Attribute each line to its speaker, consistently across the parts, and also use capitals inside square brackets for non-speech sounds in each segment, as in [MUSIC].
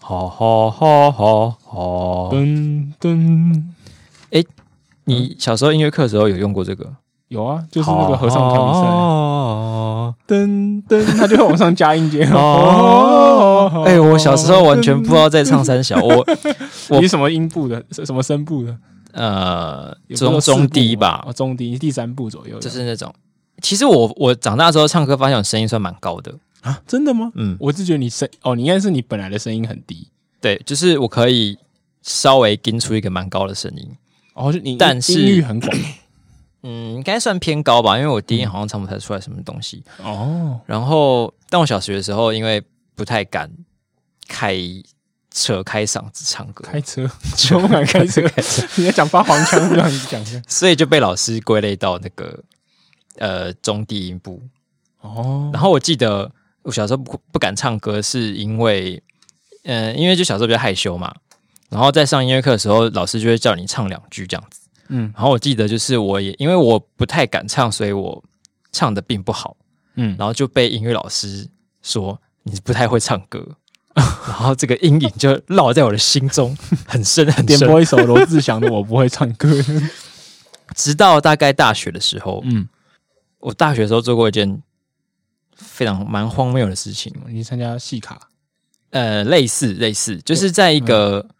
Speaker 1: 好好好好好。
Speaker 2: 噔噔，
Speaker 1: 你小时候音乐课的时候有用过这个？
Speaker 2: 有啊，就是那个合唱团比赛，
Speaker 1: 哦
Speaker 2: 噔噔， [LAUGHS] 他就会往上加音阶。
Speaker 1: 哦，哎，我小时候完全不知道在唱三
Speaker 2: [LAUGHS]
Speaker 1: 小，我我
Speaker 2: 你是什么音部的？是什么声部的？
Speaker 1: 呃
Speaker 2: 有没
Speaker 1: 中
Speaker 2: 有四部
Speaker 1: 中低
Speaker 2: 吗
Speaker 1: 吧，
Speaker 2: 哦，中低，第三部左右。
Speaker 1: 就是那种。其实我我长大之后唱歌发现我声音算蛮高的，
Speaker 2: 啊，真的吗？
Speaker 1: 嗯，
Speaker 2: 我是觉得你声哦，你应该是你本来的声音很低，
Speaker 1: 对，就是我可以稍微跟出一个蛮高的声音，
Speaker 2: 哦，就你
Speaker 1: 但
Speaker 2: 音
Speaker 1: 是
Speaker 2: 音
Speaker 1: [COUGHS]
Speaker 2: 域很广
Speaker 1: 嗯，应该算偏高吧，因为我低音好像唱不太出来什么东西。
Speaker 2: 哦，
Speaker 1: 然后，但我小学的时候因为不太敢开扯开嗓子唱歌，
Speaker 2: 开
Speaker 1: [LAUGHS]
Speaker 2: 车，我不敢开车， [LAUGHS] 你在讲发黄腔，不让你讲的。
Speaker 1: 所以就被老师归类到那个呃中低音部。
Speaker 2: 哦，
Speaker 1: 然后我记得我小时候不不敢唱歌，是因为嗯、呃因为就小时候比较害羞嘛。然后在上音乐课的时候，老师就会叫你唱两句这样子。
Speaker 2: 嗯
Speaker 1: 然后我记得就是我也因为我不太敢唱，所以我唱的并不好。
Speaker 2: 嗯，
Speaker 1: 然后就被音乐老师说你不太会唱歌， [LAUGHS] 然后这个阴影就烙在我的心中很深很
Speaker 2: 点
Speaker 1: 深。
Speaker 2: 播一首罗志祥的《我不会唱歌》。
Speaker 1: 直到大概大学的时候，
Speaker 2: 嗯，
Speaker 1: 我大学的时候做过一件非常蛮荒谬的事情，
Speaker 2: 你参加戏卡，
Speaker 1: 呃，类似类似，就是在一个、
Speaker 2: 嗯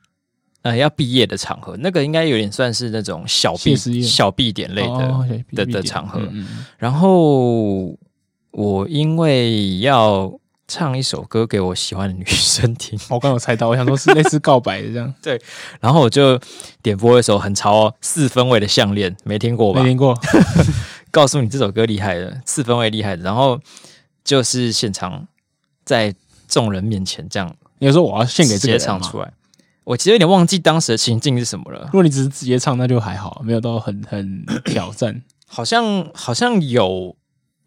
Speaker 1: 呃要毕业的场合，那个应该有点算是那种小
Speaker 2: 谢
Speaker 1: 毕
Speaker 2: 师宴
Speaker 1: 小毕典类的，
Speaker 2: 哦
Speaker 1: 的的场合
Speaker 2: 嗯嗯嗯
Speaker 1: 然后我因为要唱一首歌给我喜欢的女生听。
Speaker 2: 我刚有猜到，我想说是类似告白的这样，
Speaker 1: 然后我就点播一首很潮哦，四分位的项链，没听过吧
Speaker 2: 没？听过。
Speaker 1: 告诉你这首歌厉害的，四分位厉害的。然后就是现场在众人面前这样
Speaker 2: 你说我要献给
Speaker 1: 直
Speaker 2: 这个
Speaker 1: 接
Speaker 2: 人
Speaker 1: 唱
Speaker 2: 吗
Speaker 1: 出来，我其实有点忘记当时的情境是什么了
Speaker 2: 如，果你只是直接唱，那就还好，没有到很很
Speaker 1: [LAUGHS]
Speaker 2: 挑战。
Speaker 1: 好像好像有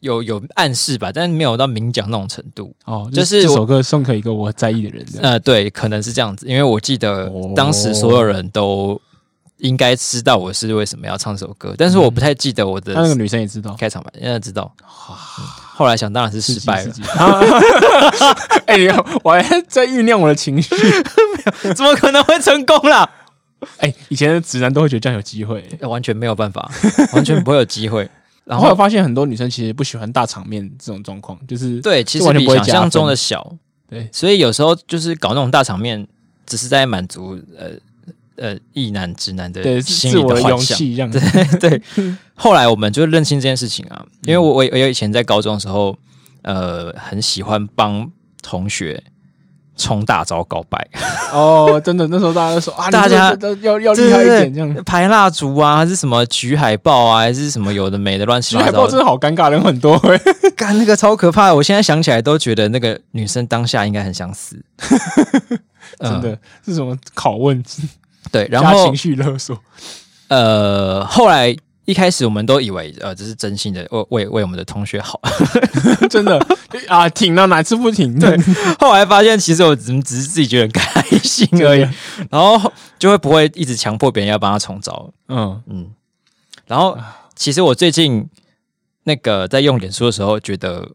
Speaker 1: 有有暗示吧，但没有到明讲那种程度。
Speaker 2: 哦，
Speaker 1: 就
Speaker 2: 就是
Speaker 1: 是
Speaker 2: 这
Speaker 1: 我
Speaker 2: 首歌送给一个我在意的人这样。
Speaker 1: 呃，对，可能是这样子，因为我记得
Speaker 2: 哦
Speaker 1: 当时所有人都应该知道我是为什么要唱这首歌，但呃是我不太记得我的
Speaker 2: 那那个女啊生也知道，
Speaker 1: 开场白，现在知道。嗯后来想当然是失败了
Speaker 2: 自，己。自己啊 [LAUGHS] 哎呦，我还在酝酿我的情绪。 [LAUGHS]
Speaker 1: 怎么可能会成功啦？
Speaker 2: 哎，以前的直男都会觉得这样有机会。
Speaker 1: 完全没有办法，完全不会有机会。然
Speaker 2: 然 [LAUGHS] 后我
Speaker 1: 后
Speaker 2: 发现很多女生其实不喜欢大场面这种状况，就是
Speaker 1: 对，其实
Speaker 2: 就完全
Speaker 1: 比
Speaker 2: 不会
Speaker 1: 想
Speaker 2: 加
Speaker 1: 象
Speaker 2: 分
Speaker 1: 中的小，
Speaker 2: 对
Speaker 1: 所以有时候就是搞那种大场面，只是在满足呃呃意男直男的
Speaker 2: 对
Speaker 1: 心
Speaker 2: 自
Speaker 1: 里
Speaker 2: 我
Speaker 1: 的
Speaker 2: 的
Speaker 1: 幻
Speaker 2: 勇
Speaker 1: 想。
Speaker 2: 气嗯这样。
Speaker 1: [LAUGHS]
Speaker 2: [LAUGHS]
Speaker 1: 对，后来我们就认清这件事情
Speaker 2: 嗯
Speaker 1: 啊，因为我我我以前在高中的时候，呃，很喜欢帮同学冲大招告白。
Speaker 2: 哦，真的，那时候大家都说啊，你
Speaker 1: 大家
Speaker 2: 这个要要
Speaker 1: 对
Speaker 2: 厉害一
Speaker 1: 对
Speaker 2: 点这样。
Speaker 1: 排蜡烛啊，还是什么举海报啊，还是什么有的没的乱七
Speaker 2: 其
Speaker 1: 八
Speaker 2: 海报
Speaker 1: 糟
Speaker 2: 真
Speaker 1: 的。
Speaker 2: 的好尴尬，人很多哎。
Speaker 1: 干那个超可怕的，我现在想起来都觉得那个女生当下应该很想
Speaker 2: [LAUGHS]
Speaker 1: 死。
Speaker 2: 真
Speaker 1: 嗯
Speaker 2: 的是什么拷问，
Speaker 1: 对，然
Speaker 2: 加
Speaker 1: 后
Speaker 2: 情绪勒索， [LAUGHS]
Speaker 1: 呃，后来一开始我们都以为呃这是真心的，为为为我们的同学好。 [LAUGHS]
Speaker 2: 真的就啊，挺到哪次不挺？对，
Speaker 1: 后来发现其实我只只是自己觉得很开心而已，然后就会不会一直强迫别人要帮他重招。
Speaker 2: [LAUGHS] 嗯，
Speaker 1: 嗯，然后
Speaker 2: 啊
Speaker 1: 其实我最近那个在用脸书的时候，觉得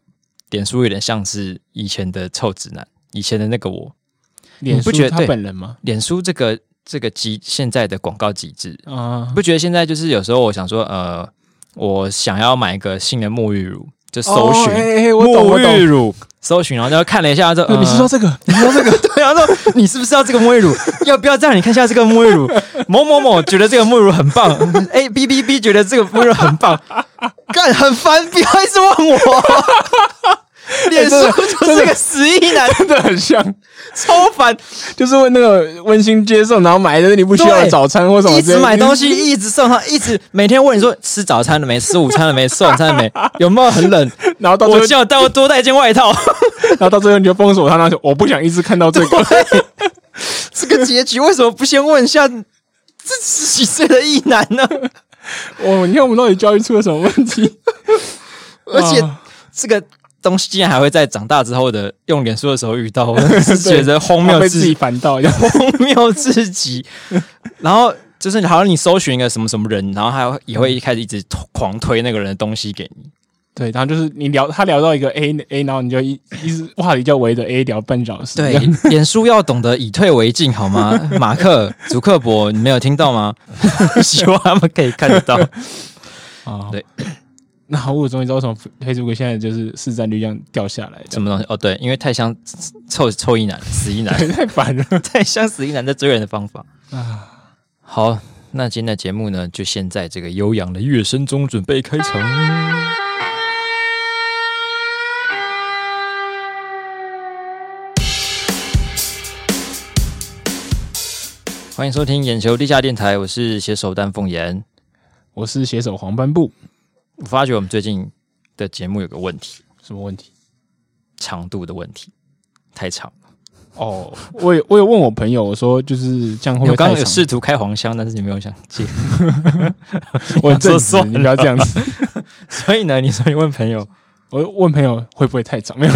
Speaker 1: 脸书有点像是以前的臭直男，以前的那个我。
Speaker 2: 脸
Speaker 1: 不
Speaker 2: 书
Speaker 1: 觉得
Speaker 2: 他
Speaker 1: 对
Speaker 2: 本人吗？
Speaker 1: 脸书这个这个机现在的广告机制，
Speaker 2: 啊，
Speaker 1: 不觉得现在就是有时候我想说，呃，我想要买一个新的沐浴乳，就搜
Speaker 2: 哦
Speaker 1: 寻。
Speaker 2: 哎哎，我懂，
Speaker 1: 沐
Speaker 2: 我
Speaker 1: 浴
Speaker 2: 懂。
Speaker 1: 乳，搜寻，然后就看了一下，说、
Speaker 2: 对
Speaker 1: 呃、
Speaker 2: 你是说这个？你说这个？
Speaker 1: [LAUGHS] 对，然后说你是不是要这个沐浴乳？要不要这样？你看一下这个沐浴乳， [LAUGHS] 某某某觉得这个沐浴乳很棒，哎，B B B 觉得这个沐浴乳很棒，干很烦，不要一直问我。 [LAUGHS]
Speaker 2: 哎
Speaker 1: 脸书就是个死意男，
Speaker 2: [LAUGHS] 真的很像，
Speaker 1: 超烦，
Speaker 2: 就是问那个温馨接受，然后买的是你不需要的
Speaker 1: 对
Speaker 2: 早餐或什么
Speaker 1: 一
Speaker 2: 之
Speaker 1: 直
Speaker 2: 类的，嗯
Speaker 1: 买东西，一直送他，一直每天问你说吃早餐了没，吃午餐了没，吃晚餐了
Speaker 2: [LAUGHS]
Speaker 1: 没，有没有很冷？
Speaker 2: 然后到最
Speaker 1: 我
Speaker 2: 后，
Speaker 1: 叫带多带一件外套，
Speaker 2: [LAUGHS] 然后到最后你就封锁他，那就我不想一直看到这个。
Speaker 1: 这个结局为什么不先问一下这十几岁的意男呢？
Speaker 2: 哦，你 [LAUGHS] 看我们到底教育出了什么问 [LAUGHS] 题？
Speaker 1: 而且
Speaker 2: 啊
Speaker 1: 这个东西竟然还会在长大之后的用脸书的时候遇到，我真的
Speaker 2: [LAUGHS]
Speaker 1: 是觉得荒
Speaker 2: 他
Speaker 1: 谬
Speaker 2: 被
Speaker 1: 至
Speaker 2: 自己烦到，然后
Speaker 1: 荒谬至极。然后就是好像你搜寻一个什么什么人，然后还会也会一开始一直狂推那个人的东西给你，
Speaker 2: [LAUGHS] 对，然后就是你聊他聊到一个 A A，然后你就一一直话题就围着 A 聊半小时。
Speaker 1: 对， [LAUGHS] 演书要懂得以退为进，好
Speaker 2: [LAUGHS]
Speaker 1: 吗？马克、祖克伯，你没有听到吗？希望他们可以看得到。
Speaker 2: 啊，
Speaker 1: 对。
Speaker 2: [LAUGHS] 那我终于知道为什么 Facebook 现在就是市占率这样掉下来，
Speaker 1: 什么东西？哦，对，因为太像臭臭一男、死一男，
Speaker 2: [LAUGHS] 太烦了
Speaker 1: 太像死一男在追人的方法。
Speaker 2: 啊！
Speaker 1: 好，那今天的节目呢，就先在这个悠扬的乐声中准备开场。欢迎收听眼球地下电台，我是携手丹凤眼。
Speaker 2: 我是写手黄斑布，
Speaker 1: 我发觉我们最近的节目有个问题，
Speaker 2: 什么问题？
Speaker 1: 长度的问题，太长。
Speaker 2: 哦，我有我有问我朋友，我说就是这样会
Speaker 1: 我
Speaker 2: 不会
Speaker 1: 刚
Speaker 2: 太
Speaker 1: 刚有
Speaker 2: 长？
Speaker 1: 试图开黄腔，但是你没有想接，
Speaker 2: 我很正
Speaker 1: 想说
Speaker 2: 直，你不要这样子。
Speaker 1: [LAUGHS] 所以呢，你说你问朋友，
Speaker 2: 我问朋友会不会太 [LAUGHS] 长？没有，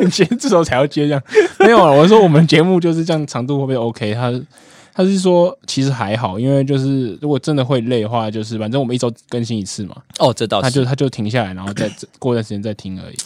Speaker 2: 你接这时候才要接这样， [LAUGHS] 没有啊。我说我们节目就是这样，长度会不会 OK？他他是说其实还好，因为就是如果真的会累的话，就是反正我们一周更新一次嘛，
Speaker 1: 哦，这倒
Speaker 2: 他
Speaker 1: 是
Speaker 2: 就他就停下来，然后再过段时间再听
Speaker 1: [COUGHS]
Speaker 2: 而已。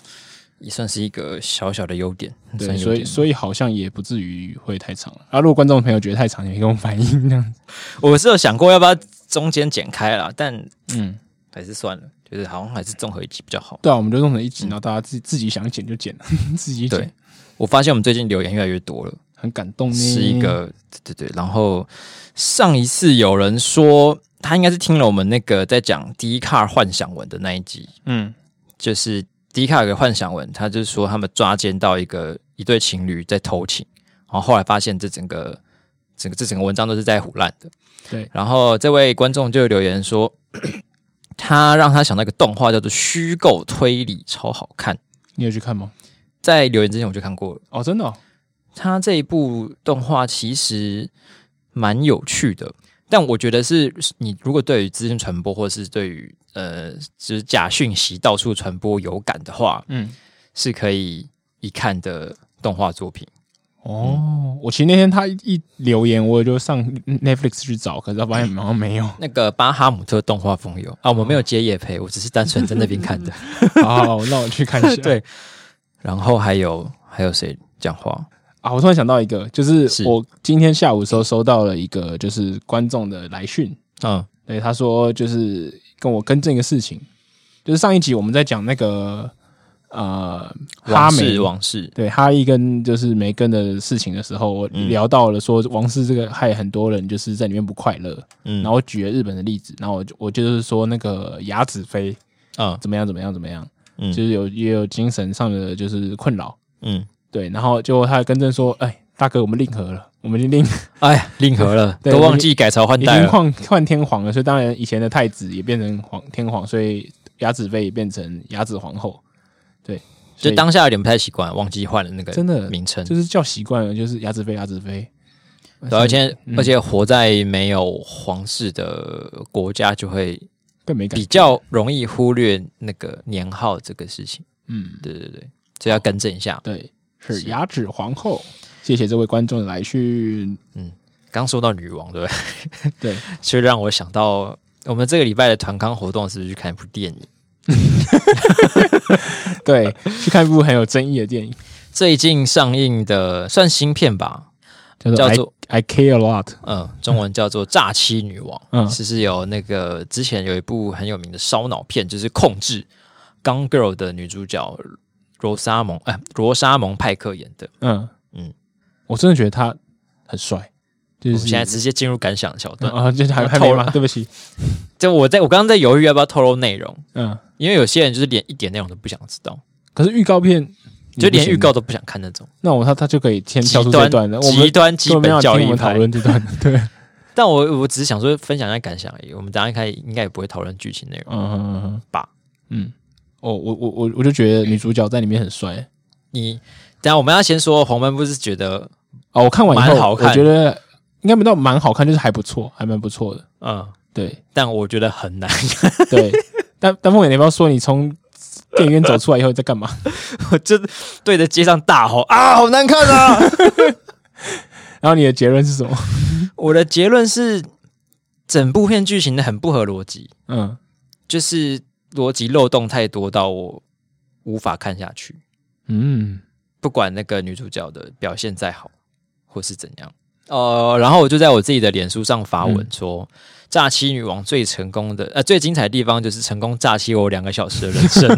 Speaker 1: 也算是一个小小的优点，
Speaker 2: 对，
Speaker 1: 算优
Speaker 2: 所以
Speaker 1: 点
Speaker 2: 所以好像也不至于会太长了。啊，如果观众朋友觉得太长，也可以跟我反映
Speaker 1: [LAUGHS]
Speaker 2: 这样子。
Speaker 1: 我是有想过要不要中间剪开啦，但
Speaker 2: 嗯，
Speaker 1: 还是算了，就是好像还是综合一集比较好。
Speaker 2: 对啊，我们就弄成一集，然后大家自己自己想剪就剪， [LAUGHS] 自己
Speaker 1: 对
Speaker 2: 剪，，
Speaker 1: 我发现我们最近留言越来越多了，
Speaker 2: 很感动呢。
Speaker 1: 是一个对对对。然后上一次有人说他应该是听了我们那个在讲迪卡幻想文的那一集，
Speaker 2: 嗯
Speaker 1: 就是迪卡有个幻想文，他就是说他们抓奸到一个一对情侣在偷情，然后后来发现这整个整个这整个文章都是在胡乱的。
Speaker 2: 对
Speaker 1: 然后这位观众就留言说， [CLEARS THROAT] 他让他想到一个动画叫做《虚构推理》，超好看。
Speaker 2: 你有去看吗？
Speaker 1: 在留言之前我就看过了，
Speaker 2: 哦，真的、哦，
Speaker 1: 他这一部动画其实蛮有趣的，但我觉得是你如果对于资讯传播或是对于呃就是假讯息到处传播有感的话，
Speaker 2: 嗯，
Speaker 1: 是可以一看的动画作品。
Speaker 2: 哦，我其实那天他一一留言，我就上 Netflix 去找，可是发现好像没有。
Speaker 1: 那个巴哈姆特动画风游啊，我们没有接夜配，我只是单纯在那边看的。
Speaker 2: 好好，那我去看一下。
Speaker 1: 对，然后还有还有谁讲话？
Speaker 2: 啊，我突然想到一个，就是
Speaker 1: 是
Speaker 2: 我今天下午的时候收到了一个就是观众的来讯，
Speaker 1: 嗯，
Speaker 2: 对他说就是跟我更正一个事情，就是上一集我们在讲那个呃哈
Speaker 1: 往
Speaker 2: 梅
Speaker 1: 事往事，
Speaker 2: 对哈利跟就是梅根的事情的时候，我
Speaker 1: 嗯
Speaker 2: 聊到了说王室这个害很多人就是在里面不快乐，
Speaker 1: 嗯，
Speaker 2: 然后我举了日本的例子，然后我就我就是说那个雅子妃
Speaker 1: 嗯
Speaker 2: 怎么样怎么样怎么样，
Speaker 1: 嗯
Speaker 2: 就是有也有精神上的就是困扰，
Speaker 1: 嗯，
Speaker 2: 对，然后就他更正说，哎，大哥，我们令和了，我们已经令
Speaker 1: 哎，令和了，
Speaker 2: [LAUGHS] 对
Speaker 1: 都忘记改朝换
Speaker 2: 已
Speaker 1: 代
Speaker 2: 经
Speaker 1: 了。
Speaker 2: 换换天皇了，所以当然以前的太子也变成皇天皇，所以雅子妃也变成雅子皇后，对，所
Speaker 1: 就
Speaker 2: 以
Speaker 1: 当下有点不太习惯，忘记换了那个
Speaker 2: 真的
Speaker 1: 名称。
Speaker 2: 就是叫习惯了，就是雅子妃雅子妃，
Speaker 1: 对，而且
Speaker 2: 嗯
Speaker 1: 而且活在没有皇室的国家，就会
Speaker 2: 更没感
Speaker 1: 比，较容易忽略那个年号这个事情。
Speaker 2: 嗯，
Speaker 1: 对对对，所以要更正一下。
Speaker 2: 对，是
Speaker 1: 是
Speaker 2: 雅子皇后，谢谢这位观众的来讯，
Speaker 1: 刚说到女王，对不对？ [LAUGHS]
Speaker 2: 对，
Speaker 1: 就让我想到我们这个礼拜的团康活动是不是去看一部电影？
Speaker 2: 对，去看一部很有争议的电影，
Speaker 1: 最近上映的算新片吧，
Speaker 2: 叫做
Speaker 1: 叫
Speaker 2: I,
Speaker 1: 做
Speaker 2: I Care a Lot，
Speaker 1: 嗯，中文叫做《诈欺女王》。
Speaker 2: 嗯
Speaker 1: 其实有那个之前有一部很有名的烧脑片，就是《控制》，Gone Girl 的女主角罗莎蒙，哎、罗莎蒙派克演的。
Speaker 2: 嗯
Speaker 1: 嗯
Speaker 2: 嗯，我真的觉得他很帅，就
Speaker 1: 我
Speaker 2: 是
Speaker 1: 们现在直接进入感想桥段。
Speaker 2: 啊，就是还
Speaker 1: 我
Speaker 2: 还没
Speaker 1: 透
Speaker 2: 吗？
Speaker 1: 了
Speaker 2: 对不起，
Speaker 1: 就我在我刚刚在犹豫要不要透露内容，
Speaker 2: 嗯，
Speaker 1: 因为有些人就是连一点内容都不想知道，
Speaker 2: 可是预告片
Speaker 1: 就连预，
Speaker 2: 你不行
Speaker 1: 告都不想看那种。
Speaker 2: 那我他他就可以先
Speaker 1: 极
Speaker 2: 跳出这
Speaker 1: 端
Speaker 2: 段了，我们
Speaker 1: 极端基
Speaker 2: 根本没
Speaker 1: 本
Speaker 2: 有
Speaker 1: 教
Speaker 2: 听我
Speaker 1: 育
Speaker 2: 们讨
Speaker 1: 派。
Speaker 2: 论这
Speaker 1: [LAUGHS]
Speaker 2: 段，对，
Speaker 1: 但我我只是想说分享一下感想而已。我们等一下应该应该也不会讨论剧情内容。
Speaker 2: 嗯
Speaker 1: 吧，
Speaker 2: 嗯，哦，我我我我就觉得女主角在里面很帅
Speaker 1: 你等一下我们要先说黄斑部是觉得
Speaker 2: 哦，我看完以后
Speaker 1: 蛮好看
Speaker 2: 我觉得应该没到蛮好看，就是还不错，还蛮不错的，
Speaker 1: 嗯，
Speaker 2: 对 [LAUGHS]
Speaker 1: 但我觉得很难。 [LAUGHS]
Speaker 2: 对，但但凤眼，你要不要说你从电影院走出来以后你在干嘛？ [LAUGHS]
Speaker 1: 我就对着街上大吼啊，好难看啊！
Speaker 2: 然后你的结论是什么？
Speaker 1: 我的结论是，整部片剧情很不合逻辑，
Speaker 2: 嗯
Speaker 1: 就是逻辑漏洞太多到我无法看下去，
Speaker 2: 嗯，
Speaker 1: 不管那个女主角的表现再好或是怎样。呃，然后我就在我自己的脸书上发文说，诈欺女王最成功的呃最精彩的地方就是成功诈欺我两个小时的人生。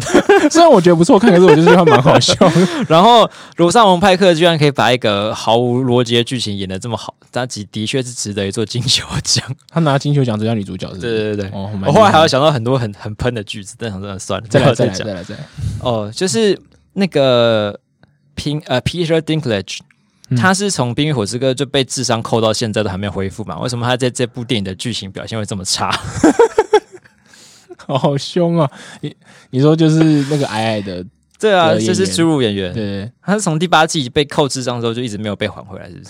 Speaker 2: 虽然我觉得不错看，可是我就是觉得它蛮好笑 [LAUGHS] 的。
Speaker 1: 然后罗尚文派克居然可以把一个毫无逻辑的剧情演得这么好，他的的确是值得一座金球奖。
Speaker 2: 他拿金球奖最佳女主角是不是？
Speaker 1: 对对对对，
Speaker 2: 哦，
Speaker 1: 我后来还有想到很多很很喷的句子，但想真的算了，
Speaker 2: 再
Speaker 1: 不
Speaker 2: 来
Speaker 1: 要
Speaker 2: 再来
Speaker 1: 讲
Speaker 2: 再来再来，
Speaker 1: 哦，就是那个平呃 Peter Dinklage。
Speaker 2: 嗯
Speaker 1: 他是从《冰与火之歌》就被智商扣到现在都还没有恢复嘛？为什么他在这部电影的剧情表现会这么差？ [LAUGHS]
Speaker 2: 好凶啊！你你说就是那个矮矮的，
Speaker 1: 对
Speaker 2: 的
Speaker 1: 啊，
Speaker 2: 演员
Speaker 1: 就是侏儒演员，
Speaker 2: 对，
Speaker 1: 他是从第八季被扣智商之后就一直没有被还回来，是不
Speaker 2: [LAUGHS]
Speaker 1: 是？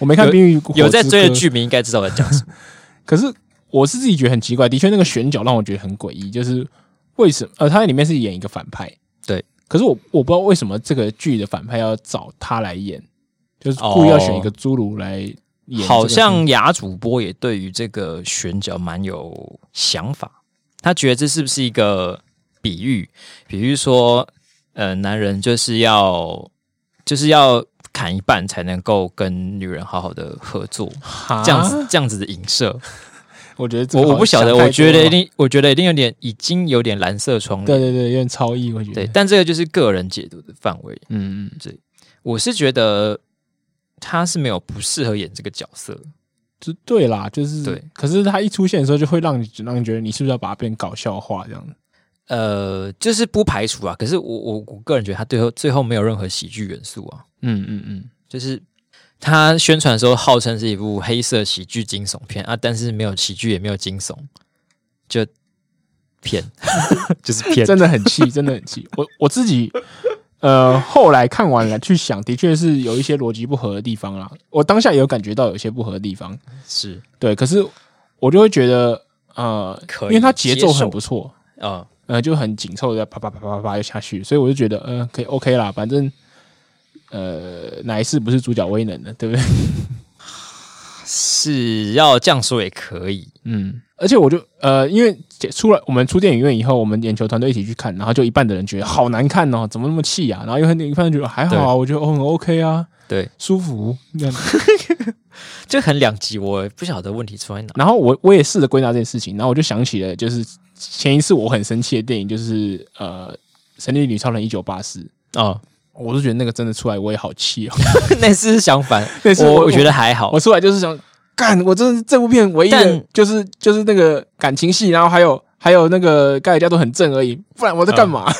Speaker 2: 我没看《冰与火之歌
Speaker 1: 有在追的，剧迷应该知道我在讲什么。
Speaker 2: 可是我是自己觉得很奇怪，的确那个选角让我觉得很诡异，就是为什么？呃，他在里面是演一个反派，
Speaker 1: 对，
Speaker 2: 可是我我不知道为什么这个剧的反派要找他来演，就是故意要选一个侏儒来演这个，
Speaker 1: 好像雅主播也对于这个选角蛮有想法，他觉得这是不是一个比喻？比喻说，呃，男人就是要就是要砍一半才能够跟女人好好的合作，
Speaker 2: 哈
Speaker 1: 这样子，这样子的影射。
Speaker 2: 我觉得这
Speaker 1: 啊我
Speaker 2: 个
Speaker 1: 我
Speaker 2: 好
Speaker 1: 不晓得，
Speaker 2: 像太
Speaker 1: 我觉
Speaker 2: 多
Speaker 1: 得
Speaker 2: 了
Speaker 1: 一定，我觉得一定有点已经有点蓝色窗
Speaker 2: 对
Speaker 1: 帘。
Speaker 2: 对对，有点超意，我觉得
Speaker 1: 对，，但这个就是个人解读的范围。
Speaker 2: 嗯，
Speaker 1: 我是觉得他是没有不适合演这个角色。
Speaker 2: 就对啦，就是
Speaker 1: 对。
Speaker 2: 可是他一出现的时候，就会让你让你觉得你是不是要把它变搞笑化这样子？
Speaker 1: 呃，就是不排除啊。可是我我我个人觉得他最后最后没有任何喜剧元素啊，
Speaker 2: 嗯嗯嗯，
Speaker 1: 就是他宣传的时候号称是一部黑色喜剧惊悚片啊，但是没有喜剧也没有惊悚，就骗， [LAUGHS] 就是骗。
Speaker 2: 真的很气，真的很气。我我自己呃，后来看完了去想，的确是有一些逻辑不合的地方啦。我当下也有感觉到有些不合的地方，
Speaker 1: 是
Speaker 2: 对。可是我就会觉得呃，
Speaker 1: 可以
Speaker 2: 因为它节奏
Speaker 1: 接受
Speaker 2: 很不错，
Speaker 1: 啊、
Speaker 2: 呃，就很紧凑的啪啪啪啪啪啪就下去，所以我就觉得，呃，可以 OK 啦，反正，呃，哪一世不是主角威能的，对不对？
Speaker 1: 是要这样说也可以。
Speaker 2: 嗯，而且我就呃，因为解出来我们出电影院以后，我们眼球团队一起去看，然后就一半的人觉
Speaker 1: 嗯
Speaker 2: 得好难看哦，怎么那么气啊？然后又很一半人觉得还好啊，我觉得哦很 OK 啊，
Speaker 1: 对，
Speaker 2: 舒服。这样
Speaker 1: 就很两极，我不晓得问题出在哪。
Speaker 2: 然后我我也试着归纳这件事情，然后我就想起了就是前一次我很生气的电影，就是呃《神力女超人一九八四》。
Speaker 1: 哦， [LAUGHS]
Speaker 2: 我就觉得那个真的出来，我也好气哦。 [LAUGHS]
Speaker 1: 那是相反，
Speaker 2: 那是
Speaker 1: 我
Speaker 2: 我
Speaker 1: 我觉得还好
Speaker 2: 我。出来就是想干，我真的是这部片唯一的
Speaker 1: 但
Speaker 2: 就是就是那个感情戏，然后还有还有那个盖尔加都很正而已，不然我在干嘛？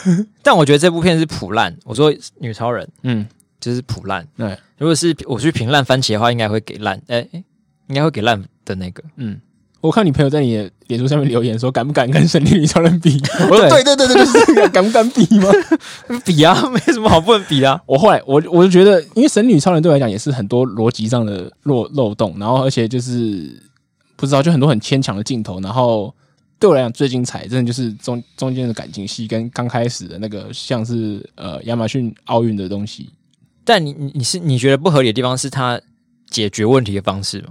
Speaker 1: 但我觉得这部片是普烂。我说女超人
Speaker 2: 嗯，
Speaker 1: 就是普烂。
Speaker 2: 对，
Speaker 1: 如果是我去评烂番茄的话，应该会给烂，哎、诶应该会给烂的那个。
Speaker 2: 嗯。我看你朋友在你的脸书上面留言说，敢不敢跟神力女超人比？我说
Speaker 1: 对
Speaker 2: 对对对对，就是这个敢不敢比吗？
Speaker 1: 比啊，没什么好不能比的、
Speaker 2: [LAUGHS]
Speaker 1: 啊。
Speaker 2: 我后来我我就觉得，因为神女超人对我来讲也是很多逻辑上的漏漏洞，然后而且就是不知道就很多很牵强的镜头，然后对我来讲最精彩真的就是中中间的感情戏跟刚开始的那个像是呃亚马逊奥运的东西，
Speaker 1: 但你你你是你觉得不合理的地方是他解决问题的方式吗？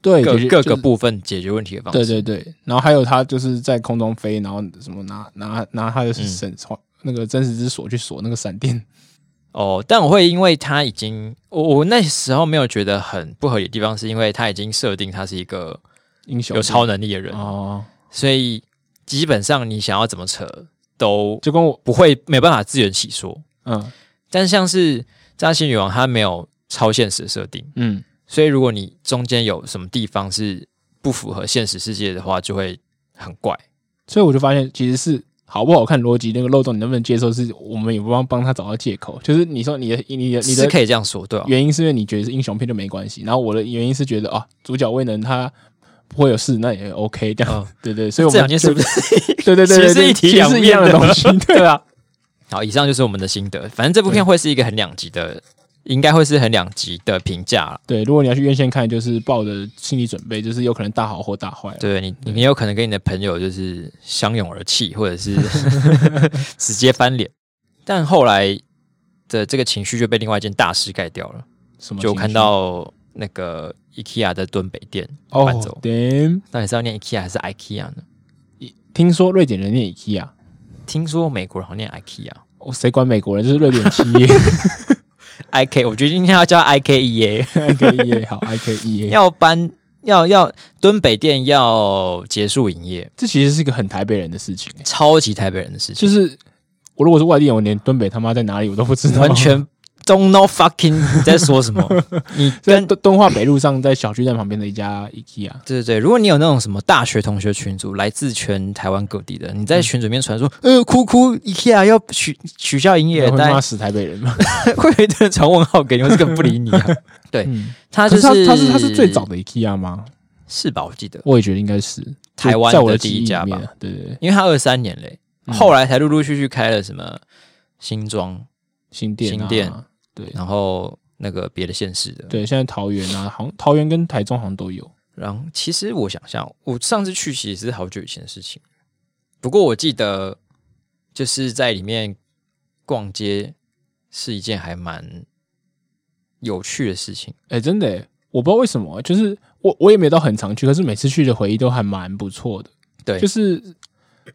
Speaker 2: 对
Speaker 1: 各
Speaker 2: 就是
Speaker 1: 各
Speaker 2: 就
Speaker 1: 个
Speaker 2: 是
Speaker 1: 部分解决问题的方式。
Speaker 2: 对对对，然后还有他就是在空中飞，然后什么拿拿拿
Speaker 1: 嗯
Speaker 2: 他的绳、那个真实之锁去锁那个闪电， [LAUGHS]
Speaker 1: 哦，但我会因为他已经，我我那时候没有觉得很不合理的地方，是因为他已经设定他是一个
Speaker 2: 英雄
Speaker 1: 有超能力的人，
Speaker 2: 哦，
Speaker 1: 所以基本上你想要怎么扯都
Speaker 2: 就跟我
Speaker 1: 不会没办法自圆其说。
Speaker 2: 嗯
Speaker 1: 但像是扎西女王，她没有超现实的设定。
Speaker 2: 嗯
Speaker 1: 所以如果你中间有什么地方是不符合现实世界的话，就会很怪。
Speaker 2: 所以我就发现，其实是好不好看逻辑那个漏洞，你能不能接受，是我们也不帮帮他找到借口。就是你说你的你的你
Speaker 1: 是
Speaker 2: 的
Speaker 1: 可以这样说，对吧、
Speaker 2: 原因是因为你觉得是英雄片就没关系，然后我的原因是觉得啊，主角未能他不会有事，那也 OK 这样。
Speaker 1: 嗯
Speaker 2: 对对，所以我
Speaker 1: 这
Speaker 2: 们
Speaker 1: 两件是不？
Speaker 2: 就是对对对
Speaker 1: 其
Speaker 2: 对
Speaker 1: 实是
Speaker 2: 对
Speaker 1: 一体
Speaker 2: 其实
Speaker 1: 两
Speaker 2: 是
Speaker 1: 面
Speaker 2: 一样的
Speaker 1: 的
Speaker 2: 东西，对啊。
Speaker 1: 好，以上就是我们的心得。反正这部片会是一个很两极的，应该会是很两极的评价啦。
Speaker 2: 对，如果你要去院线看，就是抱着心理准备，就是有可能大好或大坏。啊
Speaker 1: 对你，你有可能跟你的朋友就是相拥而泣，或者是直接翻脸。但后来的这个情绪就被另外一件大事盖掉了，
Speaker 2: 什么情绪？
Speaker 1: 就我看到那个 IKEA 的敦北店
Speaker 2: 哦
Speaker 1: 搬走。
Speaker 2: ，damn，
Speaker 1: 到底是要念 IKEA 还是 IKEA 呢？
Speaker 2: 一听说瑞典人念 IKEA，
Speaker 1: 听说美国人好像念 IKEA，I
Speaker 2: 我谁管美国人？这是瑞典企业 [LAUGHS]
Speaker 1: K，我觉得今天要叫 I K E A，
Speaker 2: [LAUGHS] ，I K E A 好，I K E A，
Speaker 1: 要搬要要敦北店要结束营业，
Speaker 2: 这其实是一个很台北人的事情、欸
Speaker 1: 超级台北人的事情，
Speaker 2: 就是我如果是外地人，我连敦北他妈在哪里我都不知道，
Speaker 1: 完全 don't know fucking
Speaker 2: [LAUGHS]
Speaker 1: 你在说什么，你
Speaker 2: 在
Speaker 1: 跟
Speaker 2: 敦敦化北路上，在小巨蛋旁边的一家 IKEA。
Speaker 1: 对对对，如果你有那种什么大学同学群组，来自全台湾各地的，你
Speaker 2: 嗯
Speaker 1: 在群组里面传说，呃，哭哭，IKEA 要取取消营业
Speaker 2: 也，会
Speaker 1: 但
Speaker 2: 骂死台北人嘛？ [LAUGHS]
Speaker 1: 会有一堆人传问号给你，我是根本不理你啊。对，
Speaker 2: 嗯，
Speaker 1: 他
Speaker 2: 可
Speaker 1: 就是
Speaker 2: 他他是他是最早的 IKEA 吗？
Speaker 1: 是吧？我记得，
Speaker 2: 我也觉得应该是
Speaker 1: 台湾
Speaker 2: 在我
Speaker 1: 的
Speaker 2: 记
Speaker 1: 第一
Speaker 2: 忆
Speaker 1: 家
Speaker 2: 里面
Speaker 1: 吧
Speaker 2: 啊，对对对，
Speaker 1: 因为他二三年嘞，
Speaker 2: 嗯
Speaker 1: 后来才陆陆续续开了什么新庄，
Speaker 2: 新店啊
Speaker 1: 新店
Speaker 2: 对
Speaker 1: 然后那个别的县市的。
Speaker 2: 对，现在桃园啊，好像桃园跟台中好像都有。
Speaker 1: 然后其实我想象，我上次去其实是好久以前的事情，不过我记得就是在里面逛街是一件还蛮有趣的事情。
Speaker 2: 哎，真的欸，我不知道为什么，就是我我也没有到很常去，可是每次去的回忆都还蛮不错的。
Speaker 1: 对
Speaker 2: 就是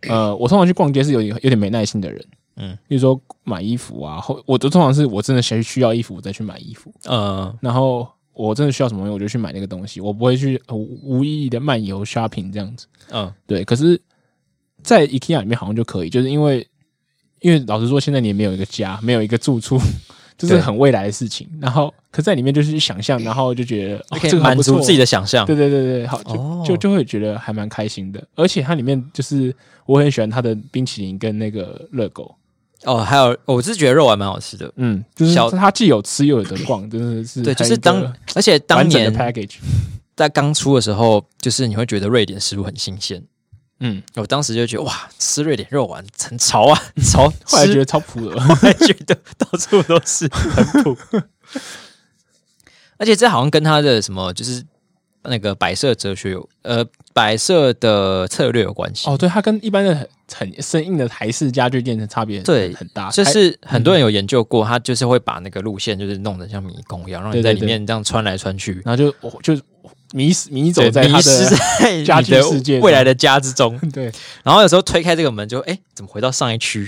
Speaker 2: 呃，我通常去逛街是有点有点没耐心的人，
Speaker 1: 嗯
Speaker 2: 嗯，比如说买衣服啊，后我都通常是我真的先需要衣服我再去买衣服，
Speaker 1: 呃，
Speaker 2: 然后我真的需要什么东西我就去买那个东西，我不会去呃无无意义的漫游 shopping 这样子。
Speaker 1: 嗯，
Speaker 2: 对，可是，在 IKEA 里面好像就可以，就是因为因为老实说，现在你也没有一个家，没有一个住处， [LAUGHS] 这是
Speaker 1: 对
Speaker 2: 很未来的事情。然后，可在里面就是去想象，然后就觉得、哦、
Speaker 1: 可以
Speaker 2: 这个还
Speaker 1: 满
Speaker 2: 不
Speaker 1: 足
Speaker 2: 错
Speaker 1: 自己。的想象。
Speaker 2: 对对对对，好，就、
Speaker 1: 哦
Speaker 2: 就就会觉得还蛮开心的。而且它里面就是我很喜欢它的冰淇淋跟那个热狗，
Speaker 1: 哦，还有我是觉得肉丸蛮好吃的。
Speaker 2: 嗯，就是
Speaker 1: 小
Speaker 2: 它既有吃又有的逛，真的是
Speaker 1: 对，
Speaker 2: 它
Speaker 1: 就是
Speaker 2: 一个
Speaker 1: 当而且当
Speaker 2: 完整
Speaker 1: 年
Speaker 2: 的 package，
Speaker 1: 在刚出的时候，就是你会觉得瑞典食物很新鲜。
Speaker 2: 嗯，
Speaker 1: 我当时就觉得哇，吃瑞典肉丸很潮啊，潮！
Speaker 2: [LAUGHS] 后来觉
Speaker 1: 得
Speaker 2: 得超普
Speaker 1: [LAUGHS]
Speaker 2: 的，
Speaker 1: 后来觉得到处都是，很土。 [LAUGHS] 而且这好像跟他的什么就是那个白色哲学有呃白色的策略有关系。
Speaker 2: 哦，对，它跟一般的很很生硬的台式家具店的差别
Speaker 1: 对
Speaker 2: 很大，
Speaker 1: 就
Speaker 2: 台
Speaker 1: 是很
Speaker 2: 嗯
Speaker 1: 多人有研究过，他就是会把那个路线就是弄得像迷宫一样，让你
Speaker 2: 对对
Speaker 1: 在里
Speaker 2: 对
Speaker 1: 面这样穿来穿去，
Speaker 2: 然后就我就迷失迷走在
Speaker 1: 对迷
Speaker 2: 他
Speaker 1: 失
Speaker 2: 的
Speaker 1: 在你
Speaker 2: 家具世
Speaker 1: 的
Speaker 2: 界
Speaker 1: 未来的家之中。
Speaker 2: [LAUGHS] 对，
Speaker 1: 然后有时候推开这个门就，诶哎，怎么回到上一区？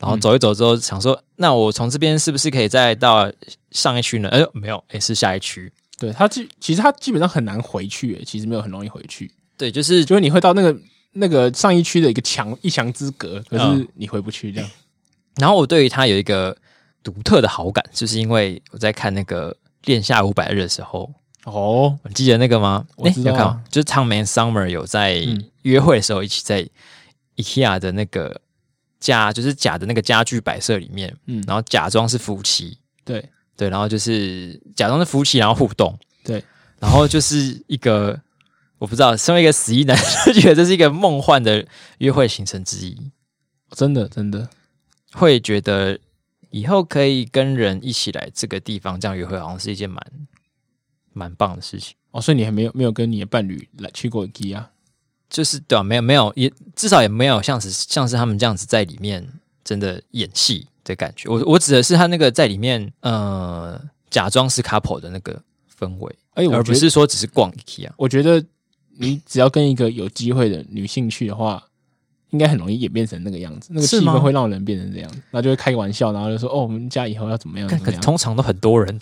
Speaker 1: 然
Speaker 2: 嗯
Speaker 1: 后走一走之后，想说，那我从这边是不是可以再到上一区呢？哎呦，没有，哎，是下一区。
Speaker 2: 对他基其实他基本上很难回去，诶其实没有很容易回去，
Speaker 1: 对，就是
Speaker 2: 就是你会到那个那个上一区的一个墙一墙之隔，可是
Speaker 1: 嗯
Speaker 2: 你回不去
Speaker 1: [LAUGHS]
Speaker 2: 这样。
Speaker 1: 然后我对于他有一个独特的好感，就是因为我在看那个《恋下五百日》的时候，
Speaker 2: 哦，
Speaker 1: 你记得那个吗？
Speaker 2: 我知
Speaker 1: 诶你
Speaker 2: 道啊
Speaker 1: 有看吗就是 Tom and Summer 有在
Speaker 2: 嗯
Speaker 1: 约会的时候一起在 IKEA 的那个家，就是假的那个家具摆设里面，
Speaker 2: 嗯
Speaker 1: 然后假装是夫妻，
Speaker 2: 对
Speaker 1: 对，然后就是假装是夫妻，然后互动，
Speaker 2: 对，
Speaker 1: 然后就是一个我不知道，身为一个死意男， [LAUGHS] 就觉得这是一个梦幻的约会行程之一，
Speaker 2: 真的真的，
Speaker 1: 会觉得以后可以跟人一起来这个地方这样约会，好像是一件蛮蛮棒的事情。
Speaker 2: 哦，所以你还没有没有跟你的伴侣来去过 IKEA，
Speaker 1: 就是对啊，没有没有，也至少也没有像是像是他们这样子在里面真的演戏的感觉。我我指的是他那个在里面呃假装是 couple 的那个氛围，
Speaker 2: 哎，我
Speaker 1: 而不
Speaker 2: 觉得
Speaker 1: 是说只是逛 IKEA。
Speaker 2: 我觉得你只要跟一个有机会的女性去的话。应该很容易演变成那个样子，那个
Speaker 1: 是
Speaker 2: 气
Speaker 1: 吗
Speaker 2: 氛会让人变成这样，那就会开个玩笑，然后就说哦，我们家以后要怎么样？
Speaker 1: 看，
Speaker 2: 怎么
Speaker 1: 可是
Speaker 2: 样。
Speaker 1: 通常都很多人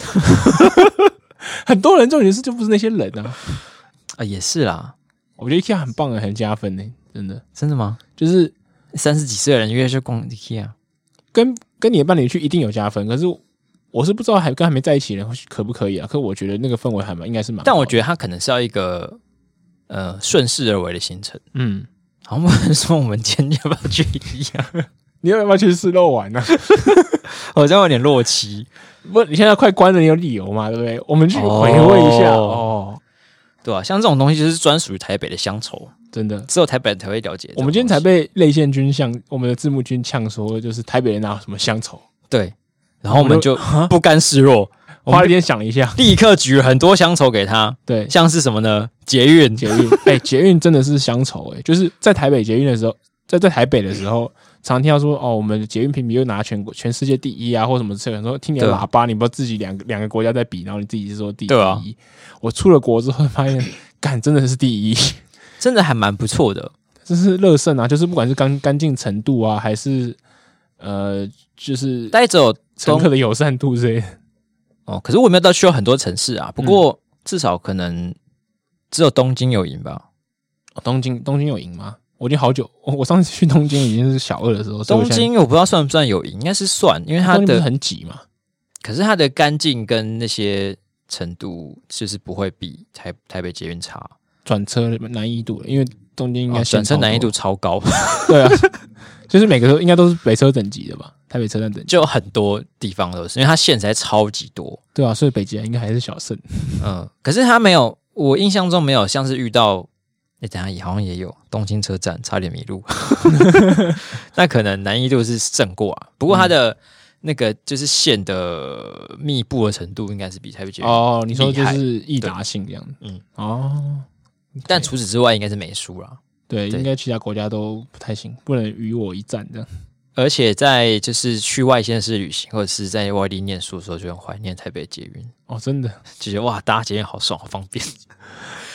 Speaker 2: 很多人重点是就不是那些人啊。
Speaker 1: [LAUGHS] 啊，也是啦，
Speaker 2: 我觉得 IKEA 很棒啊，很加分呢、真的。
Speaker 1: 真的吗？
Speaker 2: 就是
Speaker 1: 三十几岁的人约去逛 IKEA，
Speaker 2: 跟跟你的伴侣去一定有加分，可是我是不知道还跟还没在一起的人会可不可以啊？可我觉得那个氛围还蛮应该是蛮好的，
Speaker 1: 但我觉得他可能是要一个呃顺势而为的行程。
Speaker 2: 嗯，
Speaker 1: 好像不能说我们今天要不要去 IKEA，
Speaker 2: 你要不要去吃肉丸呢、
Speaker 1: [LAUGHS] 好像有点落期。
Speaker 2: [LAUGHS] 不，你现在快关了，你有理由嘛？对不对？我们去回味一下哦
Speaker 1: 对啊，像这种东西就是专属于台北的乡愁，
Speaker 2: 真的。
Speaker 1: 只有台北人才会了解这种东西。
Speaker 2: 我们今天才被泪腺君向我们的字幕君呛说，就是台北人哪有什么乡愁？
Speaker 1: 对，然后我们就不甘示弱，我
Speaker 2: 花
Speaker 1: 们
Speaker 2: 了一点想了一下，
Speaker 1: 立刻举了很多乡愁给他，
Speaker 2: 对，
Speaker 1: 像是什么呢？捷运，
Speaker 2: 捷运， [LAUGHS] 哎、捷运真的是乡愁哎、就是在台北捷运的时候，在在台北的时候，常听到说哦，我们捷运评比又拿全国全世界第一啊，或什么之类的，说听你的
Speaker 1: 对
Speaker 2: 喇叭，你不知道自己两个两个国家在比，然后你自己是说第一。
Speaker 1: 对啊
Speaker 2: [COUGHS] 我出了国之后发现，干真的是第一， [LAUGHS]
Speaker 1: 真的还蛮不错的。
Speaker 2: 这是乐胜啊，就是不管是干干净程度啊，还是呃，就是
Speaker 1: 带走
Speaker 2: 乘客
Speaker 1: 中
Speaker 2: 的友善度之类的。
Speaker 1: 哦，可是我没有到去过很多城市啊，不
Speaker 2: 嗯
Speaker 1: 过至少可能只有东京有赢吧。
Speaker 2: 哦东京东京有赢吗？我已经好久，我我上次去东京已经是小二的时候，所以
Speaker 1: 东
Speaker 2: 我现在
Speaker 1: 京我不知道算不算有赢，应该是算，因为它
Speaker 2: 东京不是
Speaker 1: 的
Speaker 2: 很挤嘛，
Speaker 1: 可是它的干净跟那些程度就是不会比台台北捷运差，
Speaker 2: 转车的难易度了，因为东京应该
Speaker 1: 哦转车难易度超高， [LAUGHS]
Speaker 2: 对啊，就是每个都应该都是北车等级的吧，台北车站等级，
Speaker 1: 就很多地方都是，因为它线材超级多。
Speaker 2: 对啊，所以北捷应该还是小胜。
Speaker 1: 嗯，可是他没有，我印象中没有像是遇到，哎、等一下也好像也有东京车站差点迷路， [LAUGHS] 那可能难易度是胜过啊。不过
Speaker 2: 嗯
Speaker 1: 它的、那个就是线的密布的程度应该是比台北捷运，
Speaker 2: 哦，你说
Speaker 1: 厉
Speaker 2: 就
Speaker 1: 害
Speaker 2: 是易达性这样子，
Speaker 1: 嗯
Speaker 2: 嗯，哦，
Speaker 1: 但除此之外应该是没输啦。
Speaker 2: 对，
Speaker 1: 对
Speaker 2: 应该其他国家都不太行，不能与我一战这样。
Speaker 1: 而且在就是去外县市旅行或者是在外地念书的时候，就很怀念台北捷运，
Speaker 2: 哦，真的，
Speaker 1: 就觉得哇搭捷运好爽，好方便，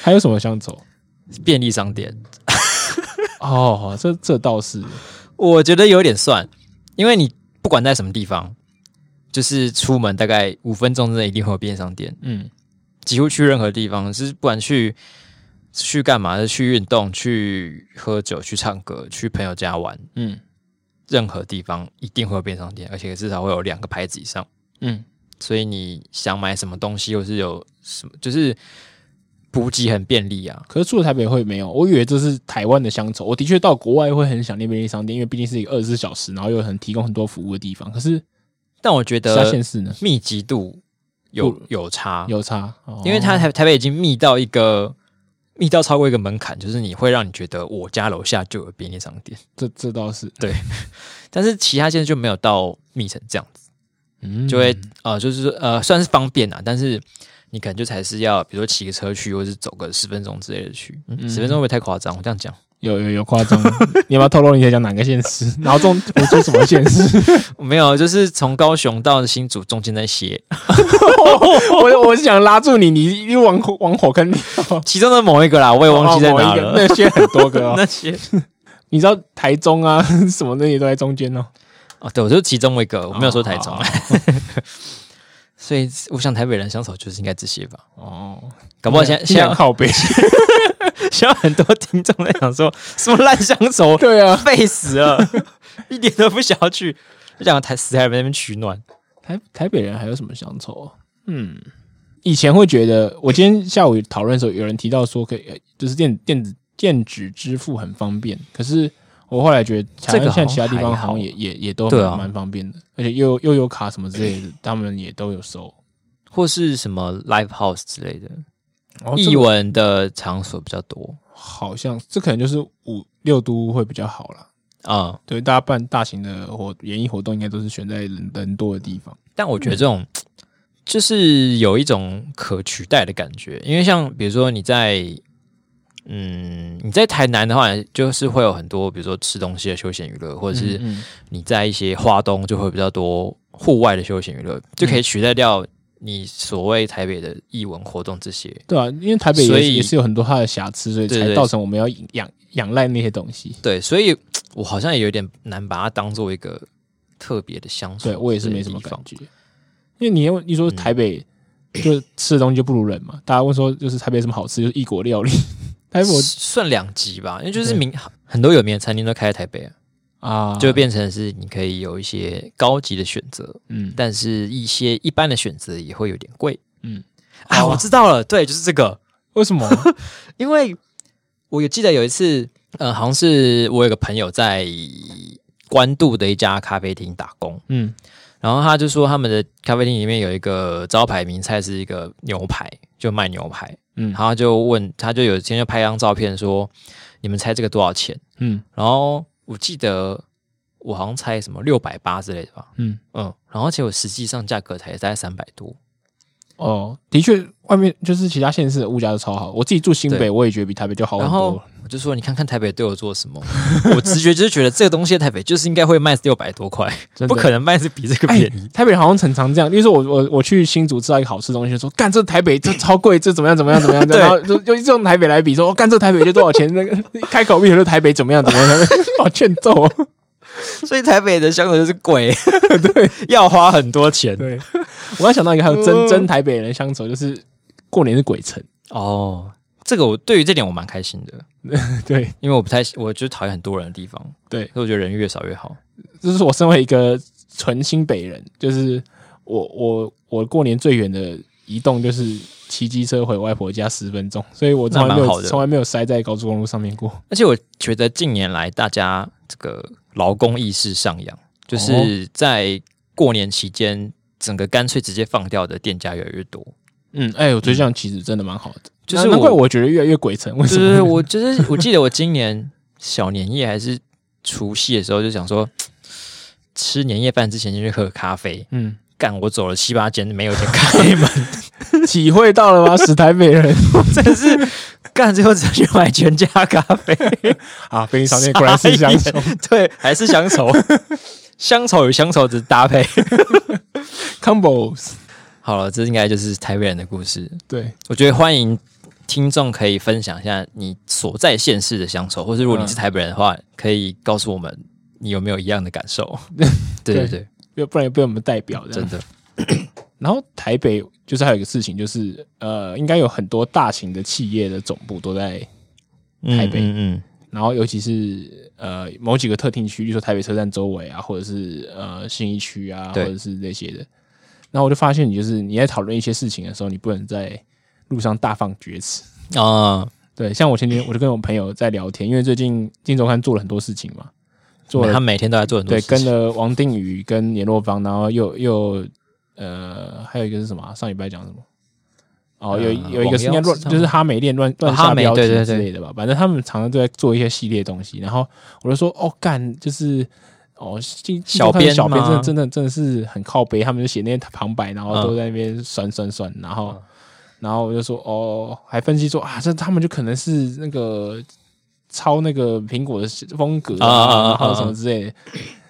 Speaker 2: 还有什么想走？
Speaker 1: 便利商店。
Speaker 2: 哦，这这倒是，
Speaker 1: 我觉得有点算，因为你不管在什么地方，就是出门大概五分钟之内一定会有便利商店，
Speaker 2: 嗯，
Speaker 1: 几乎去任何地方，是不管去去干嘛，是去运动、去喝酒、去唱歌、去朋友家玩，
Speaker 2: 嗯
Speaker 1: 任何地方一定会有便利商店，而且至少会有两个牌子以上。
Speaker 2: 嗯，
Speaker 1: 所以你想买什么东西，或是有什么，就是补给很便利啊。
Speaker 2: 可是住了台北会没有，我以为这是台湾的乡愁。我的确到国外会很想念便利商店，因为毕竟是一个二十四小时，然后又很提供很多服务的地方。可是
Speaker 1: 但我觉
Speaker 2: 其他县
Speaker 1: 得
Speaker 2: 市呢，
Speaker 1: 密集度有
Speaker 2: 不
Speaker 1: 有差，
Speaker 2: 嗯有差，哦
Speaker 1: 啊因为它台台北已经密到一个密到超过一个门槛，就是你会让你觉得我家楼下就有便利商店，
Speaker 2: 这这倒是，
Speaker 1: 但是其他县市就没有到密成这样子，
Speaker 2: 嗯，
Speaker 1: 就会、呃就是说呃算是方便啊，但是你可能就才是要比如说骑个车去，或是走个十分钟之类的去，嗯、十分钟会不会太夸张？我这样讲，
Speaker 2: 有有有夸张，你要不要透露你在讲哪个县市？然后中我说什么县市？
Speaker 1: 没有，就是从高雄到新竹中间那些，
Speaker 2: 我我是想拉住你，你又往火往火
Speaker 1: [LAUGHS]
Speaker 2: 坑里跳，
Speaker 1: 其中的某一个啦，我也忘记在哪
Speaker 2: 哦
Speaker 1: 了。
Speaker 2: 某一个那些很多个哦，
Speaker 1: [LAUGHS] 那些
Speaker 2: 你知道台中啊 [LAUGHS] 什么那些都在中间哦。
Speaker 1: 哦，对，我就其中一个，我没有说台中，
Speaker 2: 哦
Speaker 1: [LAUGHS] 所以我想台北人相守就是应该这些吧。
Speaker 2: 哦，
Speaker 1: 搞不好现在
Speaker 2: 你想靠北， [LAUGHS]
Speaker 1: [LAUGHS] 现在很多听众在想说什么烂乡愁，
Speaker 2: 对啊，
Speaker 1: [LAUGHS] 废死了，一点都不想要去，就想台死台北那边取暖。
Speaker 2: 台台北人还有什么乡愁啊？嗯，以前会觉得，我今天下午讨论的时候，有人提到说可以，呃就是电电子电子支付很方便，可是。我后来觉得，台
Speaker 1: 这个
Speaker 2: 湾
Speaker 1: 好像
Speaker 2: 像其他地方
Speaker 1: 还好
Speaker 2: 好像也也也都
Speaker 1: 对啊
Speaker 2: 蛮蛮方便的，而且又又有卡什么之类的，他们也都有收。
Speaker 1: 或是什么 live house 之类的，
Speaker 2: 哦这
Speaker 1: 艺
Speaker 2: 个
Speaker 1: 文的场所比较多
Speaker 2: 好像这可能就是五六都会比较好啦。
Speaker 1: 啊、
Speaker 2: 对，大家办大型的活演艺活动，应该都是选在人人多的地方。
Speaker 1: 但我觉得这种、就是有一种可取代的感觉，因为像比如说你在嗯你在台南的话，就是会有很多比如说吃东西的休闲娱乐，或者是
Speaker 2: 嗯
Speaker 1: 你在一些花东就会比较多户外的休闲娱乐，就可以取代掉你所谓台北的艺文活动这些。
Speaker 2: 对啊，因为台北也
Speaker 1: 所
Speaker 2: 是
Speaker 1: 以
Speaker 2: 也是有很多它的瑕疵，所以
Speaker 1: 对对
Speaker 2: 才造成我们要仰仰赖那些东西。
Speaker 1: 对，所以我好像也有点难把它当做一个特别的乡愁。
Speaker 2: 对我也是没什么
Speaker 1: 地方
Speaker 2: 感。觉，因为你要你说台
Speaker 1: 嗯
Speaker 2: 北就是吃的东西就不如人嘛，大家问说就是台北有什么好吃，就是异国料理。 [LAUGHS] 台北我
Speaker 1: 算两级吧，因为就是
Speaker 2: 对
Speaker 1: 名很多有名的餐厅都开在台北啊，
Speaker 2: 啊，
Speaker 1: 就变成是你可以有一些高级的选择，
Speaker 2: 嗯
Speaker 1: 但是一些一般的选择也会有点贵
Speaker 2: 嗯，
Speaker 1: 啊。
Speaker 2: 哦
Speaker 1: 我知道了，对，就是这个。
Speaker 2: 为
Speaker 1: [LAUGHS]
Speaker 2: 什么？
Speaker 1: 因为我有记得有一次，呃，好像是我有个朋友在关渡的一家咖啡厅打工，
Speaker 2: 嗯
Speaker 1: 然后他就说他们的咖啡厅里面有一个招牌名菜是一个牛排，就卖牛排，
Speaker 2: 嗯
Speaker 1: 然后他就问，他就有今天就拍一张照片说，你们猜这个多少钱？
Speaker 2: 嗯
Speaker 1: 然后我记得我好像猜什么六百八之类的吧，
Speaker 2: 嗯，
Speaker 1: 嗯，然后结果实际上价格才大概三百多，
Speaker 2: 哦，的确，外面就是其他县市的物价都超好。我自己住新
Speaker 1: 对
Speaker 2: 北，我也觉得比台北就好很
Speaker 1: 然后
Speaker 2: 哦多。
Speaker 1: 我就说你看看台北对我做什么， [LAUGHS] 我直觉就是觉得这个东西在台北就是应该会卖六百多块，
Speaker 2: 真的
Speaker 1: 不可能卖是比这个
Speaker 2: 哎
Speaker 1: 便宜。，
Speaker 2: 台北好像很常这样，例如说我我我去新竹吃到一个好吃的东西，就说干这台北这超贵，这怎么样怎么样怎么样，
Speaker 1: [LAUGHS] 对
Speaker 2: 然后就就用台北来比，说哦干这台北就多少钱，那个开口闭口就台北怎么样 [LAUGHS] 怎么样，好欠揍、哦。
Speaker 1: 所以台北的香港就是
Speaker 2: [LAUGHS]
Speaker 1: 贵，对， [LAUGHS] 要花很多钱。
Speaker 2: 对，我刚想到一个，还有
Speaker 1: 嗯
Speaker 2: 真真台北人乡愁，就是过年是
Speaker 1: [LAUGHS]
Speaker 2: 鬼城，
Speaker 1: 哦，这个我对于这点我蛮开心的，
Speaker 2: 对，
Speaker 1: 因为我不太，我就是讨厌很多人的地方，
Speaker 2: 对
Speaker 1: 所以我觉得人越少越好。
Speaker 2: 这是我身为一个纯新北人，就是我我我过年最远的移动就是骑机车回外婆家十分钟，所以我从来没
Speaker 1: 那蛮好
Speaker 2: 有
Speaker 1: 的
Speaker 2: 从来没有塞在高速公路上面过。
Speaker 1: 而且我觉得近年来大家这个劳工意识上扬，
Speaker 2: 哦
Speaker 1: 就是在过年期间，整个干脆直接放掉的店家越来越多。
Speaker 2: 嗯，哎、我觉得这样其实真的蛮好的，
Speaker 1: 就是
Speaker 2: 难
Speaker 1: 我
Speaker 2: 难怪我觉得越来越鬼城，为
Speaker 1: 对
Speaker 2: 什
Speaker 1: 对
Speaker 2: 么？
Speaker 1: 对，我就是我记得我今年小年夜还是除夕的时候，就想说吃年夜饭之前先去喝咖啡。
Speaker 2: 嗯，
Speaker 1: 干，我走了七八间，没有一间开
Speaker 2: [LAUGHS]
Speaker 1: 门，
Speaker 2: 体会到了吗？ [LAUGHS] 死台北人
Speaker 1: 真的是干，最后只能去买全家咖
Speaker 2: [LAUGHS]
Speaker 1: 啡。
Speaker 2: 啊，便利商店果然是乡愁
Speaker 1: 傻，对，还是乡愁，乡愁与乡愁之搭配。
Speaker 2: combos。
Speaker 1: 好了，这应该就是台北人的故事。
Speaker 2: 对，
Speaker 1: 我觉得欢迎听众可以分享一下你所在县市的乡愁，或是如
Speaker 2: 嗯
Speaker 1: 果你是台北人的话，可以告诉我们你有没有一样的感
Speaker 2: [LAUGHS]
Speaker 1: 受。对对对，
Speaker 2: 要不然也被我们代表这样
Speaker 1: 真的
Speaker 2: 然后台北就是还有一个事情，就是呃，应该有很多大型的企业的总部都在，台北
Speaker 1: 嗯嗯
Speaker 2: 然后尤其是呃某几个特定区，比如说台北车站周围啊，或者是呃信义区啊，或
Speaker 1: 对
Speaker 2: 者是那些的。然后我就发现，你就是你在讨论一些事情的时候，你不能在路上大放厥词。
Speaker 1: 嗯啊，
Speaker 2: 对，像我前几天我就跟我朋友在聊天，因为最近《金周刊》做了很多事情嘛，做了
Speaker 1: 啊他每天都在做很多
Speaker 2: 对，
Speaker 1: 事情
Speaker 2: 跟了王定宇跟阎若芳，然后又又呃，还有一个是什么啊、上礼拜讲什么？哦，
Speaker 1: 呃
Speaker 2: 有有一个是应该
Speaker 1: 网妖
Speaker 2: 乱
Speaker 1: 是，这样吗
Speaker 2: 就是哈梅恋乱乱
Speaker 1: 哦哈
Speaker 2: 下
Speaker 1: 梅
Speaker 2: 标
Speaker 1: 对对
Speaker 2: 题
Speaker 1: 对
Speaker 2: 之类的吧。反正他们常常都在做一些系列东西，然后我就说，哦，干，就是哦，金金
Speaker 1: 小
Speaker 2: 钟汉
Speaker 1: 编
Speaker 2: 的小编真的
Speaker 1: 吗嗯
Speaker 2: 真的真的是很靠背，他们就写那些旁白，然后都在那边酸酸酸，然后然后我就说，哦，还分析说啊，这他们就可能是那个抄那个苹果的风格
Speaker 1: 啊啊啊
Speaker 2: 然后
Speaker 1: 啊
Speaker 2: 什么之类的。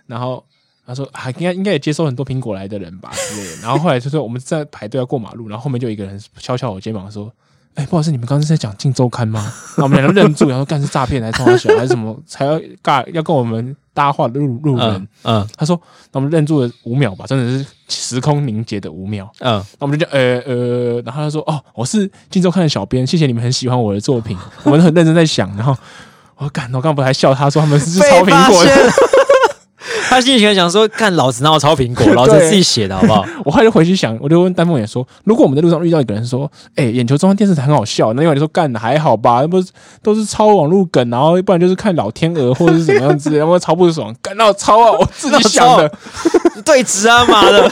Speaker 2: 然后他说啊，应该应该也接收很多苹果来的人吧之类的。然后后来就说我们在排队要过马路，然后后面就有一个人敲敲我肩膀说：“哎、不好意思，你们刚刚是在讲《镜周刊》吗？”然后我们两个愣住，然后 [LAUGHS] 干是诈骗还是冲他小还是什么，才要尬要跟我们搭话的路路人。
Speaker 1: 嗯嗯
Speaker 2: 他说：“那我们愣住了五秒吧，真的是时空凝结的五秒。”
Speaker 1: 嗯，
Speaker 2: 那我们就讲，呃呃，然后他说，哦，我是《金周刊》的小编，谢谢你们很喜欢我的作 [LAUGHS] 品，我们很认真在想。然后我感动，我刚不还笑他说他们是抄
Speaker 1: 被
Speaker 2: 苹
Speaker 1: 发
Speaker 2: 果的，
Speaker 1: 现了。他心里想想说：“看老子哪有抄
Speaker 2: [LAUGHS]
Speaker 1: 苹果，老子
Speaker 2: 对
Speaker 1: 自己写的好不
Speaker 2: [LAUGHS]
Speaker 1: 好？
Speaker 2: 我后来就回去想，我就问丹凤眼说，如果我们在路上遇到一个人说，哎、眼球中央电视台很好笑，那另外你说干还好吧，那不是都是抄网路梗，然后不然就是看老天鹅或者是怎么样之类的，然后超不爽，干到抄啊，我自 [LAUGHS] 己想的，
Speaker 1: 对直啊，妈的！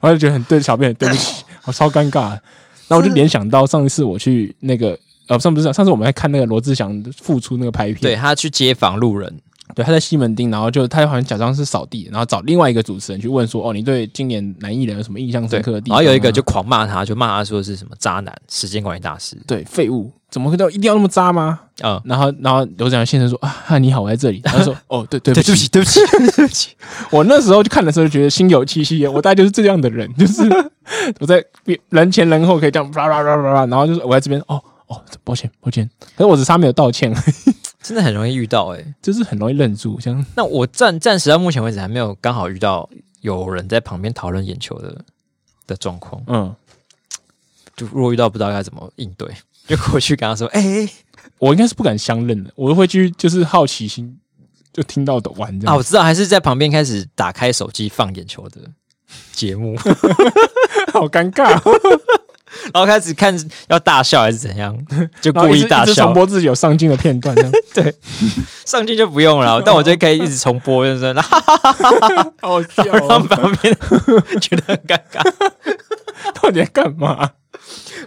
Speaker 2: 我就觉得很对小编很对不起，我超尴尬的。然后我就联想到上一次我去那个呃，上不是上次我们在看那个罗志祥复出那个拍片，
Speaker 1: [LAUGHS] 对他去街访路人，
Speaker 2: 对，他在西门町，然后就他好像假装是扫地，然后找另外一个主持人去问说，哦，你对今年男艺人有什么印象
Speaker 1: 对
Speaker 2: 深刻的，地
Speaker 1: 然
Speaker 2: 方啊？
Speaker 1: 后有一个就狂骂他，就骂他说是什么渣男、时间管理大师。
Speaker 2: 对废物，怎么会到一定要那么渣吗？
Speaker 1: 嗯，
Speaker 2: 然后然后刘子阳先生说啊，哈你好，我在这里。他说 [LAUGHS] 哦，对对不起，
Speaker 1: 起，对不起，对不
Speaker 2: [LAUGHS]
Speaker 1: 起。
Speaker 2: 我那时候就看的时候就觉得心有戚戚，我大概就是这样的人， [LAUGHS] 就是我在人前人后可以这样啪啪啪啪啪，然后就是我在这边哦哦，抱歉抱歉，可是我只差没有道歉， [LAUGHS]
Speaker 1: 真的很容易遇到哎、
Speaker 2: 就是很容易愣住，像
Speaker 1: 那我暂暂时到目前为止还没有刚好遇到有人在旁边讨论眼球的的状况，
Speaker 2: 嗯。
Speaker 1: 就如果遇到不知道该怎么应对， [LAUGHS] 就过去跟他说：“哎、
Speaker 2: 我应该是不敢相认的，我会去就是好奇心就听到的玩这
Speaker 1: 啊，
Speaker 2: 样。
Speaker 1: 我知道，还是在旁边开始打开手机放眼球的节目，
Speaker 2: [LAUGHS]
Speaker 1: [LAUGHS]
Speaker 2: 好尴尬哦，
Speaker 1: 然后开始看要大笑还是怎样， [LAUGHS] 就
Speaker 2: 然后
Speaker 1: 故
Speaker 2: 一
Speaker 1: 意
Speaker 2: 直
Speaker 1: 大
Speaker 2: 一直
Speaker 1: 笑 [LAUGHS]
Speaker 2: 重。播自己有上镜的片段，这样
Speaker 1: 上镜就不用了，但我就可以一直重播，就是然后
Speaker 2: 好笑 [LAUGHS]
Speaker 1: 让他们旁边
Speaker 2: 哦
Speaker 1: [LAUGHS] 觉得很尴尬。”
Speaker 2: 到底在干
Speaker 1: [LAUGHS]
Speaker 2: 嘛？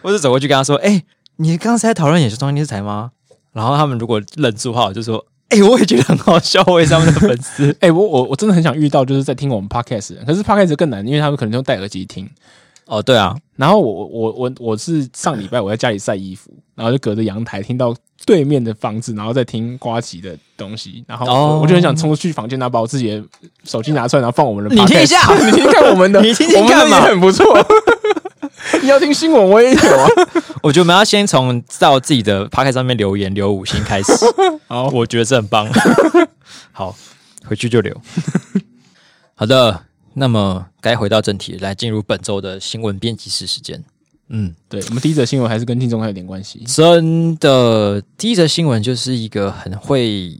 Speaker 1: 我就走过去跟他说：“哎、你刚才在讨论演说中心是台吗？”然后他们如果愣住的话，我就说：“哎、我也觉得很好笑，我也是他们的粉丝。
Speaker 2: 哎、我我我真的很想遇到就是在听我们 podcast，的人可是 podcast 更难，因为他们可能就戴耳机听。”
Speaker 1: [LAUGHS] 哦，对啊，
Speaker 2: 然后我我我我我是上礼拜我在家里晒衣服，然后就隔着阳台听到对面的房子，然后再听瓜吉的东西，然后我,、
Speaker 1: 哦
Speaker 2: 就很想冲出去房间，然后把我自己的手机拿出来，然后放我们的。
Speaker 1: 你听一下
Speaker 2: [LAUGHS] 你听看我们的，
Speaker 1: 你听听看嘛
Speaker 2: 我们的也很不错。 [LAUGHS] 你要听新闻，我也有啊。
Speaker 1: 我觉得我们要先从到自己的 p o c a s t 上面留言留五星 [LAUGHS] 开始。
Speaker 2: 好
Speaker 1: 我觉得这很 [LAUGHS] 棒。好，回去就留。 [LAUGHS] 好的，那么该回到正题，来进入本周的新闻编辑室时间。嗯，
Speaker 2: [LAUGHS] 对，我们第一则新闻还是跟听众还有点关系。
Speaker 1: 真的，第一则新闻就是一个很会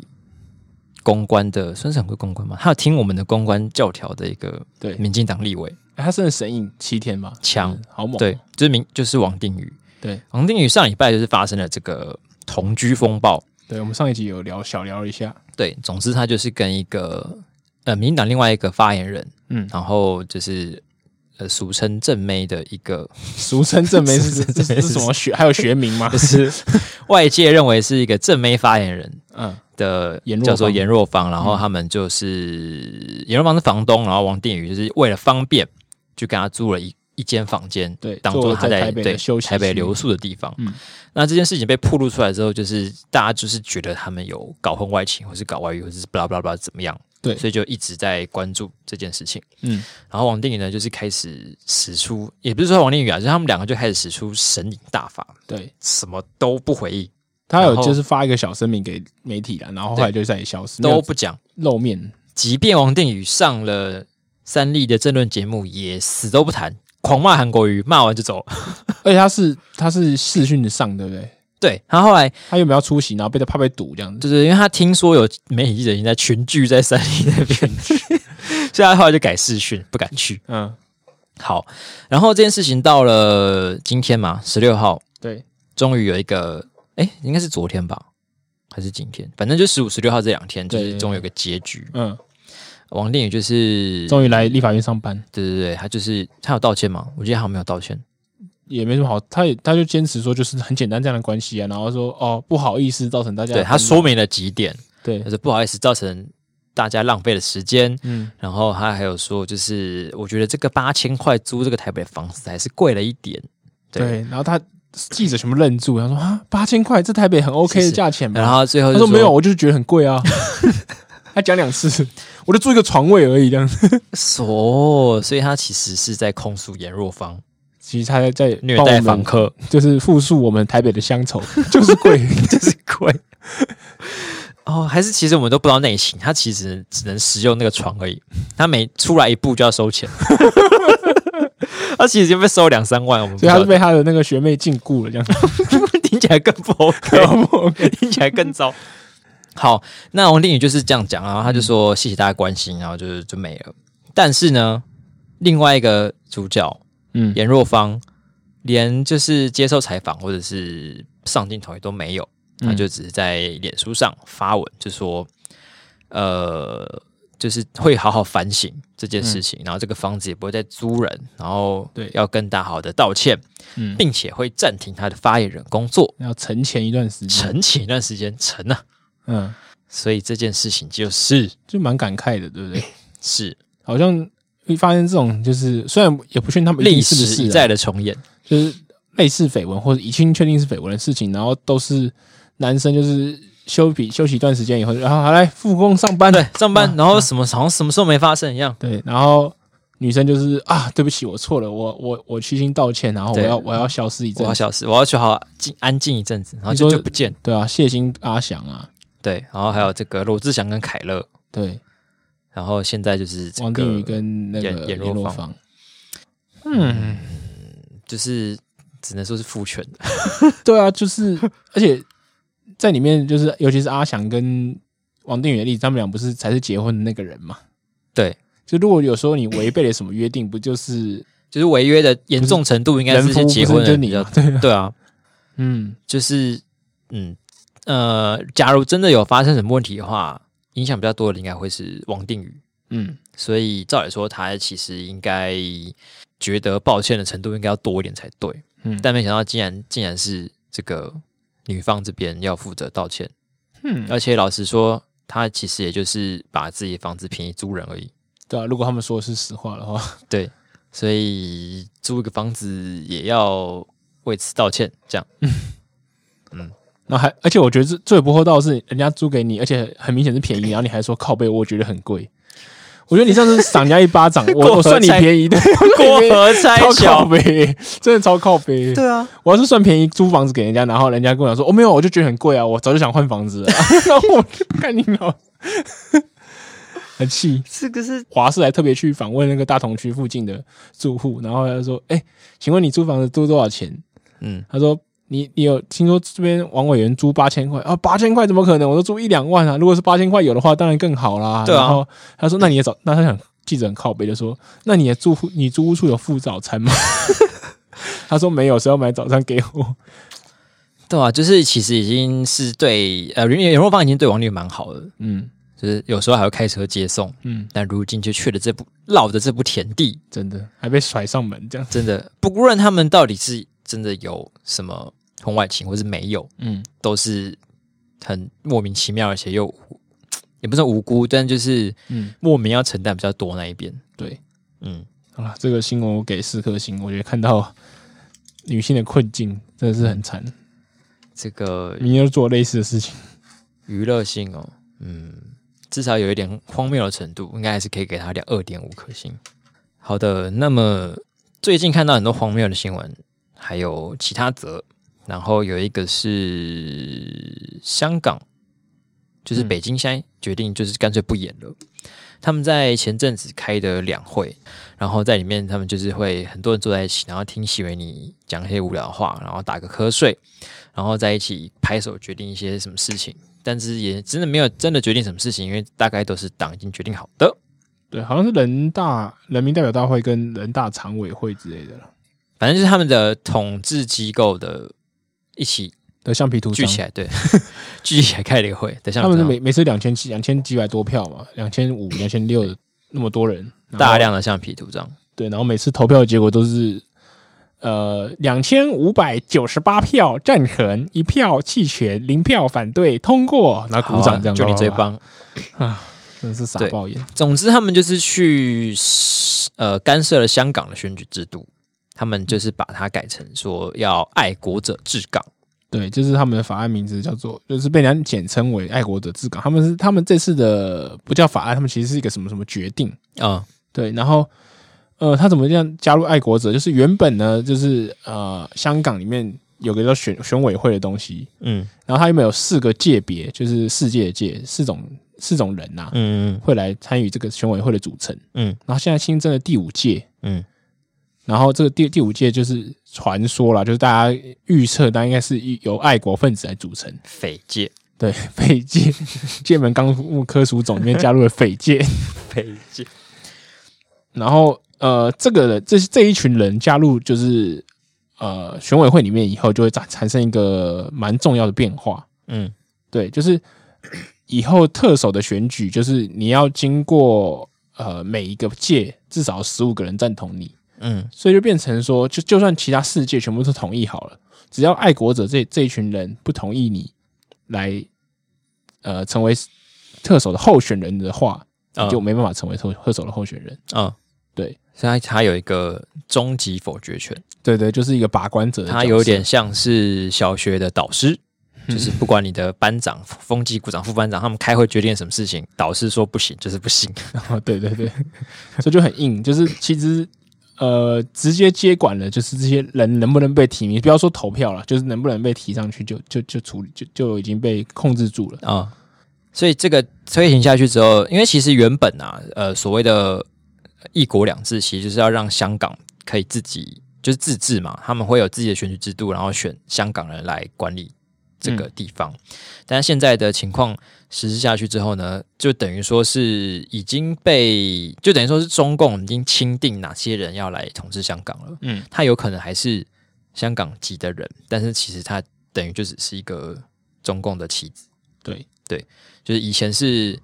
Speaker 1: 公关的，算是很会公关吗？他有听我们的公关教条的一个
Speaker 2: 对，
Speaker 1: 民进党立委
Speaker 2: 他真的神隐七天吧，
Speaker 1: 强，
Speaker 2: 好猛。
Speaker 1: 对，就是民就是王定宇。
Speaker 2: 对，
Speaker 1: 王定宇上礼拜就是发生了这个同居风暴。
Speaker 2: 对，我们上一集有聊小聊一下，
Speaker 1: 对，总之他就是跟一个呃民进党另外一个发言人，
Speaker 2: 嗯，
Speaker 1: 然后就是呃俗称正妹的一个，
Speaker 2: [LAUGHS] 俗称正妹
Speaker 1: 俗
Speaker 2: 是
Speaker 1: 称
Speaker 2: 这
Speaker 1: 正妹
Speaker 2: 是
Speaker 1: 是
Speaker 2: 什么学？还有学名 [LAUGHS] 吗
Speaker 1: 就？是外界认为是一个正妹发言人
Speaker 2: 嗯，
Speaker 1: 的
Speaker 2: 颜若嗯
Speaker 1: 叫做
Speaker 2: 芳
Speaker 1: 颜若芳，然后他们就是颜若芳是房东，然后王定宇就是为了方便，就跟他租了一一间房间，
Speaker 2: 对
Speaker 1: 当做
Speaker 2: 做
Speaker 1: 他
Speaker 2: 在
Speaker 1: 在
Speaker 2: 台北的
Speaker 1: 对
Speaker 2: 休息
Speaker 1: 台北
Speaker 2: 区
Speaker 1: 留宿的地方。
Speaker 2: 嗯
Speaker 1: 那这件事情被曝露出来之后，就是大家就是觉得他们有搞婚外情，或是搞外遇，或是 blah blah blah 怎么样？
Speaker 2: 对
Speaker 1: 所以就一直在关注这件事情。
Speaker 2: 嗯，
Speaker 1: 然后王定宇呢，就是开始使出，也不是说王定宇啊，就是他们两个就开始使出神隐大法，
Speaker 2: 对
Speaker 1: 什么都不回应，
Speaker 2: 他
Speaker 1: 然
Speaker 2: 有
Speaker 1: 后
Speaker 2: 就是发一个小声明给媒体了，然后后来就再也消失，没
Speaker 1: 都
Speaker 2: 有
Speaker 1: 不讲。
Speaker 2: 露面。
Speaker 1: 即便王定宇上了三立的政论节目，也死都不谈，狂骂韩国瑜，骂完就走。 [LAUGHS]
Speaker 2: 而且他是他是视讯上，对不对？
Speaker 1: 对他后来
Speaker 2: 他有没有出席？然后被他怕被堵这样子。
Speaker 1: 就是因为他听说有媒体记者已经在群聚在三立那边， [LAUGHS] 所以他后来就改视讯，不敢去。
Speaker 2: 嗯，
Speaker 1: 好，然后这件事情到了今天嘛，十六号，
Speaker 2: 对，
Speaker 1: 终于有一个，哎，应该是昨天吧，还是今天？反正就十五、十六号这两天，就
Speaker 2: 对
Speaker 1: 是
Speaker 2: 对
Speaker 1: 终于有个结局。
Speaker 2: 嗯，
Speaker 1: 王定宇就是，
Speaker 2: 终于来立法院上班，
Speaker 1: 对对对，他就是他有道歉吗？我记得他好像没有道歉。
Speaker 2: 也没什么好。他也他就坚持说，就是很简单这样的关系啊，然后说哦不好意思，造成大家
Speaker 1: 对他说明了几点，
Speaker 2: 对
Speaker 1: 就，是不好意思造成大家浪费了时间。
Speaker 2: 嗯，
Speaker 1: 然后他还有说，就是我觉得这个八千块租这个台北房子还是贵了一点。
Speaker 2: 对，然后他记者全部愣住，他说啊八千块，这台北很 OK
Speaker 1: 是
Speaker 2: 的
Speaker 1: 是
Speaker 2: 价钱吧？
Speaker 1: 然后他最后
Speaker 2: 嗯他
Speaker 1: 就
Speaker 2: 说没有，，我就是觉得很贵
Speaker 1: [LAUGHS]
Speaker 2: 啊。他讲两次，我就住一个床位而已，这样。
Speaker 1: 所哦所以他其实是在控诉颜若芳
Speaker 2: 其实他在在
Speaker 1: 虐
Speaker 2: 帮我
Speaker 1: 待
Speaker 2: 们
Speaker 1: 房客， [LAUGHS]
Speaker 2: 就是复述我们台北的乡愁， [LAUGHS] 就是贵。
Speaker 1: 就是贵。哦，还是其实我们都不知道内情，他其实只能使用那个床而已，他每出来一步就要收
Speaker 2: [LAUGHS]
Speaker 1: 钱。他其实已经被收两三万，我们不
Speaker 2: 所
Speaker 1: 知
Speaker 2: 以他
Speaker 1: 道
Speaker 2: 是被他的那个学妹禁锢了，这样。
Speaker 1: [LAUGHS] 听起来更不 OK，听起来更糟。好，那王定宇就是这样讲，然啊后他就说谢谢大家关心，然后就是就没了。但是呢，另外一个主角
Speaker 2: 嗯，
Speaker 1: 颜若芳，连就是接受采访或者是上镜头也都没有，
Speaker 2: 嗯
Speaker 1: 他就只是在脸书上发文，就说，呃，就是会好好反省这件事情，然后这个房子也不会再租人，然后
Speaker 2: 对
Speaker 1: 要跟大家好好的道歉，
Speaker 2: 嗯
Speaker 1: 并且会暂停他的发言人工作，
Speaker 2: 要沉潜一段时间，
Speaker 1: 沉潜一段时间，沉啊。
Speaker 2: 嗯，
Speaker 1: 所以这件事情就是
Speaker 2: 就蛮感慨的，对不对？ [LAUGHS]
Speaker 1: 是
Speaker 2: 好像会发现这种，就是虽然也不确定他们一
Speaker 1: 历
Speaker 2: 定是不
Speaker 1: 史
Speaker 2: 是
Speaker 1: 一
Speaker 2: 啊
Speaker 1: 再的重演，
Speaker 2: 就是类似绯闻或者已经确定是绯闻的事情，然后都是男生就是休息休息一段时间以后，然后好来复工上班，
Speaker 1: 对，上班，
Speaker 2: 啊
Speaker 1: 然后什么好像什么时候没发生一样，
Speaker 2: 对，然后女生就是啊，对不起，我错了，我我我虚心道歉，然后我
Speaker 1: 对
Speaker 2: 要我要消失一
Speaker 1: 我
Speaker 2: 阵
Speaker 1: 要
Speaker 2: 子，
Speaker 1: 消失，我要去好好静安静一阵子，然后就
Speaker 2: 你说
Speaker 1: 就不见。
Speaker 2: 对啊，谢欣阿翔啊，
Speaker 1: 对，然后还有这个罗志祥跟凯乐，
Speaker 2: 对，
Speaker 1: 然后现在就是这
Speaker 2: 王定宇
Speaker 1: 个
Speaker 2: 跟那个
Speaker 1: 颜颜
Speaker 2: 颜
Speaker 1: 若
Speaker 2: 若
Speaker 1: 芳
Speaker 2: 芳，嗯，
Speaker 1: 就是只能说是父权的， [LAUGHS]
Speaker 2: 对啊，就是而且在里面就是尤其是阿翔跟王定宇的例子，他们俩不是才是结婚的那个人嘛，
Speaker 1: 对，
Speaker 2: 就如果有时候你违背了什么约定，不就是
Speaker 1: 就是违约的严重程 [COUGHS] 度应该
Speaker 2: 人
Speaker 1: 是
Speaker 2: 夫
Speaker 1: 些
Speaker 2: 不
Speaker 1: 结
Speaker 2: 是
Speaker 1: 婚的
Speaker 2: 就
Speaker 1: 人比
Speaker 2: 你
Speaker 1: 较
Speaker 2: 嘛？ [LAUGHS] 对啊，
Speaker 1: 对啊，
Speaker 2: 嗯，
Speaker 1: 就是嗯呃，假如真的有发生什么问题的话，影响比较多的应该会是王定宇，
Speaker 2: 嗯，
Speaker 1: 所以照理说，他其实应该觉得抱歉的程度应该要多一点才对。
Speaker 2: 嗯
Speaker 1: 但没想到竟然竟然是这个女方这边要负责道歉，
Speaker 2: 嗯
Speaker 1: 而且老实说，他其实也就是把自己房子便宜租人而已。
Speaker 2: 对啊，如果他们说的是实话的话，
Speaker 1: 对，所以租一个房子也要为此道歉，这样。
Speaker 2: 然后还，而且我觉得这最不厚道的是，人家租给你，而且很明显是便宜，然后你还说靠背，我觉得很贵。我觉得你上次赏人家一巴
Speaker 1: [LAUGHS]
Speaker 2: 掌，
Speaker 1: 过
Speaker 2: 我我算你
Speaker 1: 河拆
Speaker 2: 便宜的，
Speaker 1: [LAUGHS] 过河拆
Speaker 2: 超靠
Speaker 1: 桥。
Speaker 2: 背，真的超靠背。
Speaker 1: 对啊，
Speaker 2: 我要是算便宜租房子给人家，然后人家跟我讲说，哦没有，我就觉得很贵啊，我早就想换房子了，然后我就看你老，很气。
Speaker 1: 这个是
Speaker 2: 华视还特别去访问那个大同区附近的住户，然后他就说：“哎、请问你租房子租多少钱
Speaker 1: 嗯？”，
Speaker 2: 他说：“你你有听说这边王委员租八千块啊？八千块怎么可能？我都租一两万啊！如果是八千块有的话，当然更好啦。”
Speaker 1: 对啊
Speaker 2: 然后他说：“那你也找……那他想记者很靠背的说，那你的住户你租屋处有附早餐吗？” [LAUGHS] 他说：“没有，谁要买早餐给我
Speaker 1: 对啊，就是其实已经是对呃，联联络方已经对王力蛮好的，？”
Speaker 2: 嗯
Speaker 1: 就是有时候还会开车接送，
Speaker 2: 嗯，
Speaker 1: 但如今却去了这步绕着这步田地，
Speaker 2: 真的还被甩上门这样。
Speaker 1: 真的不论他们到底是真的有什么婚外情，或是没有，
Speaker 2: 嗯
Speaker 1: 都是很莫名其妙，而且又也不是无辜，但就是
Speaker 2: 嗯，
Speaker 1: 莫名要承担比较多那一边。
Speaker 2: 对。
Speaker 1: 嗯，
Speaker 2: 好了，这个新闻我给四颗星，我觉得看到女性的困境真的是很惨，
Speaker 1: 这个
Speaker 2: 明天就做类似的事情。
Speaker 1: 娱乐性哦，嗯，至少有一点荒谬的程度，应该还是可以给他两二点五颗星。好的，那么最近看到很多荒谬的新闻，还有其他则，然后有一个是香港，就是
Speaker 2: 嗯
Speaker 1: 北京现在决定就是干脆不演了。他们在前阵子开的两会，然后在里面他们就是会很多人坐在一起，然后听席维尼讲一些无聊的话，然后打个瞌睡，然后在一起拍手决定一些什么事情。但是也真的没有真的决定什么事情，因为大概都是党已经决定好的。
Speaker 2: 对，好像是人大人民代表大会跟人大常委会之类的了
Speaker 1: 反正就是他们的统治机构的一起
Speaker 2: 的橡皮图
Speaker 1: 聚
Speaker 2: 章，
Speaker 1: 起来，对， [LAUGHS] 聚起来开了一个会。等一下
Speaker 2: 他们是
Speaker 1: 我们
Speaker 2: 每每次两千七、两千几百多票嘛，两千五、两千六那么多人，然后
Speaker 1: 大量的橡皮图章，
Speaker 2: 对，然后每次投票的结果都是。呃，两千五百九十八票赞成，一票弃权，零票反对，通过，然后鼓掌这
Speaker 1: 好啊
Speaker 2: 样，
Speaker 1: 就你最
Speaker 2: 叭叭叭，
Speaker 1: 棒。
Speaker 2: 真的是傻
Speaker 1: 对
Speaker 2: 爆眼。
Speaker 1: 总之，他们就是去呃干涉了香港的选举制度，他们就是把它改成说要爱国者治港。
Speaker 2: 对，就是他们的法案名字叫做，就是被人家简称为“爱国者治港”。他们是他们这次的不叫法案，他们其实是一个什么什么决定。
Speaker 1: 啊、
Speaker 2: 对，然后呃，他怎么这样加入爱国者？就是原本呢，就是呃，香港里面有个叫选选委会的东西，
Speaker 1: 嗯
Speaker 2: 然后它原本有四个界别，就是世界的界四种四种人呐、
Speaker 1: 嗯
Speaker 2: 会来参与这个选委会的组成。
Speaker 1: 嗯
Speaker 2: 然后现在新增了第五届，
Speaker 1: 嗯
Speaker 2: 然后这个第第五届就是传说啦，就是大家预测，它应该是一由爱国分子来组成。
Speaker 1: 匪界
Speaker 2: 对， [LAUGHS] 匪界界门纲目科属种里面加入了匪界，
Speaker 1: 匪界，
Speaker 2: 然后呃，这个人这这一群人加入就是呃选委会里面以后，就会产产生一个蛮重要的变化。
Speaker 1: 嗯
Speaker 2: 对，就是以后特首的选举，就是你要经过呃每一个界至少十五个人赞同你，
Speaker 1: 嗯
Speaker 2: 所以就变成说，就就算其他世界全部都同意好了，只要爱国者这这一群人不同意你来，呃，成为特首的候选人的话，
Speaker 1: 啊
Speaker 2: 你就没办法成为特特首的候选人。
Speaker 1: 啊、
Speaker 2: 对，
Speaker 1: 所以它它有一个终极否决权，
Speaker 2: 对对，就是一个把关者的角色。嗯
Speaker 1: 它有点像是小学的导师，就是不管你的班长、风纪股长、副班长，他们开会决定什么事情，导师说不行就是不行。
Speaker 2: [LAUGHS] 对对对，所以就很硬。就是其实呃，直接接管了，就是这些人能不能被提名，不要说投票了，就是能不能被提上去就，就就处理，就就已经被控制住了。
Speaker 1: 啊、所以这个推行下去之后，因为其实原本啊，呃，所谓的一国两制，其实就是要让香港可以自己就是自治嘛，他们会有自己的选举制度，然后选香港人来管理这
Speaker 2: 嗯
Speaker 1: 个地方。但现在的情况实施下去之后呢，就等于说是已经被，就等于说是中共已经钦定哪些人要来统治香港了。
Speaker 2: 嗯，
Speaker 1: 他有可能还是香港籍的人，但是其实他等于就只是一个中共的棋子。
Speaker 2: 对。
Speaker 1: 就是以前是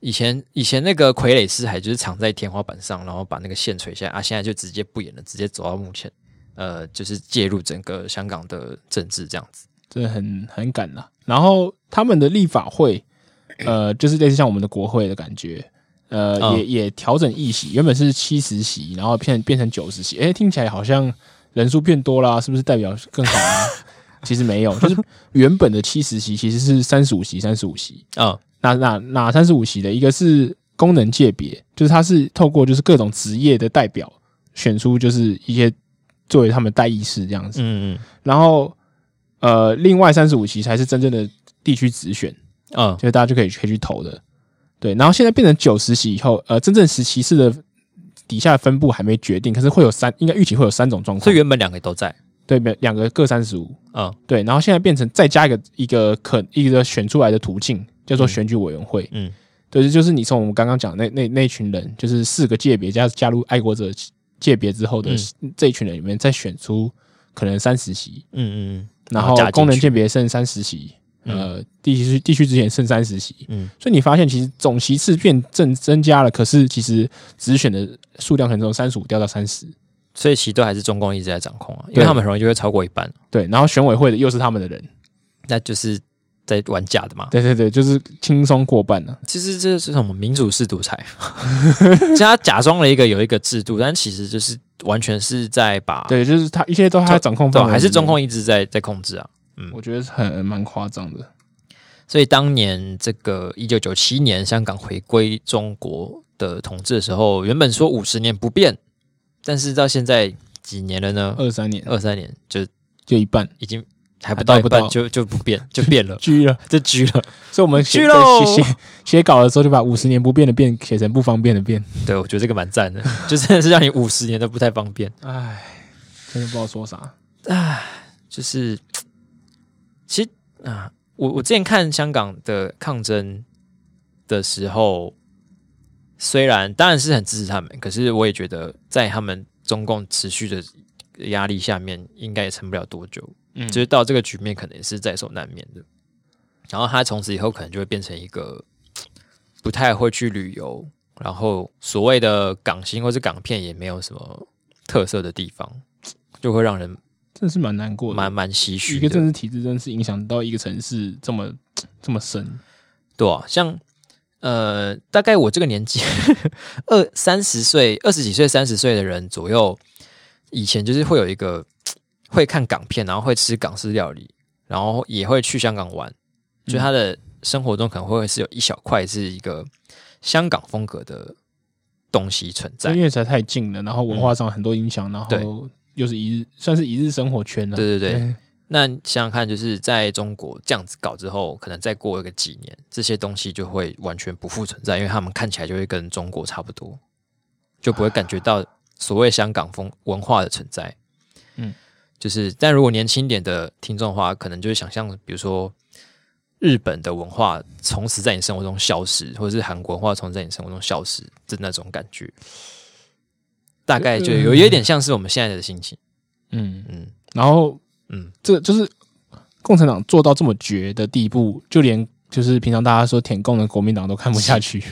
Speaker 1: 以前以前那个傀儡师海就是藏在天花板上，然后把那个线垂下来啊，现在就直接不演了，直接走到目前，呃，就是介入整个香港的政治这样子。
Speaker 2: 真的很很赶啦。然后他们的立法会，呃，就是类似像我们的国会的感觉，呃，
Speaker 1: 嗯
Speaker 2: 也也调整议席，原本是七十席，然后变变成九十席，诶，听起来好像人数变多啦，是不是代表更好啊？ [LAUGHS] 其实没有，就是原本的七十席其实是三十五席，三十五席。
Speaker 1: 嗯
Speaker 2: 哪哪哪三十五席的？一个是功能界别，就是它是透过就是各种职业的代表选出，就是一些作为他们代议士这样子。
Speaker 1: 嗯
Speaker 2: 然后呃，另外三十五席才是真正的地区直选，
Speaker 1: 嗯嗯
Speaker 2: 就是大家就可以可以去投的。对，然后现在变成九十席以后，呃，真正十席次的底下分布还没决定，可是会有三，应该预期会有三种状
Speaker 1: 所
Speaker 2: 况
Speaker 1: 以。原本两个都在，
Speaker 2: 对，每两个各三十五。
Speaker 1: 嗯
Speaker 2: 对，然后现在变成再加一个一个可一个选出来的途径，叫做选举委员会。
Speaker 1: 嗯，
Speaker 2: 对，就是你从我们刚刚讲的那那那群人，就是四个界别加加入爱国者界别之后的这一群人里面，再选出可能三十席，
Speaker 1: 嗯嗯，然
Speaker 2: 然
Speaker 1: 后
Speaker 2: 后
Speaker 1: 加进去
Speaker 2: 功能界别剩三十席，呃，地区地区之前剩三十席，
Speaker 1: 嗯
Speaker 2: 嗯，所以你发现其实总席次变正增加了，可是其实只选的数量可能从三十五掉到三十，
Speaker 1: 所以其实都还是中共一直在掌控啊，因为他们很容易就会超过一半，
Speaker 2: 对，然后选委会的又是他们的人，
Speaker 1: 那就是在玩假的嘛。
Speaker 2: 对对对，就是轻松过半了、
Speaker 1: 其实这是什么民主式独裁， [LAUGHS] 其实他假装了一个有一个制度，但其实就是完全是在把
Speaker 2: 对，就是他一切都他掌控
Speaker 1: 对
Speaker 2: 范
Speaker 1: 吧，
Speaker 2: 围，
Speaker 1: 还是中，控一直在在控制啊。
Speaker 2: 我觉得是很蛮夸张的。
Speaker 1: 所以当年这个一九九七年香港回归中国的统治的时候，原本说五十年不变，但是到现在几年了呢？
Speaker 2: 二三年
Speaker 1: 二三年就
Speaker 2: 就一半，
Speaker 1: 已经还不到一
Speaker 2: 还到不
Speaker 1: 半
Speaker 2: 到，
Speaker 1: 就就不变就变了 [LAUGHS]
Speaker 2: 居了。
Speaker 1: 就局了。
Speaker 2: [LAUGHS] 所以我们写
Speaker 1: 去喽
Speaker 2: 在写写写稿的时候就把五十年不变的变写成不方便的变。
Speaker 1: 对，我觉得这个蛮赞的， [LAUGHS] 就真的是让你五十年都不太方便。
Speaker 2: 唉，真的不知道说啥。
Speaker 1: 就是其实啊，我我之前看香港的抗争的时候，虽然当然是很支持他们，可是我也觉得在他们中共持续的压力下面，应该也撑不了多久。
Speaker 2: 嗯
Speaker 1: 就是到这个局面，可能也是在所难免的。然后他从此以后可能就会变成一个不太会去旅游，然后所谓的港星或是港片也没有什么特色的地方，就会让人
Speaker 2: 真的是蛮难过的。
Speaker 1: 蛮蛮唏
Speaker 2: 一
Speaker 1: 嘘
Speaker 2: 个
Speaker 1: 的。
Speaker 2: 政治体制真的是影响到一个城市这么这么深。
Speaker 1: 对啊，像呃，大概我这个年纪，二三十岁、二十几岁、三十岁的人左右，以前就是会有一个会看港片，然后会吃港式料理，然后也会去香港玩，
Speaker 2: 嗯
Speaker 1: 就他的生活中可能会是有一小块是一个香港风格的东西存在
Speaker 2: 因。为实在嗯太近了，然后文化上很多影响，然后
Speaker 1: 对
Speaker 2: 又是一日算是一日生活圈了。
Speaker 1: 对对对
Speaker 2: 嗯，
Speaker 1: 那你想想看，就是在中国这样子搞之后，可能再过一个几年，这些东西就会完全不复存在，因为他们看起来就会跟中国差不多，就不会感觉到所谓香港风文化的存在。
Speaker 2: 嗯，
Speaker 1: 就是，但如果年轻一点的听众的话，可能就是想象，比如说日本的文化从此在你生活中消失，或者是韩国文化从此在你生活中消失的那种感
Speaker 2: 呃
Speaker 1: 觉，大概就有有一点像是我们现在的心情。
Speaker 2: 嗯，
Speaker 1: 嗯
Speaker 2: 然后
Speaker 1: 嗯，
Speaker 2: 这就是共产党做到这么绝的地步，就连就是平常大家说舔共的国民党都看不下 [LAUGHS] 去。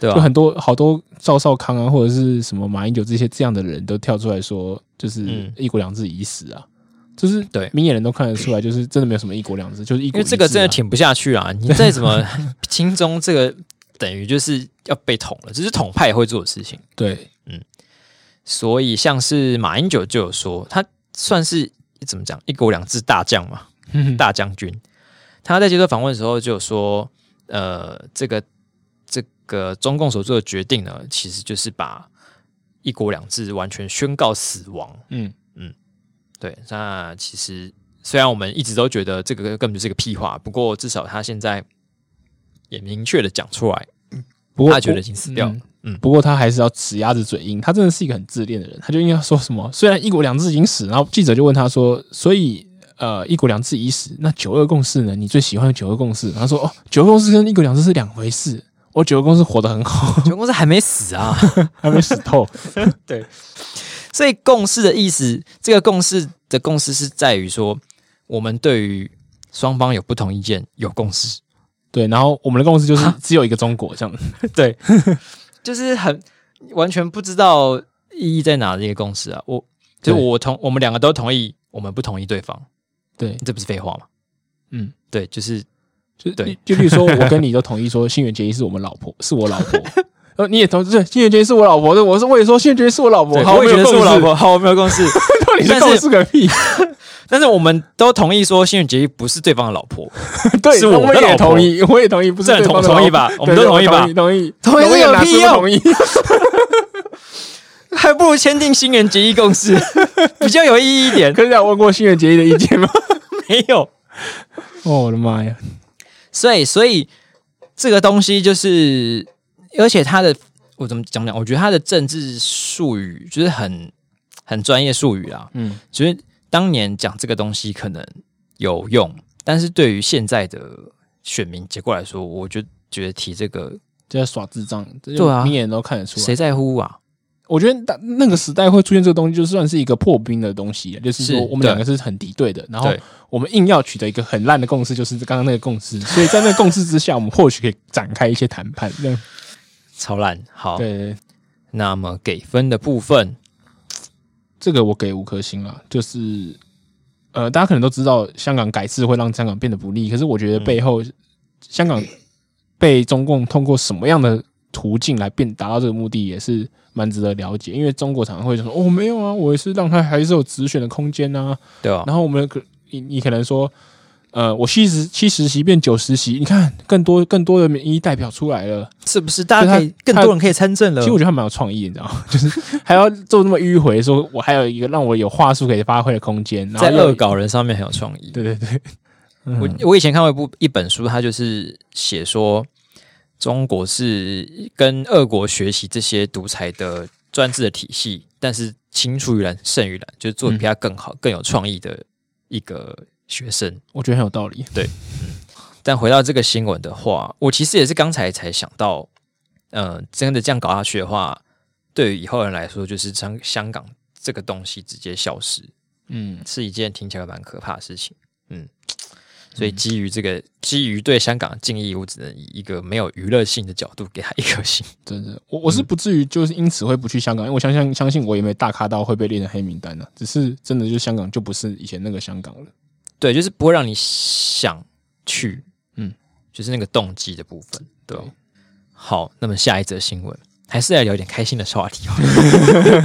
Speaker 1: 对吧、
Speaker 2: 就很多好多赵少康啊，或者是什么马英九这些这样的人都跳出来说，就是
Speaker 1: 嗯
Speaker 2: 一国两制已死啊，就是
Speaker 1: 对
Speaker 2: 明眼人都看得出来，就是真的没有什么一国两制，就是一
Speaker 1: 因
Speaker 2: 国一
Speaker 1: 为
Speaker 2: 制啊、
Speaker 1: 这个真的挺不下去啊！你再怎么轻中，这个等于就是要被捅了，这是统派会做的事情。
Speaker 2: 对，
Speaker 1: 所以像是马英九就有说，他算是怎么讲一国两制大将嘛，大将军。他在接受访问的时候就有说，呃，这个这个中共所做的决定呢，其实就是把一国两制完全宣告死亡。
Speaker 2: [LAUGHS] 嗯，
Speaker 1: 对，那其实虽然我们一直都觉得这个根本就是个屁话，不过至少他现在也明确的讲出来，
Speaker 2: 不过
Speaker 1: 他觉得已经死掉了。嗯
Speaker 2: 嗯，不过他还是要死鸭子嘴硬，他真的是一个很自恋的人，他就应该说什么，虽然一国两制已经死，然后记者就问他说，所以。呃，一国两制已死，那九二共识呢？你最喜欢的九二共识？他说：“哦，九二共识跟一国两制是两回事。我九二共识活得很好，
Speaker 1: 全公司还没死 [LAUGHS] 啊，
Speaker 2: 还没死透。
Speaker 1: 所以共识的意思，这个共识的共识是在于说，我们对于双方有不同意见有共识，
Speaker 2: 对，然后我们的共识就是只有一个中国这样。
Speaker 1: 对，就是很完全不知道意义在哪的一个共识啊。我就是
Speaker 2: 对
Speaker 1: 我同我们两个都同意，我们不同意对方，
Speaker 2: 对，
Speaker 1: 这不是废话吗？
Speaker 2: 嗯，
Speaker 1: 对，就是
Speaker 2: 就
Speaker 1: 对
Speaker 2: 就例如说，我跟你都同意说，新垣结衣是我们老婆，是我老婆。 [LAUGHS] 呃，你也同对，新垣结衣是我老婆，对，我是我也说新垣结衣是我老婆，
Speaker 1: 对
Speaker 2: 好，
Speaker 1: 我也觉得
Speaker 2: 没有
Speaker 1: 是我
Speaker 2: 共识
Speaker 1: 老，婆，好，我没有共识。
Speaker 2: 到底
Speaker 1: 但是
Speaker 2: 是共识个屁？
Speaker 1: [LAUGHS] 但是我们都同意说，新垣结衣不是对方的老婆，
Speaker 2: 对，
Speaker 1: 是我
Speaker 2: 我
Speaker 1: 的
Speaker 2: 也
Speaker 1: 老婆
Speaker 2: 同意， [LAUGHS] 我也同意，不是
Speaker 1: 这
Speaker 2: 对
Speaker 1: 同
Speaker 2: 方的
Speaker 1: 同意
Speaker 2: 老婆
Speaker 1: 吧
Speaker 2: 对
Speaker 1: 我们都
Speaker 2: 对
Speaker 1: 同意吧
Speaker 2: 同意，
Speaker 1: 同意
Speaker 2: 同
Speaker 1: 这有
Speaker 2: 哪
Speaker 1: 屁
Speaker 2: 次不
Speaker 1: 用
Speaker 2: 同意，
Speaker 1: [LAUGHS]
Speaker 2: [LAUGHS]
Speaker 1: 还不如签订新垣结衣共 [LAUGHS] 识，比较有意义一点。
Speaker 2: 可是有问过新垣结衣的意见吗？
Speaker 1: 没有，
Speaker 2: [LAUGHS] 哦，我的妈呀！
Speaker 1: 所以所以这个东西就是，而且他的我怎么讲讲？我觉得他的政治术语就是很很专业术语啦。
Speaker 2: 嗯，
Speaker 1: 就是当年讲这个东西可能有用，但是对于现在的选民结果来说，我就觉得提这个
Speaker 2: 就在耍智障，这就
Speaker 1: 对啊
Speaker 2: 明眼都看得出来
Speaker 1: 谁。在乎啊？
Speaker 2: 我觉得那那个时代会出现这个东西，就算是一个破冰的东西，啊就是说
Speaker 1: 是
Speaker 2: 我们两个是很敌对的，然后
Speaker 1: 对
Speaker 2: 我们硬要取得一个很烂的共识，就是刚刚那个共识。所以在那个共识之下，我们或许可以展开一些谈判。这样
Speaker 1: 超烂。好，
Speaker 2: 对，
Speaker 1: 那么给分的部分，
Speaker 2: 这个我给五颗星啦，就是呃，大家可能都知道香港改制会让香港变得不利，可是我觉得背后、香港被中共通过什么样的途径来变达到这个目的，也是蛮值得了解。因为中国常常会说哦，没有啊，我也是让他还是有直选的空间啊。
Speaker 1: 对吧、
Speaker 2: 然后我们可你你可能说，呃，我七十七十席变九十席，你看更多更多的民意代表出来了。
Speaker 1: 是不是大家
Speaker 2: 所以他
Speaker 1: 可以更多人可以参政了
Speaker 2: 其实？我觉得还蛮有创意，你知道吗？ [LAUGHS] 就是还要做那么迂回，说我还有一个让我有话术可以发挥的空间。然后
Speaker 1: 在
Speaker 2: 又有
Speaker 1: 恶，搞人上面很有创意。
Speaker 2: 对嗯对对，
Speaker 1: 我我以前看过一部一本书，它就是写说中国是跟俄国学习这些独裁的专制的体系，但是青出于蓝胜于蓝，就是做
Speaker 2: 嗯
Speaker 1: 得比他更好、更有创意的一个学生。
Speaker 2: 我觉得很有道理。
Speaker 1: 但回到这个新闻的话，我其实也是刚才才想到，呃，真的这样搞下去的话，对于以后人来说，就是香香港这个东西直接消失，
Speaker 2: 嗯，
Speaker 1: 是一件听起来蛮可怕的事情。嗯，所以基于这个，基于对香港的敬意，我只能以一个没有娱乐性的角度给他一颗星。
Speaker 2: 真的，我我是
Speaker 1: 嗯
Speaker 2: 不至于就是因此会不去香港，因为我相信相信我也没大咖到会被列成黑名单呢、只是真的就香港就不是以前那个香港了。
Speaker 1: 对，就是不会让你想去，
Speaker 2: 嗯
Speaker 1: 嗯，就是那个动机的部分，对吧。好，那么下一则新闻，还是来聊点开心的话
Speaker 2: [LAUGHS]
Speaker 1: 题好了，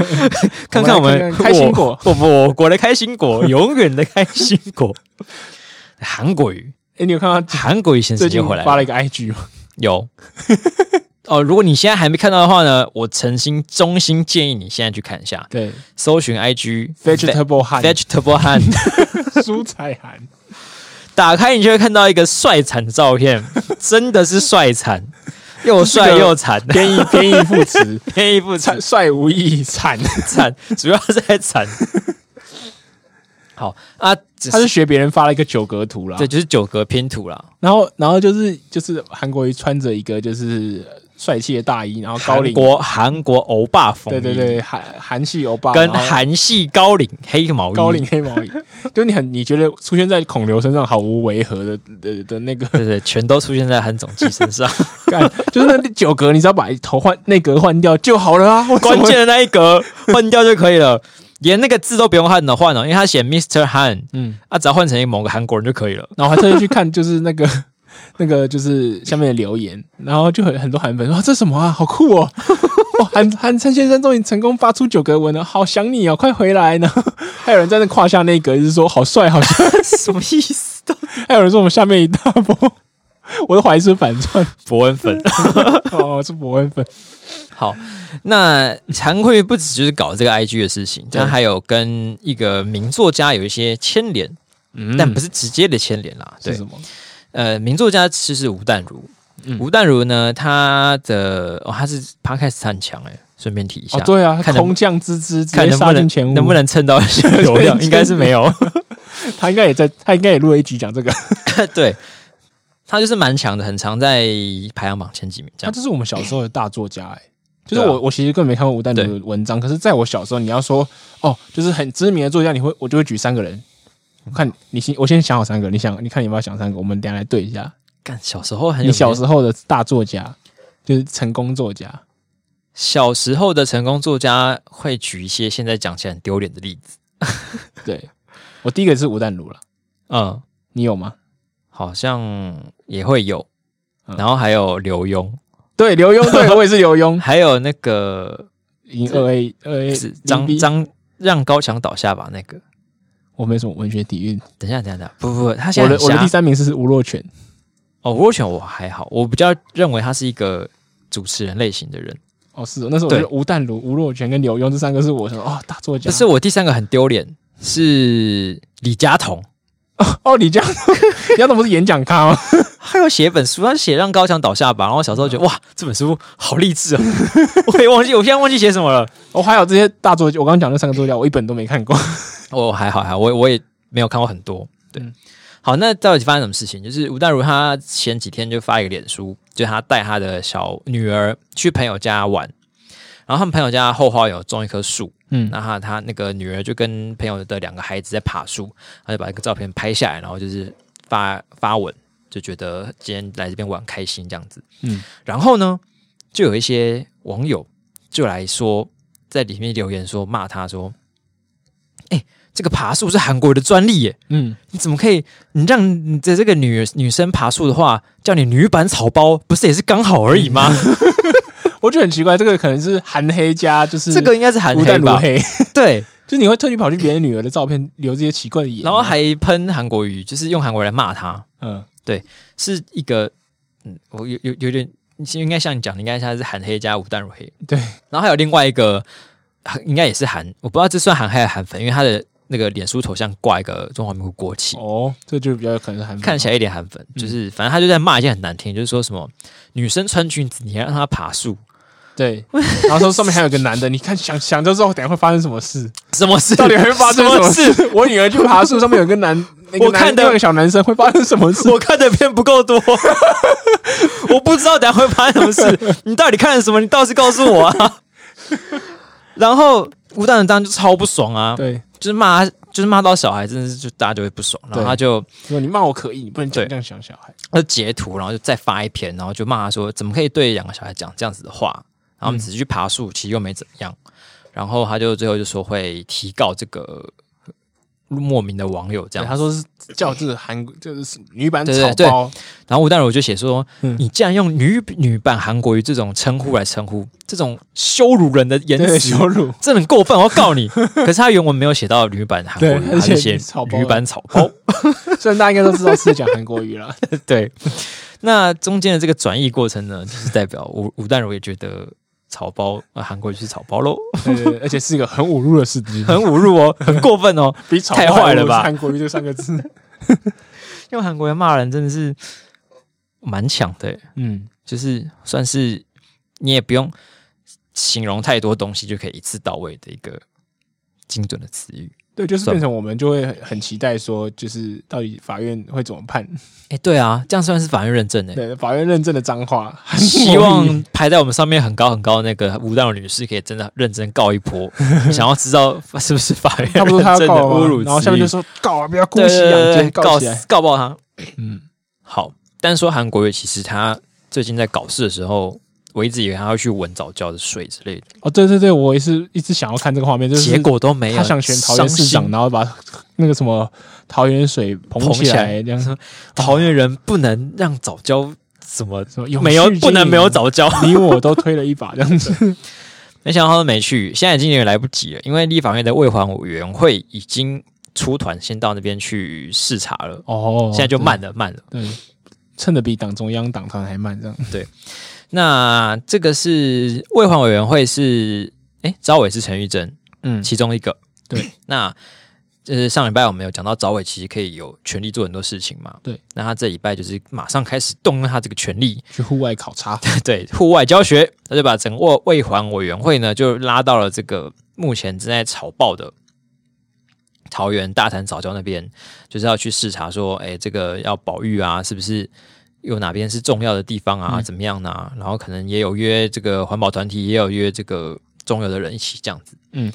Speaker 1: 看看我
Speaker 2: 我们来
Speaker 1: 们
Speaker 2: 看看开心果
Speaker 1: 我，我我国的开心果，永远的开心果。韩国瑜，
Speaker 2: 哎，你
Speaker 1: [LAUGHS]
Speaker 2: 有看到
Speaker 1: 韩国瑜先
Speaker 2: 最
Speaker 1: 生
Speaker 2: 近
Speaker 1: 又回来
Speaker 2: 发
Speaker 1: 了，
Speaker 2: 了一个 IG
Speaker 1: [LAUGHS]
Speaker 2: 吗？
Speaker 1: 有。哦，如果你现在还没看到的话呢，我诚心衷心建议你现在去看一下，
Speaker 2: 对
Speaker 1: 搜寻 IG
Speaker 2: ，vegetable 汉
Speaker 1: vegetable Han，
Speaker 2: 蔬菜汉，
Speaker 1: 打开你就会看到一个帅惨的照
Speaker 2: [LAUGHS]
Speaker 1: 片，真的是帅惨，又帅又惨，
Speaker 2: 偏义偏义
Speaker 1: [LAUGHS]
Speaker 2: 副词，
Speaker 1: 偏一副惨
Speaker 2: 惨帅无意
Speaker 1: [LAUGHS]
Speaker 2: 义，惨。
Speaker 1: 惨，主要是在惨。好啊，只
Speaker 2: 他是
Speaker 1: 是
Speaker 2: 学别人发了一个九格图啦，
Speaker 1: 对，就是九格拼图啦，
Speaker 2: 然后然后就是就是韩国瑜穿着一个就是帅气的大衣，然后高
Speaker 1: 韩
Speaker 2: 领，
Speaker 1: 国韩国欧巴风
Speaker 2: 对
Speaker 1: 衣，
Speaker 2: 对对，韩韩系欧巴，
Speaker 1: 跟
Speaker 2: 然后
Speaker 1: 韩系高领黑毛衣，
Speaker 2: 高领黑毛衣，就你很你觉得出现在孔刘身上毫无违和的的的那个
Speaker 1: 对对，全都出现在韩总机
Speaker 2: [LAUGHS]
Speaker 1: 身上。
Speaker 2: 干，就是那九格，你只要把头换内格换掉就好了啊，为什么
Speaker 1: 关键的那一格换掉就可以了，连那个字都不用换了，换了，哦因为他写 Mr. Han，
Speaker 2: 嗯
Speaker 1: 嗯，啊，只要换成某个韩国人就可以了。
Speaker 2: [LAUGHS] 然后我还特意去看，就是那个 [LAUGHS] 那个就是下面的留言，然后就很很多韩粉说、啊、这什么啊，好酷
Speaker 1: [LAUGHS]
Speaker 2: 哦！哦，韩韩灿先生终于成功发出九格文了，好想你哦，快回来呢！ [LAUGHS] 还有人在那胯下那一格，就是说好帅，好帅。 [LAUGHS]
Speaker 1: 什么意思？
Speaker 2: 还有人说我们下面一大波， [LAUGHS] 我都怀疑是反
Speaker 1: [LAUGHS]
Speaker 2: 串
Speaker 1: 伯恩粉。
Speaker 2: 哦，是伯恩粉。
Speaker 1: 好，那韩国瑜不只就是搞这个 IG 的事情，
Speaker 2: 对
Speaker 1: 他还有跟一个名作家有一些牵连，
Speaker 2: 嗯
Speaker 1: 但不是直接的牵连啦。
Speaker 2: 是
Speaker 1: 对
Speaker 2: 什，么？
Speaker 1: 呃，名作家其实是吴淡如。
Speaker 2: 嗯
Speaker 1: 吴淡如呢，他的哦，他是 podcast 很强哎，顺便提一下，
Speaker 2: 哦，对啊，
Speaker 1: 看能
Speaker 2: 空降之之直
Speaker 1: 看
Speaker 2: 接
Speaker 1: 能不
Speaker 2: 杀进
Speaker 1: 能
Speaker 2: 前五，
Speaker 1: 能
Speaker 2: [LAUGHS]
Speaker 1: 不能蹭到一些流量，应该是没有。
Speaker 2: 他应该也在，他应该也录了一集讲这个。
Speaker 1: [LAUGHS] 对，他就是蛮强的，很常在排行榜前几名这
Speaker 2: 他
Speaker 1: 样。
Speaker 2: 啊就是我们小时候的大作家、哎，就是
Speaker 1: 对啊
Speaker 2: 我、我其实根本没看过吴淡如
Speaker 1: 对
Speaker 2: 的文章，可是在我小时候，你要说哦，就是很知名的作家，你会我就会举三个人。我看你先，我先想好三个，你想，你看你要不要想三个？我们等一下来对一下。
Speaker 1: 干小时候很有
Speaker 2: 你
Speaker 1: 名
Speaker 2: 小时候的大作家，就是成功作
Speaker 1: [LAUGHS]
Speaker 2: 家，
Speaker 1: 小时候的成功作家会举一些现在讲起来很丢脸的例子。
Speaker 2: 对我第一个是吴淡如了，
Speaker 1: 嗯，
Speaker 2: 你有吗？
Speaker 1: 好像也会有，
Speaker 2: 嗯
Speaker 1: 然后还有刘墉，
Speaker 2: 对，刘
Speaker 1: [LAUGHS]
Speaker 2: 墉，对我也是刘墉，
Speaker 1: 还有那个
Speaker 2: 赢二 A 二 A
Speaker 1: 是张张让高强倒下吧那个，
Speaker 2: 我没什么文学底蕴。
Speaker 1: 等一下，等一下，等一下，不不不，他现
Speaker 2: 我
Speaker 1: 在
Speaker 2: 的
Speaker 1: 很
Speaker 2: 我的
Speaker 1: 瞎
Speaker 2: 第三名是吴若权，
Speaker 1: 哦，吴若权我还好，我比较认为他是一个主持人类型的人。
Speaker 2: 哦是哦，那时候我
Speaker 1: 对
Speaker 2: 觉得吴淡如、吴若权跟刘墉这三个是我说哦大作
Speaker 1: 不
Speaker 2: 家。
Speaker 1: 是我第三个很丢脸，是李佳彤，
Speaker 2: 哦，李佳， [LAUGHS] 李佳彤不是演讲咖吗？
Speaker 1: 他有写一本书，他写《让高墙倒下吧》，然后我小时候觉得哇，这本书好励志哦， [LAUGHS] 我也忘记，我现在忘记写什么了。
Speaker 2: 哦，还有这些大作家，我刚刚讲那三个作家，我一本都没看过。
Speaker 1: [LAUGHS] 我哦还好还好，我我也没有看过很多。对，
Speaker 2: 嗯
Speaker 1: 好，那到底发生什么事情？就是吴淡如她前几天就发一个脸书，就是她带她的小女儿去朋友家玩，然后他们朋友家后花园有种一棵树，
Speaker 2: 嗯，
Speaker 1: 那她她那个女儿就跟朋友的两个孩子在爬树，她就把一个照片拍下来，然后就是发发文，就觉得今天来这边玩开心这样子。
Speaker 2: 嗯，
Speaker 1: 然后呢，就有一些网友就来说，在里面留言说骂她说：“哎、这个爬树是韩国的专利耶，
Speaker 2: 嗯，
Speaker 1: 你怎么可以？你让你的这个女女生爬树的话，叫你女版草包，不是也是刚好而已吗？
Speaker 2: 嗯我觉得很奇怪，这个可能是韩黑加，就是
Speaker 1: 这个应该是韩
Speaker 2: 吴
Speaker 1: 黑
Speaker 2: 淡如
Speaker 1: 吧？
Speaker 2: 黑，
Speaker 1: 对，
Speaker 2: 就是你会特地跑去别人女儿的照片留这些奇怪的眼，
Speaker 1: 然后还喷韩国语，就是用韩国来骂她。”
Speaker 2: 嗯，
Speaker 1: 是一个，嗯，我有有有点，其实应该像你讲，的，应该像是韩黑加吴淡如黑，
Speaker 2: 对。
Speaker 1: 然后还有另外一个，韩应该也是韩，我不知道这算韩黑还是韩粉，因为他的那个脸书头像挂一个中华民国国旗，
Speaker 2: 哦，嗯这就比较有可能是韩粉
Speaker 1: 看起来一脸韩粉，就是反正他就在骂一件很难听，就是说什么女生穿裙子，你还让她爬树，
Speaker 2: 对，然后说上面还有个男的，你看想想着之后，等一下会发生什么事？ [LAUGHS]
Speaker 1: 什么事？
Speaker 2: 到底会发生什么
Speaker 1: 事？
Speaker 2: 事？我女儿去爬树，上面有个
Speaker 1: [LAUGHS]
Speaker 2: 男，那个
Speaker 1: 我
Speaker 2: 男
Speaker 1: 看的
Speaker 2: 那个小男生会发生什么事？
Speaker 1: 我看的片不够
Speaker 2: [LAUGHS]
Speaker 1: 多，我不知道等下会发生什么
Speaker 2: [LAUGHS]
Speaker 1: 事。你到底看了什么？你倒是告诉我啊！然后吴淡如当然就超不爽啊，
Speaker 2: 对，
Speaker 1: 就是骂他，就是骂到小孩，真的是就大家就会不爽，然后他就
Speaker 2: 说你骂我可以，你不能这
Speaker 1: 对
Speaker 2: 样这样想小孩。
Speaker 1: 他就截图，然后就再发一篇，然后就骂他说怎么可以对两个小孩讲这样子的话，然后我们只是去爬树，其实又没怎么样，然后他就最后就说会提告这个莫名的网友这
Speaker 2: 对，
Speaker 1: 样，
Speaker 2: 他说是叫这个韩国就是女版
Speaker 1: 对
Speaker 2: 草
Speaker 1: 对 [LAUGHS]
Speaker 2: 包，
Speaker 1: 然后吴淡如就写说，
Speaker 2: 嗯
Speaker 1: 你竟然用女女版韩国语这种称呼来称呼，这种羞辱人的言
Speaker 2: 对
Speaker 1: 辞。
Speaker 2: 羞辱。
Speaker 1: 这很过分，我要告你！ [LAUGHS] 可是他原文没有写到女版韩国
Speaker 2: 对
Speaker 1: 语，他就写
Speaker 2: 而且草包
Speaker 1: 女版草包。
Speaker 2: [LAUGHS] 虽然大家应该都知道是讲韩国语了，
Speaker 1: [LAUGHS] 对，那中间的这个转译过程呢， [LAUGHS] 就是代表吴吴淡如也觉得草包，呃，韩国就是草包喽，
Speaker 2: 对对对而且是一个很侮辱的事
Speaker 1: [LAUGHS]
Speaker 2: 情，
Speaker 1: 很侮辱哦， [LAUGHS] 很过分哦，
Speaker 2: 比草包
Speaker 1: 太坏了吧
Speaker 2: 还侮辱韩国语这三
Speaker 1: [LAUGHS]
Speaker 2: 个字，
Speaker 1: 用韩国人骂人真的是蛮强的耶，
Speaker 2: 嗯，
Speaker 1: 就是算是你也不用形容太多东西就可以一次到位的一个精准的词语。
Speaker 2: 对，就是
Speaker 1: 算
Speaker 2: 变成我们就会很很期待说，就是到底法院会怎么
Speaker 1: [LAUGHS]
Speaker 2: 判？
Speaker 1: 哎，对啊，这样算是法院认证诶。
Speaker 2: 对，法院认证的脏话，
Speaker 1: [LAUGHS] 希望排在我们上面很高很高的那个 [LAUGHS] 吴淡如女士，可以真的认真告一
Speaker 2: [LAUGHS]
Speaker 1: 波。想要知道是不是法院
Speaker 2: 差不 [LAUGHS] 多他
Speaker 1: 认证
Speaker 2: 要
Speaker 1: 的
Speaker 2: 告
Speaker 1: 侮
Speaker 2: 了
Speaker 1: 辱
Speaker 2: 嘛，然后下
Speaker 1: 词
Speaker 2: 面
Speaker 1: 语
Speaker 2: 就说告啊，不要姑
Speaker 1: 对
Speaker 2: 息
Speaker 1: 对
Speaker 2: 养
Speaker 1: 对
Speaker 2: 奸，
Speaker 1: 对告
Speaker 2: 起来。
Speaker 1: 告爆他。
Speaker 2: 嗯，
Speaker 1: 好，但说韩国瑜其实他最近在搞事的时候，我一直以为他要去闻早教的水之类的，
Speaker 2: 哦，对对对，我也是一直想要看这个画面，就是
Speaker 1: 结果都没有。
Speaker 2: 他想选桃园市
Speaker 1: 伤
Speaker 2: 长，
Speaker 1: 心
Speaker 2: 然后把那个什么桃园水捧
Speaker 1: 捧
Speaker 2: 起
Speaker 1: 起
Speaker 2: 来，
Speaker 1: 来
Speaker 2: 这样
Speaker 1: 说桃园人不能让早教怎么
Speaker 2: 什么
Speaker 1: 没有
Speaker 2: 永续
Speaker 1: 不能没有
Speaker 2: 经
Speaker 1: 早教。
Speaker 2: 营，你我都推了一把这样
Speaker 1: [LAUGHS]
Speaker 2: 子。
Speaker 1: 没想到他都没去，现在已经有点来不及了，因为立法院的卫环委员会已经出团先到那边去视察了，
Speaker 2: 哦，
Speaker 1: 现在就慢了慢了。
Speaker 2: 对，对，蹭的比党中央党团还慢，这样。
Speaker 1: 那这个是卫环委员会是，哎，招委是陈玉珍，
Speaker 2: 嗯
Speaker 1: 其中一个。
Speaker 2: 对，
Speaker 1: [CLEARS THROAT] 那就是上礼拜我们有讲到，早伟其实可以有权利做很多事情嘛。
Speaker 2: 对，
Speaker 1: 那他这礼拜就是马上开始动用他这个权利，
Speaker 2: 去户外考察，
Speaker 1: [LAUGHS] 对户外教学，他就把整个卫环委员会呢就拉到了这个目前正在炒爆的桃园大潭早教那边，就是要去视察说，哎，这个要保育啊，是不是？有哪边是重要的地方啊？
Speaker 2: 嗯
Speaker 1: 怎么样呢、然后可能也有约这个环保团体，也有约这个中游的人一起这样子。
Speaker 2: 嗯，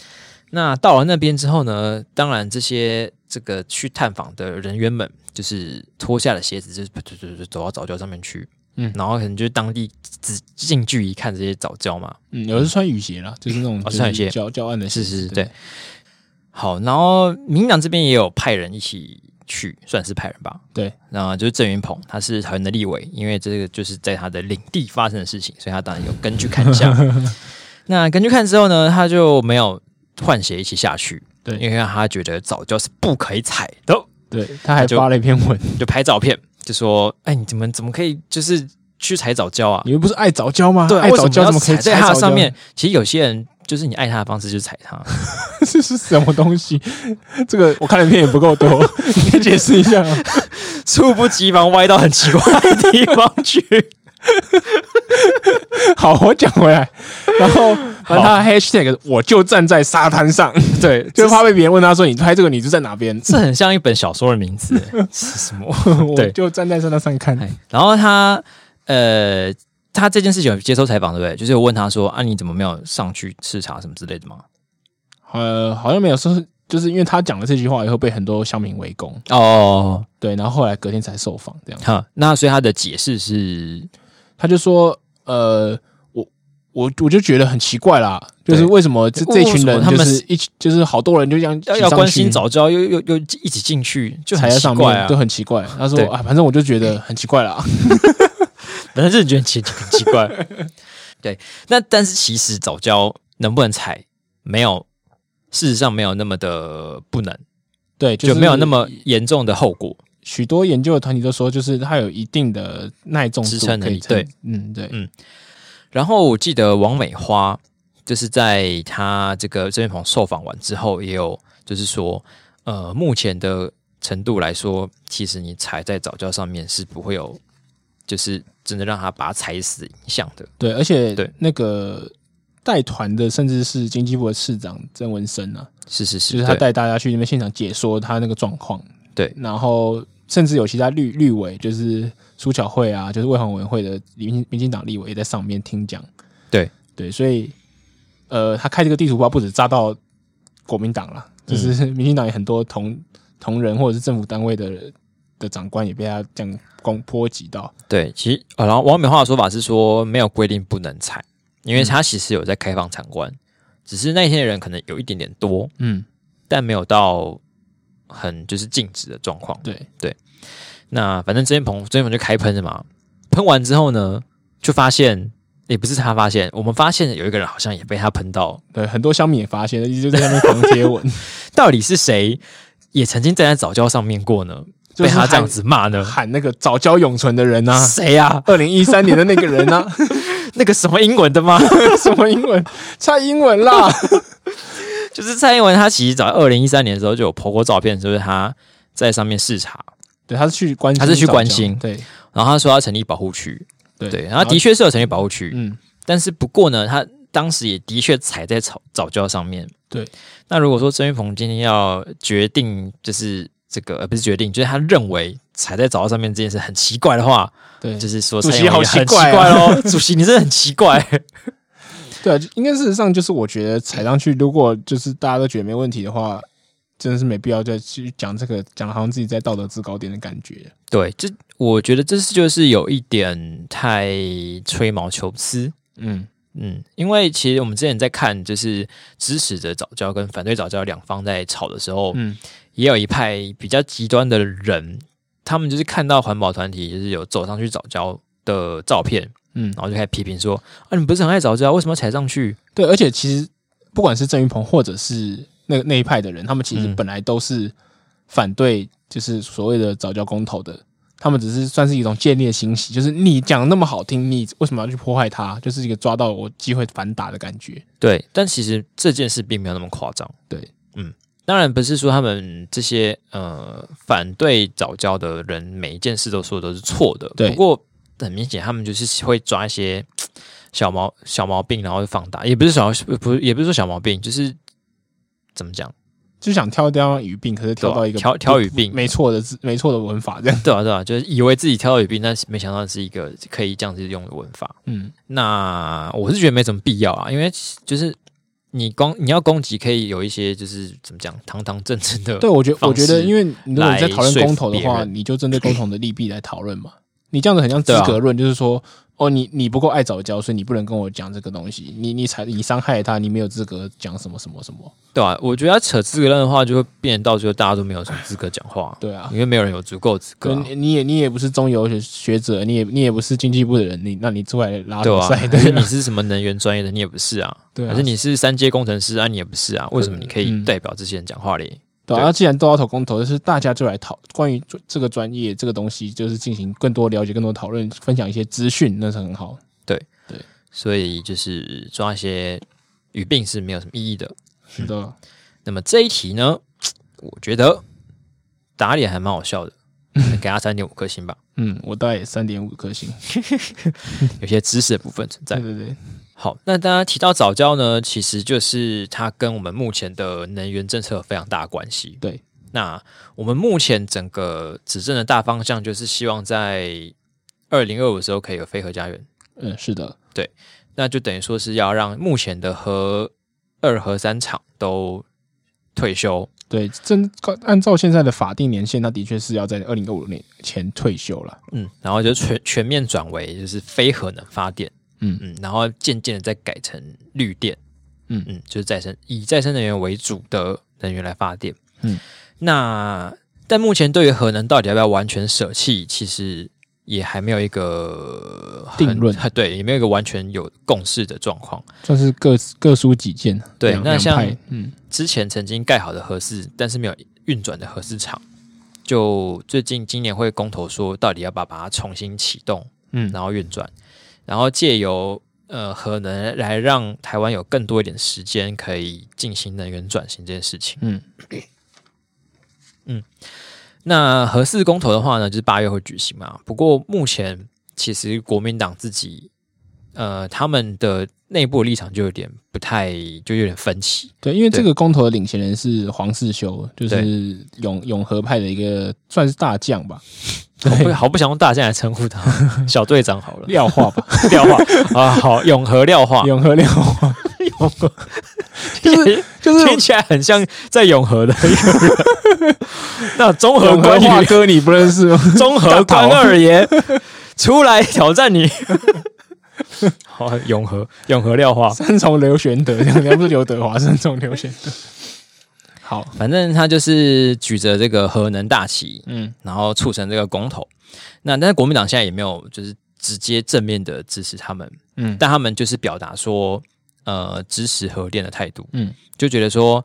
Speaker 1: 那到了那边之后呢，当然这些这个去探访的人员们，就是脱下了鞋子，就是就就就走到早教上面去。
Speaker 2: 嗯
Speaker 1: 然后可能就是当地只近距离看这些早教嘛。
Speaker 2: 嗯，有的是穿雨鞋啦，就是那种
Speaker 1: 哦穿雨鞋
Speaker 2: 就是教教案的鞋
Speaker 1: 是是，
Speaker 2: 子，
Speaker 1: 对。好，然后民党这边也有派人一起去，算是派人吧。
Speaker 2: 对，
Speaker 1: 那就是郑云鹏，他是桃园的立委，因为这个就是在他的领地 [LAUGHS] 发生的事情，所以他当然有跟去看一下。那跟去看之后呢，他就没有换鞋一起下去，
Speaker 2: 对
Speaker 1: 因为他觉得早就是不可以踩的，
Speaker 2: 对，他还
Speaker 1: 就啊
Speaker 2: 发了一篇文，
Speaker 1: 就拍照片，就说：“哎，你怎么怎么可以就是去踩早教啊？
Speaker 2: 你们不是爱早教
Speaker 1: [LAUGHS]
Speaker 2: 吗？
Speaker 1: 对啊，
Speaker 2: 爱
Speaker 1: 为
Speaker 2: 早
Speaker 1: 什
Speaker 2: 教
Speaker 1: 么要
Speaker 2: 怎么可以
Speaker 1: 踩在
Speaker 2: 踩
Speaker 1: 他
Speaker 2: 早
Speaker 1: 的
Speaker 2: 教
Speaker 1: 上面？”其实有些人就是你爱他的方式就是踩他， [LAUGHS]
Speaker 2: 这 [LAUGHS] 是什么东西？这个我看的片也不够
Speaker 1: [LAUGHS]
Speaker 2: 多，你可以解释一下吗？
Speaker 1: 猝不及防歪到很奇怪的地方去。
Speaker 2: 好，我讲回来，然后反正他的 hashtag 我就站在沙滩
Speaker 1: [LAUGHS]
Speaker 2: 上，
Speaker 1: [LAUGHS] 对，
Speaker 2: 就
Speaker 1: 这
Speaker 2: 是怕被别人问他说你拍这个你是在哪
Speaker 1: [LAUGHS]
Speaker 2: 边？
Speaker 1: 这很像一本小说的名字，哎 [LAUGHS] 是什么？
Speaker 2: 我
Speaker 1: 对
Speaker 2: 就站在沙滩上看。
Speaker 1: 哎，然后他呃，他这件事情有接受采访，对不对？就是有问他说啊，你怎么没有上去视察什么之类的吗？
Speaker 2: 呃，好像没有说，就是因为他讲了这句话以后被很多乡民围攻，
Speaker 1: 哦，
Speaker 2: 对，然后后来隔天才受访，这样
Speaker 1: 哈，那所以他的解释是，
Speaker 2: 他就说，呃，我我我就觉得很奇怪啦，就是
Speaker 1: 对
Speaker 2: 为什么这这
Speaker 1: 为
Speaker 2: 群
Speaker 1: 什么
Speaker 2: 人
Speaker 1: 他
Speaker 2: 就
Speaker 1: 们
Speaker 2: 是一起，就是好多人就这样
Speaker 1: 要
Speaker 2: 挤
Speaker 1: 要
Speaker 2: 上
Speaker 1: 关
Speaker 2: 去
Speaker 1: 心早教，又又又一起进去，就
Speaker 2: 踩
Speaker 1: 很
Speaker 2: 在
Speaker 1: 奇
Speaker 2: 上
Speaker 1: 怪
Speaker 2: 面
Speaker 1: 啊
Speaker 2: 都。很奇怪。他说
Speaker 1: 对
Speaker 2: 啊，反正我就觉得很奇怪啦。
Speaker 1: 本来是觉得奇很奇怪， [LAUGHS] 对。那但是其实早教能不能踩，没有，事实上没有那么的不能，
Speaker 2: 对，
Speaker 1: 就是没有那么严重的后果。
Speaker 2: 许多研究的团体都说，就是它有一定的耐重
Speaker 1: 支
Speaker 2: 度
Speaker 1: 撑
Speaker 2: 可以
Speaker 1: 能力对
Speaker 2: 撑，嗯，对，
Speaker 1: 嗯然后我记得王美花就是在她这个郑云鹏受访完之后，也有就是说，呃，目前的程度来说，其实你踩在早教上面是不会有，就是真的让他把他踩死的影响的。
Speaker 2: 对，而且
Speaker 1: 对
Speaker 2: 那个带团的甚至是经济部的市长郑文生啊，
Speaker 1: 是是，
Speaker 2: 就是是他
Speaker 1: 对
Speaker 2: 带大家去那边现场解说他那个状况，
Speaker 1: 对
Speaker 2: 然后甚至有其他绿绿委，就是苏巧慧啊，就是卫环委员会的民民进党立委也在上面听讲，
Speaker 1: 对
Speaker 2: 对，所以呃，他开这个地图炮不止炸到国民党了，
Speaker 1: 嗯
Speaker 2: 就是民进党也很多同同仁或者是政府单位的的长官也被他这样光波及到，
Speaker 1: 对，其实、呃然后王美花的说法是说没有规定不能踩，因为他其实有在开放参观，只是那一天的人可能有一点点多，
Speaker 2: 嗯，
Speaker 1: 但没有到很就是禁止的状况。
Speaker 2: 对，
Speaker 1: 那反正曾建鹏，曾建鹏就开喷了嘛。喷完之后呢，就发现也不是他发现，我们发现有一个人好像也被他喷到，
Speaker 2: 对，很多乡民也发现了，一直就在那边狂贴
Speaker 1: [LAUGHS]
Speaker 2: 文，
Speaker 1: 到底是谁也曾经站在早教上面过呢？
Speaker 2: 就
Speaker 1: 被
Speaker 2: 是
Speaker 1: 他这样
Speaker 2: 喊
Speaker 1: 子骂呢？
Speaker 2: 喊那个早教永存的人啊，
Speaker 1: 谁啊？
Speaker 2: 二零一三年的那个人啊，
Speaker 1: 那个什么英文的吗？ [LAUGHS]
Speaker 2: 什么英文？蔡英文啦，
Speaker 1: 就是蔡英文，他其实早在二零一三年的时候就有 po 过照片，就是他在上面视察，
Speaker 2: [LAUGHS] 对，他是去关心
Speaker 1: 他
Speaker 2: 早教，
Speaker 1: 是去关心
Speaker 2: 对
Speaker 1: 然后他说要成立保护区，
Speaker 2: 对
Speaker 1: 对，然后的确是有成立保护区，
Speaker 2: 嗯，
Speaker 1: 但是不过呢，他当时也的确踩在早早教上面。
Speaker 2: 对，
Speaker 1: 那如果说曾玉鹏今天要决定，就是这个呃不是决定，就是他认为踩在早教上面这件事很奇怪的话，
Speaker 2: 对，
Speaker 1: 就是说
Speaker 2: 主席
Speaker 1: 蔡英文
Speaker 2: 好
Speaker 1: 也很奇
Speaker 2: 奇怪
Speaker 1: 怪
Speaker 2: 啊
Speaker 1: 喽、主席你真的很奇怪。
Speaker 2: 对啊，就应该事实上就是我觉得踩上去，如果就是大家都觉得没问题的话，真的是没必要再去讲这个，讲得好像自己在道德制高点的感觉。
Speaker 1: 对，这我觉得这是就是有一点太吹毛求疵。
Speaker 2: 嗯，
Speaker 1: 嗯，因为其实我们之前在看就是支持者早教跟反对早教两方在吵的时候，
Speaker 2: 嗯，
Speaker 1: 也有一派比较极端的人，他们就是看到环保团体就是有走上去早教的照片，
Speaker 2: 嗯
Speaker 1: 然后就开始批评说啊，你不是很爱早教，为什么要踩上去？
Speaker 2: 对，而且其实不管是郑云鹏或者是那那一派的人，他们其实
Speaker 1: 嗯
Speaker 2: 本来都是反对，就是所谓的早教公投的。他们只是算是一种建立的欣喜，就是你讲的那么好听，你为什么要去迫害他？就是一个抓到我机会反打的感觉。
Speaker 1: 对，但其实这件事并没有那么夸张。
Speaker 2: 对，
Speaker 1: 嗯，当然不是说他们这些呃反对早教的人每一件事都说都是错的，
Speaker 2: 对
Speaker 1: 不过很明显他们就是会抓一些小毛小毛病，然后放大，也不是小不也不是说小毛病，就是怎么讲，
Speaker 2: 就想挑掉语病，可是挑
Speaker 1: 对啊
Speaker 2: 到一个
Speaker 1: 挑挑语病
Speaker 2: 没错的字，没错的文法这样。
Speaker 1: 对啊对啊，就是以为自己挑到语病，但是没想到是一个可以这样子用的文法。
Speaker 2: 嗯，
Speaker 1: 那我是觉得没什么必要啊，因为就是你光你要攻击，可以有一些就是怎么讲，堂堂正正的
Speaker 2: 对，我觉得
Speaker 1: 方
Speaker 2: 我觉得，
Speaker 1: 式
Speaker 2: 因为你如果你在讨论公投的
Speaker 1: 来说服别
Speaker 2: 话，
Speaker 1: 人
Speaker 2: 你就针对公投的利弊来讨论嘛。你这样子很像资
Speaker 1: 对啊
Speaker 2: 格论，就是说哦，你你不够爱早教，所以你不能跟我讲这个东西，你你才你伤害他，你没有资格讲什么什么什么。
Speaker 1: 对啊，我觉得他扯资格的话，就会变得到最后大家都没有什么资格讲话，
Speaker 2: 对啊
Speaker 1: 因为没有人有足够资格
Speaker 2: 跟
Speaker 1: 啊、
Speaker 2: 你你也你也不是中游学学者，你也你也不是经济部的人，你那你出来拉
Speaker 1: 对
Speaker 2: 比
Speaker 1: 啊， [LAUGHS]
Speaker 2: 赛
Speaker 1: 可
Speaker 2: 的
Speaker 1: 是你是什么能源专业的，你也不是啊。
Speaker 2: 对啊
Speaker 1: 可是你是三阶工程师啊，你也不是啊。为什么你可以
Speaker 2: 嗯
Speaker 1: 代表这些人讲话嘞？
Speaker 2: 对
Speaker 1: 对
Speaker 2: 啊，那既然都要投公投，就是大家就来讨关于这个专业这个东西，就是进行更多了解、更多讨论、分享一些资讯，那是很好。
Speaker 1: 所以就是抓一些语病是没有什么意义的。
Speaker 2: 是的，
Speaker 1: 那么这一题呢，我觉得打脸还蛮好笑的，给他三点五颗星吧。
Speaker 2: 嗯，我大概也三点五颗星。
Speaker 1: 有些知识的部分存在
Speaker 2: 对。对对，
Speaker 1: 好，那大家提到早教呢，其实就是它跟我们目前的能源政策有非常大的关系。
Speaker 2: 对，
Speaker 1: 那我们目前整个执政的大方向就是希望在二零二五时候可以有非核家园，
Speaker 2: 嗯，是的，
Speaker 1: 那就等于说是要让目前的核二核三厂都退休。
Speaker 2: 对，真按照现在的法定年限，他的确是要在二零二五年前退休了。
Speaker 1: 嗯，然后就全全面转为就是非核能发电，
Speaker 2: 嗯
Speaker 1: 嗯，然后渐渐的再改成绿电，
Speaker 2: 嗯
Speaker 1: 嗯，就是再生以再生能源为主的能源来发电，
Speaker 2: 嗯，
Speaker 1: 那但目前对于核能到底要不要完全舍弃，其实也还没有一个很
Speaker 2: 定论，
Speaker 1: 对，也没有一个完全有共识的状况。
Speaker 2: 算是各各抒己见。
Speaker 1: 对
Speaker 2: 两
Speaker 1: 那
Speaker 2: 两
Speaker 1: 像
Speaker 2: 派嗯
Speaker 1: 之前曾经盖好的核四，但是没有运转的核四厂，就最近今年会公投说，到底要不要把它重新启动，
Speaker 2: 嗯
Speaker 1: 然后运转，然后借由呃核能来让台湾有更多一点时间可以进行能源转型这件事情。嗯
Speaker 2: 嗯
Speaker 1: 那核四公投的话呢，就是八月会举行嘛。不过目前其实国民党自己，呃，他们的内部立场就有点不太，就有点分歧。
Speaker 2: 对，因为这
Speaker 1: 对
Speaker 2: 个公投的领衔人是黄世修，就是
Speaker 1: 对
Speaker 2: 永永和派的一个算是大将吧，
Speaker 1: 好不好不想用大家来称 [LAUGHS] 呼他，小队长好了。
Speaker 2: 廖化
Speaker 1: [LAUGHS]
Speaker 2: 吧，
Speaker 1: 廖化啊，好，永和廖 [LAUGHS] 化，
Speaker 2: 永和廖化，
Speaker 1: 永和
Speaker 2: 就是就是
Speaker 1: [LAUGHS] 听起来很像在永 [LAUGHS] 和的一个人。那综合
Speaker 2: 永
Speaker 1: 关
Speaker 2: 和化
Speaker 1: 羽、
Speaker 2: 哥你不认识吗？ [LAUGHS]
Speaker 1: 综合关二爷出来挑战 [LAUGHS] 你。好，永和永和廖化，
Speaker 2: 三重刘玄德，人家不是刘德华，三重刘玄德。好，
Speaker 1: 反正他就是举着这个核能大旗，
Speaker 2: 嗯，
Speaker 1: 然后促成这个公投。那但是国民党现在也没有就是直接正面的支持他们，
Speaker 2: 嗯
Speaker 1: 但他们就是表达说，呃，支持核电的态度，
Speaker 2: 嗯，
Speaker 1: 就觉得说，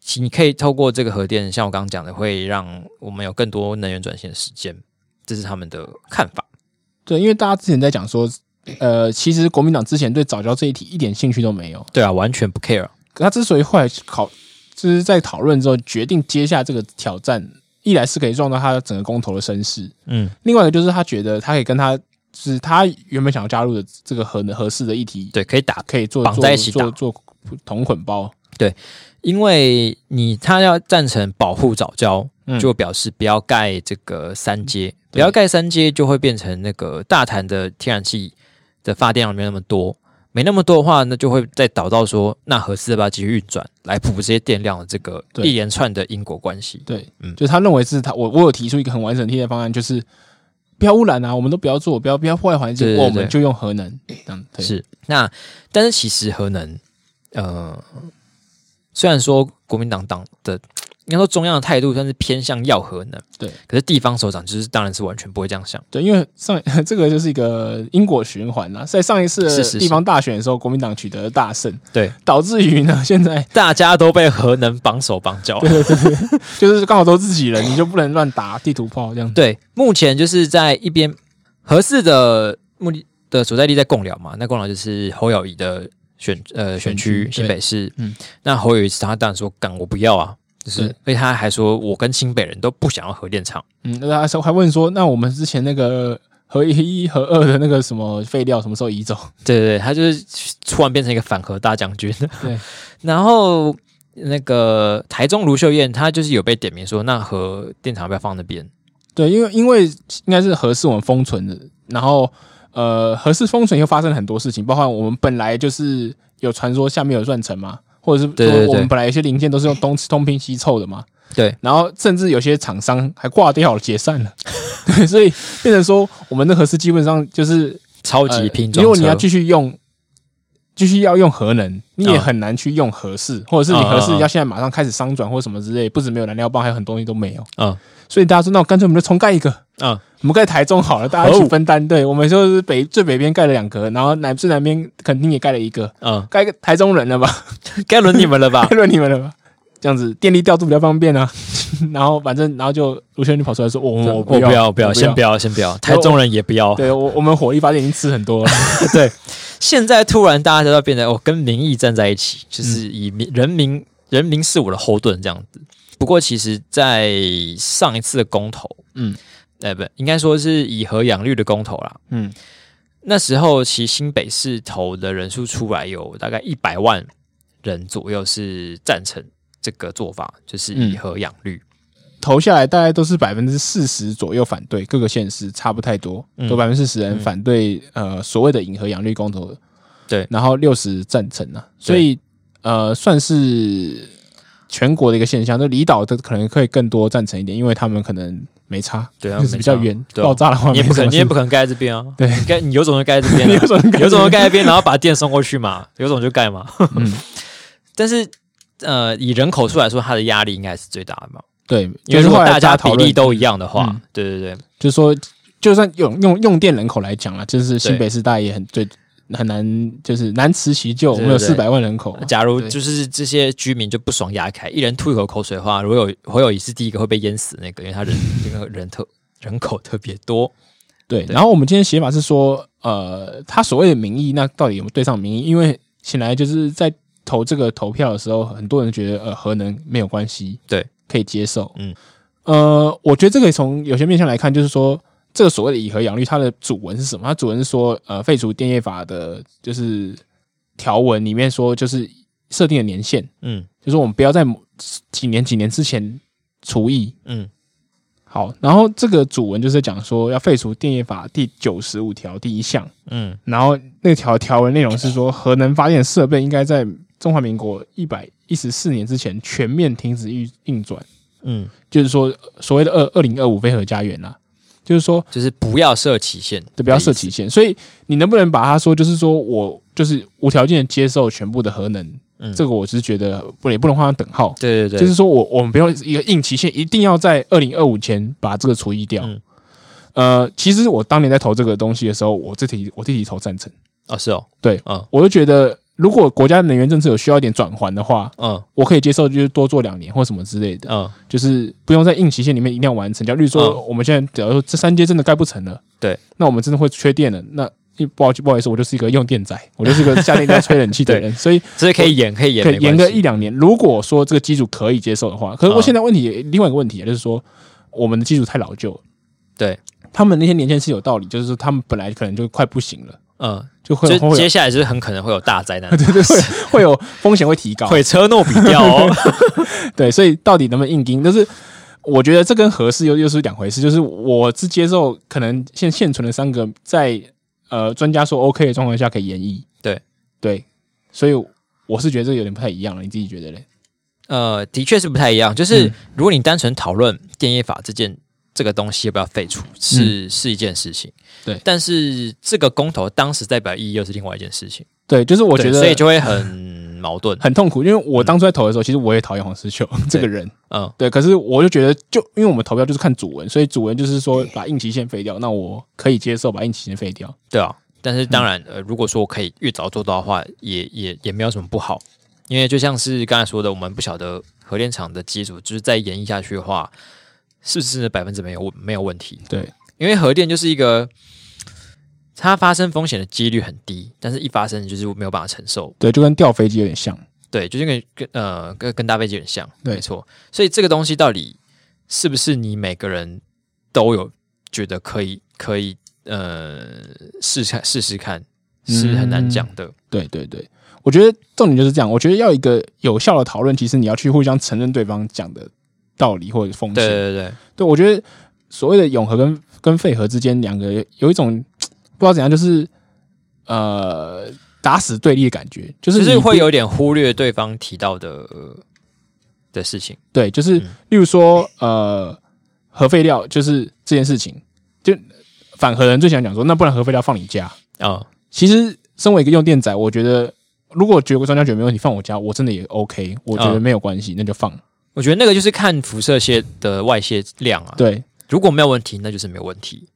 Speaker 1: 其你可以透过这个核电，像我刚刚讲的，会让我们有更多能源转型的时间，这是他们的看法。
Speaker 2: 对，因为大家之前在讲说，呃，其实国民党之前对早教这一题一点兴趣都没有，
Speaker 1: 对啊，完全不 care。
Speaker 2: 可他之所以后来考，就是在讨论之后决定接下这个挑战，一来是可以壮大他整个公投的声势，
Speaker 1: 嗯，
Speaker 2: 另外一个就是他觉得他可以跟他就是他原本想要加入的这个合合适的议题，
Speaker 1: 对，可以打，
Speaker 2: 可以做
Speaker 1: 绑在一起打
Speaker 2: 做做做同捆包，
Speaker 1: 因为你他要赞成保护早教，
Speaker 2: 嗯
Speaker 1: 就表示不要盖这个三阶，不
Speaker 2: 对
Speaker 1: 要盖三阶就会变成那个大潭的天然气的发电量没有那么多，没那么多的话，那就会再导到说，那核四要不要继续运转来补这些电量的这个
Speaker 2: 对
Speaker 1: 一连串的因果关系？
Speaker 2: 对，
Speaker 1: 嗯
Speaker 2: 就是他认为是他我我有提出一个很完整的替代方案，就是不要污染啊，我们都不要做，不要不要破坏环境，
Speaker 1: 对对对
Speaker 2: 我们就用核能这样。对，
Speaker 1: 是那，但是其实核能，呃，虽然说国民党党的应该说中央的态度算是偏向要核能，
Speaker 2: 对，
Speaker 1: 可是地方首长就是当然是完全不会这样想。
Speaker 2: 对，因为上 [LAUGHS] 这个就是一个因果循环啦、在上一次
Speaker 1: 是是是
Speaker 2: 地方大选的时候，国民党取得了大胜，
Speaker 1: 对，
Speaker 2: 导致于呢现在
Speaker 1: 大家都被核能绑手绑脚。
Speaker 2: 就是刚好都自己人，你就不能乱打地图炮这样。
Speaker 1: 对，目前就是在一边合适的目的的所在地在贡寮嘛，那贡寮就是侯友谊的选呃选
Speaker 2: 选
Speaker 1: 区
Speaker 2: 区
Speaker 1: 新北市。
Speaker 2: 嗯，
Speaker 1: 那侯友谊他当然说干我不要啊，就是
Speaker 2: 对
Speaker 1: 而且他还说我跟新北人都不想要核电厂。
Speaker 2: 嗯，那他说还问说，那我们之前那个核一核二的那个什么废料什么时候移走？ [LAUGHS]
Speaker 1: 对对对，他就是突然变成一个反核大将军。
Speaker 2: 对，
Speaker 1: [LAUGHS] 然后那个台中卢秀燕，她就是有被点名说，那核电厂要不要放那边？
Speaker 2: 对，因为因为应该是核是我们封存的，然后呃，核是封存又发生了很多事情，包括我们本来就是有传说下面有断层嘛，或者是
Speaker 1: 对对对
Speaker 2: 说我们本来有些零件都是用东东拼西凑的嘛，
Speaker 1: 对，
Speaker 2: 然后甚至有些厂 [LAUGHS] 商还挂掉了，解散了，对，所以变成说我们的核是基本上就是
Speaker 1: 超
Speaker 2: 呃
Speaker 1: 级拼装车。
Speaker 2: 如果你要继续用，继续要用核能，你也
Speaker 1: 嗯
Speaker 2: 很难去用合适，或者是你
Speaker 1: 嗯嗯
Speaker 2: 合适
Speaker 1: 嗯
Speaker 2: 要现在马上开始商转或什么之类，不止没有燃料棒，还有很多东西都没有。
Speaker 1: 嗯
Speaker 2: 所以大家说，那我干脆我们就重盖一个，
Speaker 1: 嗯
Speaker 2: 我们盖台中好了，大家一
Speaker 1: 哦
Speaker 2: 起分担。对，我们就是北最北边盖了两个，然后南最南边肯定也盖了一个，
Speaker 1: 嗯，
Speaker 2: 盖一个台中人了吧， [LAUGHS]
Speaker 1: 该轮你们了吧
Speaker 2: 该？轮你们了吧。这样子电力调度比较方便啊， [LAUGHS] 然后反正然后就卢轩就跑出来说，我哦我
Speaker 1: 我不要，我不要，先不要，先不要。台中人也不要。
Speaker 2: 对我我们火力发电已经吃很
Speaker 1: [LAUGHS]
Speaker 2: 多了，
Speaker 1: 对，现在突然大家都要变得哦，跟民意站在一起，就是以民、人民人民是我的后盾这样子。不过其实，在上一次的公投，
Speaker 2: 嗯
Speaker 1: 嗯，呃，不，应该说是以和养绿的公投啦。
Speaker 2: 嗯
Speaker 1: 那时候其实新北市投的人数出来有大概一百万人左右是赞成这个做法，就是以
Speaker 2: 嗯
Speaker 1: 和养绿。
Speaker 2: 投下来大概都是百分之四十左右反对，各个县市差不太多，
Speaker 1: 嗯
Speaker 2: 都百分之十人反对、呃所谓的迎合养绿公投，
Speaker 1: 对
Speaker 2: 然后六十赞成啊，所以呃算是全国的一个现象，就离岛的可能会更多赞成一点，因为他们可能没差，
Speaker 1: 对啊
Speaker 2: 就是比较
Speaker 1: 没差
Speaker 2: 远，
Speaker 1: 对啊
Speaker 2: 爆炸的话
Speaker 1: 你也
Speaker 2: 没
Speaker 1: 不可
Speaker 2: 什
Speaker 1: 能，
Speaker 2: 么
Speaker 1: 你也不可能盖在这边啊！
Speaker 2: 对
Speaker 1: 你盖你有种就盖在这边、 [LAUGHS] 啊，
Speaker 2: [LAUGHS] 有种就盖
Speaker 1: 有种就盖在这边，然后把电送过去嘛， [LAUGHS] 有种就盖嘛。
Speaker 2: 嗯
Speaker 1: [LAUGHS] 但是呃，以人口数来说，它的压力应该是最大的嘛，
Speaker 2: 对，
Speaker 1: 因为
Speaker 2: 就是
Speaker 1: 如
Speaker 2: 后
Speaker 1: 果
Speaker 2: 来
Speaker 1: 大家
Speaker 2: 讨
Speaker 1: 比
Speaker 2: 论
Speaker 1: 例都一样的话，
Speaker 2: 嗯
Speaker 1: 对对对，
Speaker 2: 就是说，就算用用用电人口来讲啦，就是新北市大也很最很难，就是难辞其咎。我
Speaker 1: 对
Speaker 2: 们有
Speaker 1: 对
Speaker 2: 四百万人口啊，
Speaker 1: 假如
Speaker 2: 对
Speaker 1: 就是这些居民就不爽牙开，一人吐一口口水的话，如果有侯友谊是第一个会被淹死的那个，因为他人那个人特 [LAUGHS] 人口特别多，
Speaker 2: 对。
Speaker 1: 对
Speaker 2: 然后我们今天写法是说，呃，他所谓的民意，那到底有没有对上民意？因为显然就是在投这个投票的时候，很多人觉得呃核能没有关系，
Speaker 1: 对，
Speaker 2: 可以接受。
Speaker 1: 嗯，
Speaker 2: 呃，我觉得这个从有些面向来看，就是说。这个所谓的以核养绿，它的主文是什么？它主文是说，呃，废除电业法的，就是条文里面说，就是设定的年限，
Speaker 1: 嗯
Speaker 2: 就是我们不要在某几年几年之前除役。
Speaker 1: 嗯
Speaker 2: 好，然后这个主文就是在讲说要废除电业法第九十五条第一项，
Speaker 1: 嗯
Speaker 2: 然后那条条文内容是说，核能发电设备应该在中华民国一百一十四年之前全面停止运运转，
Speaker 1: 嗯，
Speaker 2: 就是说呃所谓的二二零二五非核家园啦、就是说
Speaker 1: 就是不要设期限，
Speaker 2: 就不要设期限。所以你能不能把它说，就是说我就是无条件接受全部的核能，
Speaker 1: 嗯
Speaker 2: 这个我是觉得不也不能画上等号。
Speaker 1: 对对对，
Speaker 2: 就是说我我们不用一个硬期限，一定要在二零二五前把这个除役掉。
Speaker 1: 嗯
Speaker 2: 呃，其实我当年在投这个东西的时候，我这题我这题投赞成，
Speaker 1: 哦是哦，
Speaker 2: 对
Speaker 1: 嗯
Speaker 2: 我就觉得如果国家能源政策有需要一点转换的话，
Speaker 1: 嗯
Speaker 2: 我可以接受，就是多做两年或什么之类的，
Speaker 1: 嗯，
Speaker 2: 就是不用在硬期限里面一定要完成。假如说我们现在假如说这三阶真的盖不成了，
Speaker 1: 啊对，
Speaker 2: 那我们真的会缺电了，那。不好不好意思，我就是一个用电仔，我就是一个夏天一定要吹冷气
Speaker 1: [LAUGHS]
Speaker 2: 的人，所以
Speaker 1: 所以可以演可以演，
Speaker 2: 可以
Speaker 1: 没关
Speaker 2: 延个
Speaker 1: 系
Speaker 2: 一两年。如果说这个基础可以接受的话，可是我
Speaker 1: 嗯
Speaker 2: 现在问题也另外一个问题啊，就是说我们的基础太老旧了。
Speaker 1: 对，
Speaker 2: 他们那些年轻人是有道理，就是说他们本来可能就快不行了，
Speaker 1: 嗯，
Speaker 2: 就会
Speaker 1: 就
Speaker 2: 会
Speaker 1: 接
Speaker 2: 有
Speaker 1: 下来就是很可能会有大灾
Speaker 2: [LAUGHS]
Speaker 1: 难，
Speaker 2: 对对会会有风险会提高。
Speaker 1: 毁车诺比掉哦。 [LAUGHS]
Speaker 2: 对，所以到底能不能硬盯，就是我觉得这跟合适又又是两回事。就是我是接受可能现现存的三个在呃专家说 OK 的状况下可以演绎。
Speaker 1: 对
Speaker 2: 对，所以我是觉得这个有点不太一样了，你自己觉得嘞？
Speaker 1: 呃，的确是不太一样。就是
Speaker 2: 嗯
Speaker 1: 如果你单纯讨论电业法这件这个东西要不要废除，是、是一件事情。
Speaker 2: 嗯对
Speaker 1: 但是这个公投当时代表意义又是另外一件事情。
Speaker 2: 对，就是我觉
Speaker 1: 对
Speaker 2: 得
Speaker 1: 所以就会很矛盾。
Speaker 2: 很痛苦，因为我当初在投的时候，其实我也讨厌黄思秀 [LAUGHS] 这个人，
Speaker 1: 嗯
Speaker 2: 对。可是我就觉得就，因为我们投票就是看主文，所以主文就是说把硬期限废掉，那我可以接受把硬期限废掉。
Speaker 1: 对啊。但是当然，
Speaker 2: 嗯
Speaker 1: 呃，如果说我可以越早做到的话，也也也没有什么不好。因为就像是刚才说的，我们不晓得核电厂的基础，就是再演绎下去的话，是不是真的百分之没有问没有问题？
Speaker 2: 对，
Speaker 1: 因为核电就是一个它发生风险的几率很低，但是一发生就是没有办法承受。
Speaker 2: 对，就跟掉飞机有点像。
Speaker 1: 对，就是跟跟呃跟跟大飞机有点像，
Speaker 2: 对
Speaker 1: 没错。所以这个东西到底是不是你每个人都有觉得可以可以呃试看试试看，是很难讲的。
Speaker 2: 对对对，我觉得重点就是这样。我觉得要一个有效的讨论，其实你要去互相承认对方讲的道理或者风
Speaker 1: 对
Speaker 2: 险。
Speaker 1: 对对，
Speaker 2: 对，我觉得所谓的永和跟跟废和之间，两个有一种不知道怎样，就是呃打死对立的感觉，就是
Speaker 1: 就是
Speaker 2: 你不
Speaker 1: 会有点忽略对方提到的呃的事情。
Speaker 2: 对，就是
Speaker 1: 嗯
Speaker 2: 例如说，呃，核废料就是这件事情，就反核人最想讲说，那不然核废料放你家，
Speaker 1: 啊，
Speaker 2: 其实身为一个用电仔，我觉得如果觉得香蕉卷没问题，放我家我真的也 OK，我觉得
Speaker 1: 嗯
Speaker 2: 没有关系，那就放。
Speaker 1: 我觉得那个就是看辐射线的外泄量啊。，
Speaker 2: 对，
Speaker 1: 如果没有问题，那就是没有问题。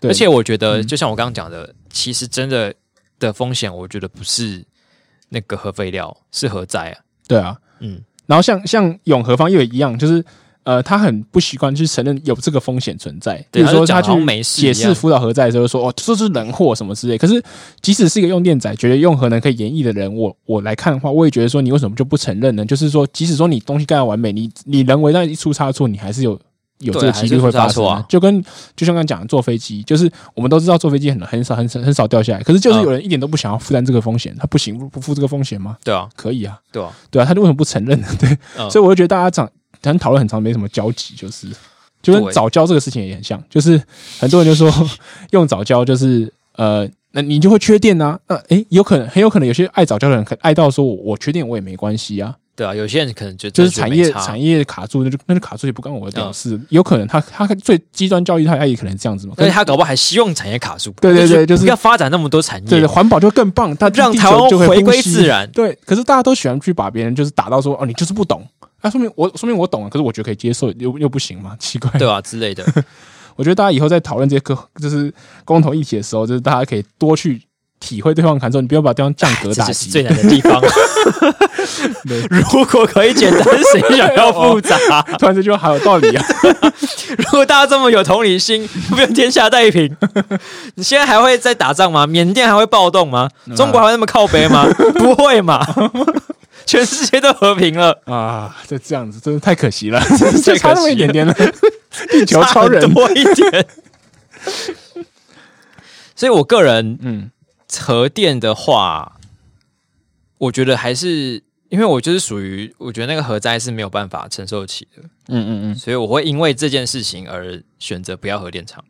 Speaker 2: 对
Speaker 1: 而且我觉得，
Speaker 2: 嗯
Speaker 1: 就像我刚刚讲的，其实真的的风险，我觉得不是那个核废料，是核灾啊。
Speaker 2: 对啊。
Speaker 1: 嗯，
Speaker 2: 然后像像永和方又一样，就是呃，他很不习惯去承认有这个风险存在。
Speaker 1: 对
Speaker 2: 比如说
Speaker 1: 他就讲
Speaker 2: 去
Speaker 1: 好像没事一
Speaker 2: 解
Speaker 1: 样
Speaker 2: 释福岛核灾的时候说哦，这是人祸什么之类。可是即使是一个用电仔，觉得用核能可以演绎的人，我我来看的话，我也觉得说你为什么就不承认呢？就是说，即使说你东西盖得完美，你你人为但一出差错，你还是有。有这
Speaker 1: 对
Speaker 2: 个
Speaker 1: 还
Speaker 2: 几
Speaker 1: 是
Speaker 2: 率会
Speaker 1: 出差
Speaker 2: 发生、
Speaker 1: 错啊
Speaker 2: 就跟就像刚刚讲的坐飞机，就是我们都知道坐飞机很很少很少很少掉下来，可是就是
Speaker 1: 嗯
Speaker 2: 有人一点都不想要负担这个风险，他不行不不负这个风险吗？
Speaker 1: 对啊，
Speaker 2: 可以啊，
Speaker 1: 对啊，
Speaker 2: 对啊，他就为什么不承认呢？ [LAUGHS] 对，
Speaker 1: 嗯
Speaker 2: 所以我就觉得大家讲谈讨论很长没什么交集，就是就跟
Speaker 1: 对
Speaker 2: 早教这个事情也很像，就是很多人就说用早教就是呃，那你就会缺电啊，那诶有可能很有可能有些爱早教的人可爱到说我我缺电我也没关系啊，
Speaker 1: 对啊，有些人可能觉得啊
Speaker 2: 就是产业产
Speaker 1: 业，
Speaker 2: 业卡住那就那就卡住也不干我
Speaker 1: 嗯
Speaker 2: 的屌事，有可能他他最极端教育他他也可能这样子嘛，
Speaker 1: 而且
Speaker 2: 跟
Speaker 1: 他搞不好还希望产业卡住。
Speaker 2: 对对对就是
Speaker 1: 不要发展那么多产
Speaker 2: 对
Speaker 1: 业，
Speaker 2: 环保就更棒，他
Speaker 1: 让台湾
Speaker 2: 就会
Speaker 1: 回归
Speaker 2: 呼吸
Speaker 1: 自然
Speaker 2: 对，可是大家都喜欢去把别人就是打到说哦，你就是不懂。那、说明我说明我懂了，啊可是我觉得可以接受，又又不行嘛，奇怪。
Speaker 1: 对吧、之
Speaker 2: [LAUGHS]
Speaker 1: 类的，
Speaker 2: 我觉得大家以后在讨论这些科就是公投议题的时候，就是大家可以多去体会对方的感受，你不要把对方降格
Speaker 1: [LAUGHS] 这
Speaker 2: 打
Speaker 1: 就是最
Speaker 2: 低。
Speaker 1: 难的地
Speaker 2: [LAUGHS]
Speaker 1: 方
Speaker 2: 对。
Speaker 1: [LAUGHS] 如果可以简单，谁想要
Speaker 2: 哦
Speaker 1: 复杂？
Speaker 2: [LAUGHS] 突然之间好有道理啊！ [LAUGHS]
Speaker 1: 如果大家这么有同理心，不要天下太平。你现在还会在打仗吗？缅甸还会暴动吗？
Speaker 2: 嗯
Speaker 1: 中国还会那么靠北
Speaker 2: [LAUGHS]
Speaker 1: 吗？不会嘛， [LAUGHS] 全世界都和平了，
Speaker 2: 啊，这这样子真的太可惜
Speaker 1: [LAUGHS]
Speaker 2: 了，
Speaker 1: 太可惜了
Speaker 2: 就差那么一点点了。
Speaker 1: [LAUGHS]
Speaker 2: 地球超人
Speaker 1: 差很，多一点。 [LAUGHS] 所以我个人
Speaker 2: 嗯，
Speaker 1: 核电的话，我觉得还是因为我就是属于，我觉得那个核灾是没有办法承受起的，
Speaker 2: 嗯嗯嗯，
Speaker 1: 所以我会因为这件事情而选择不要核电厂。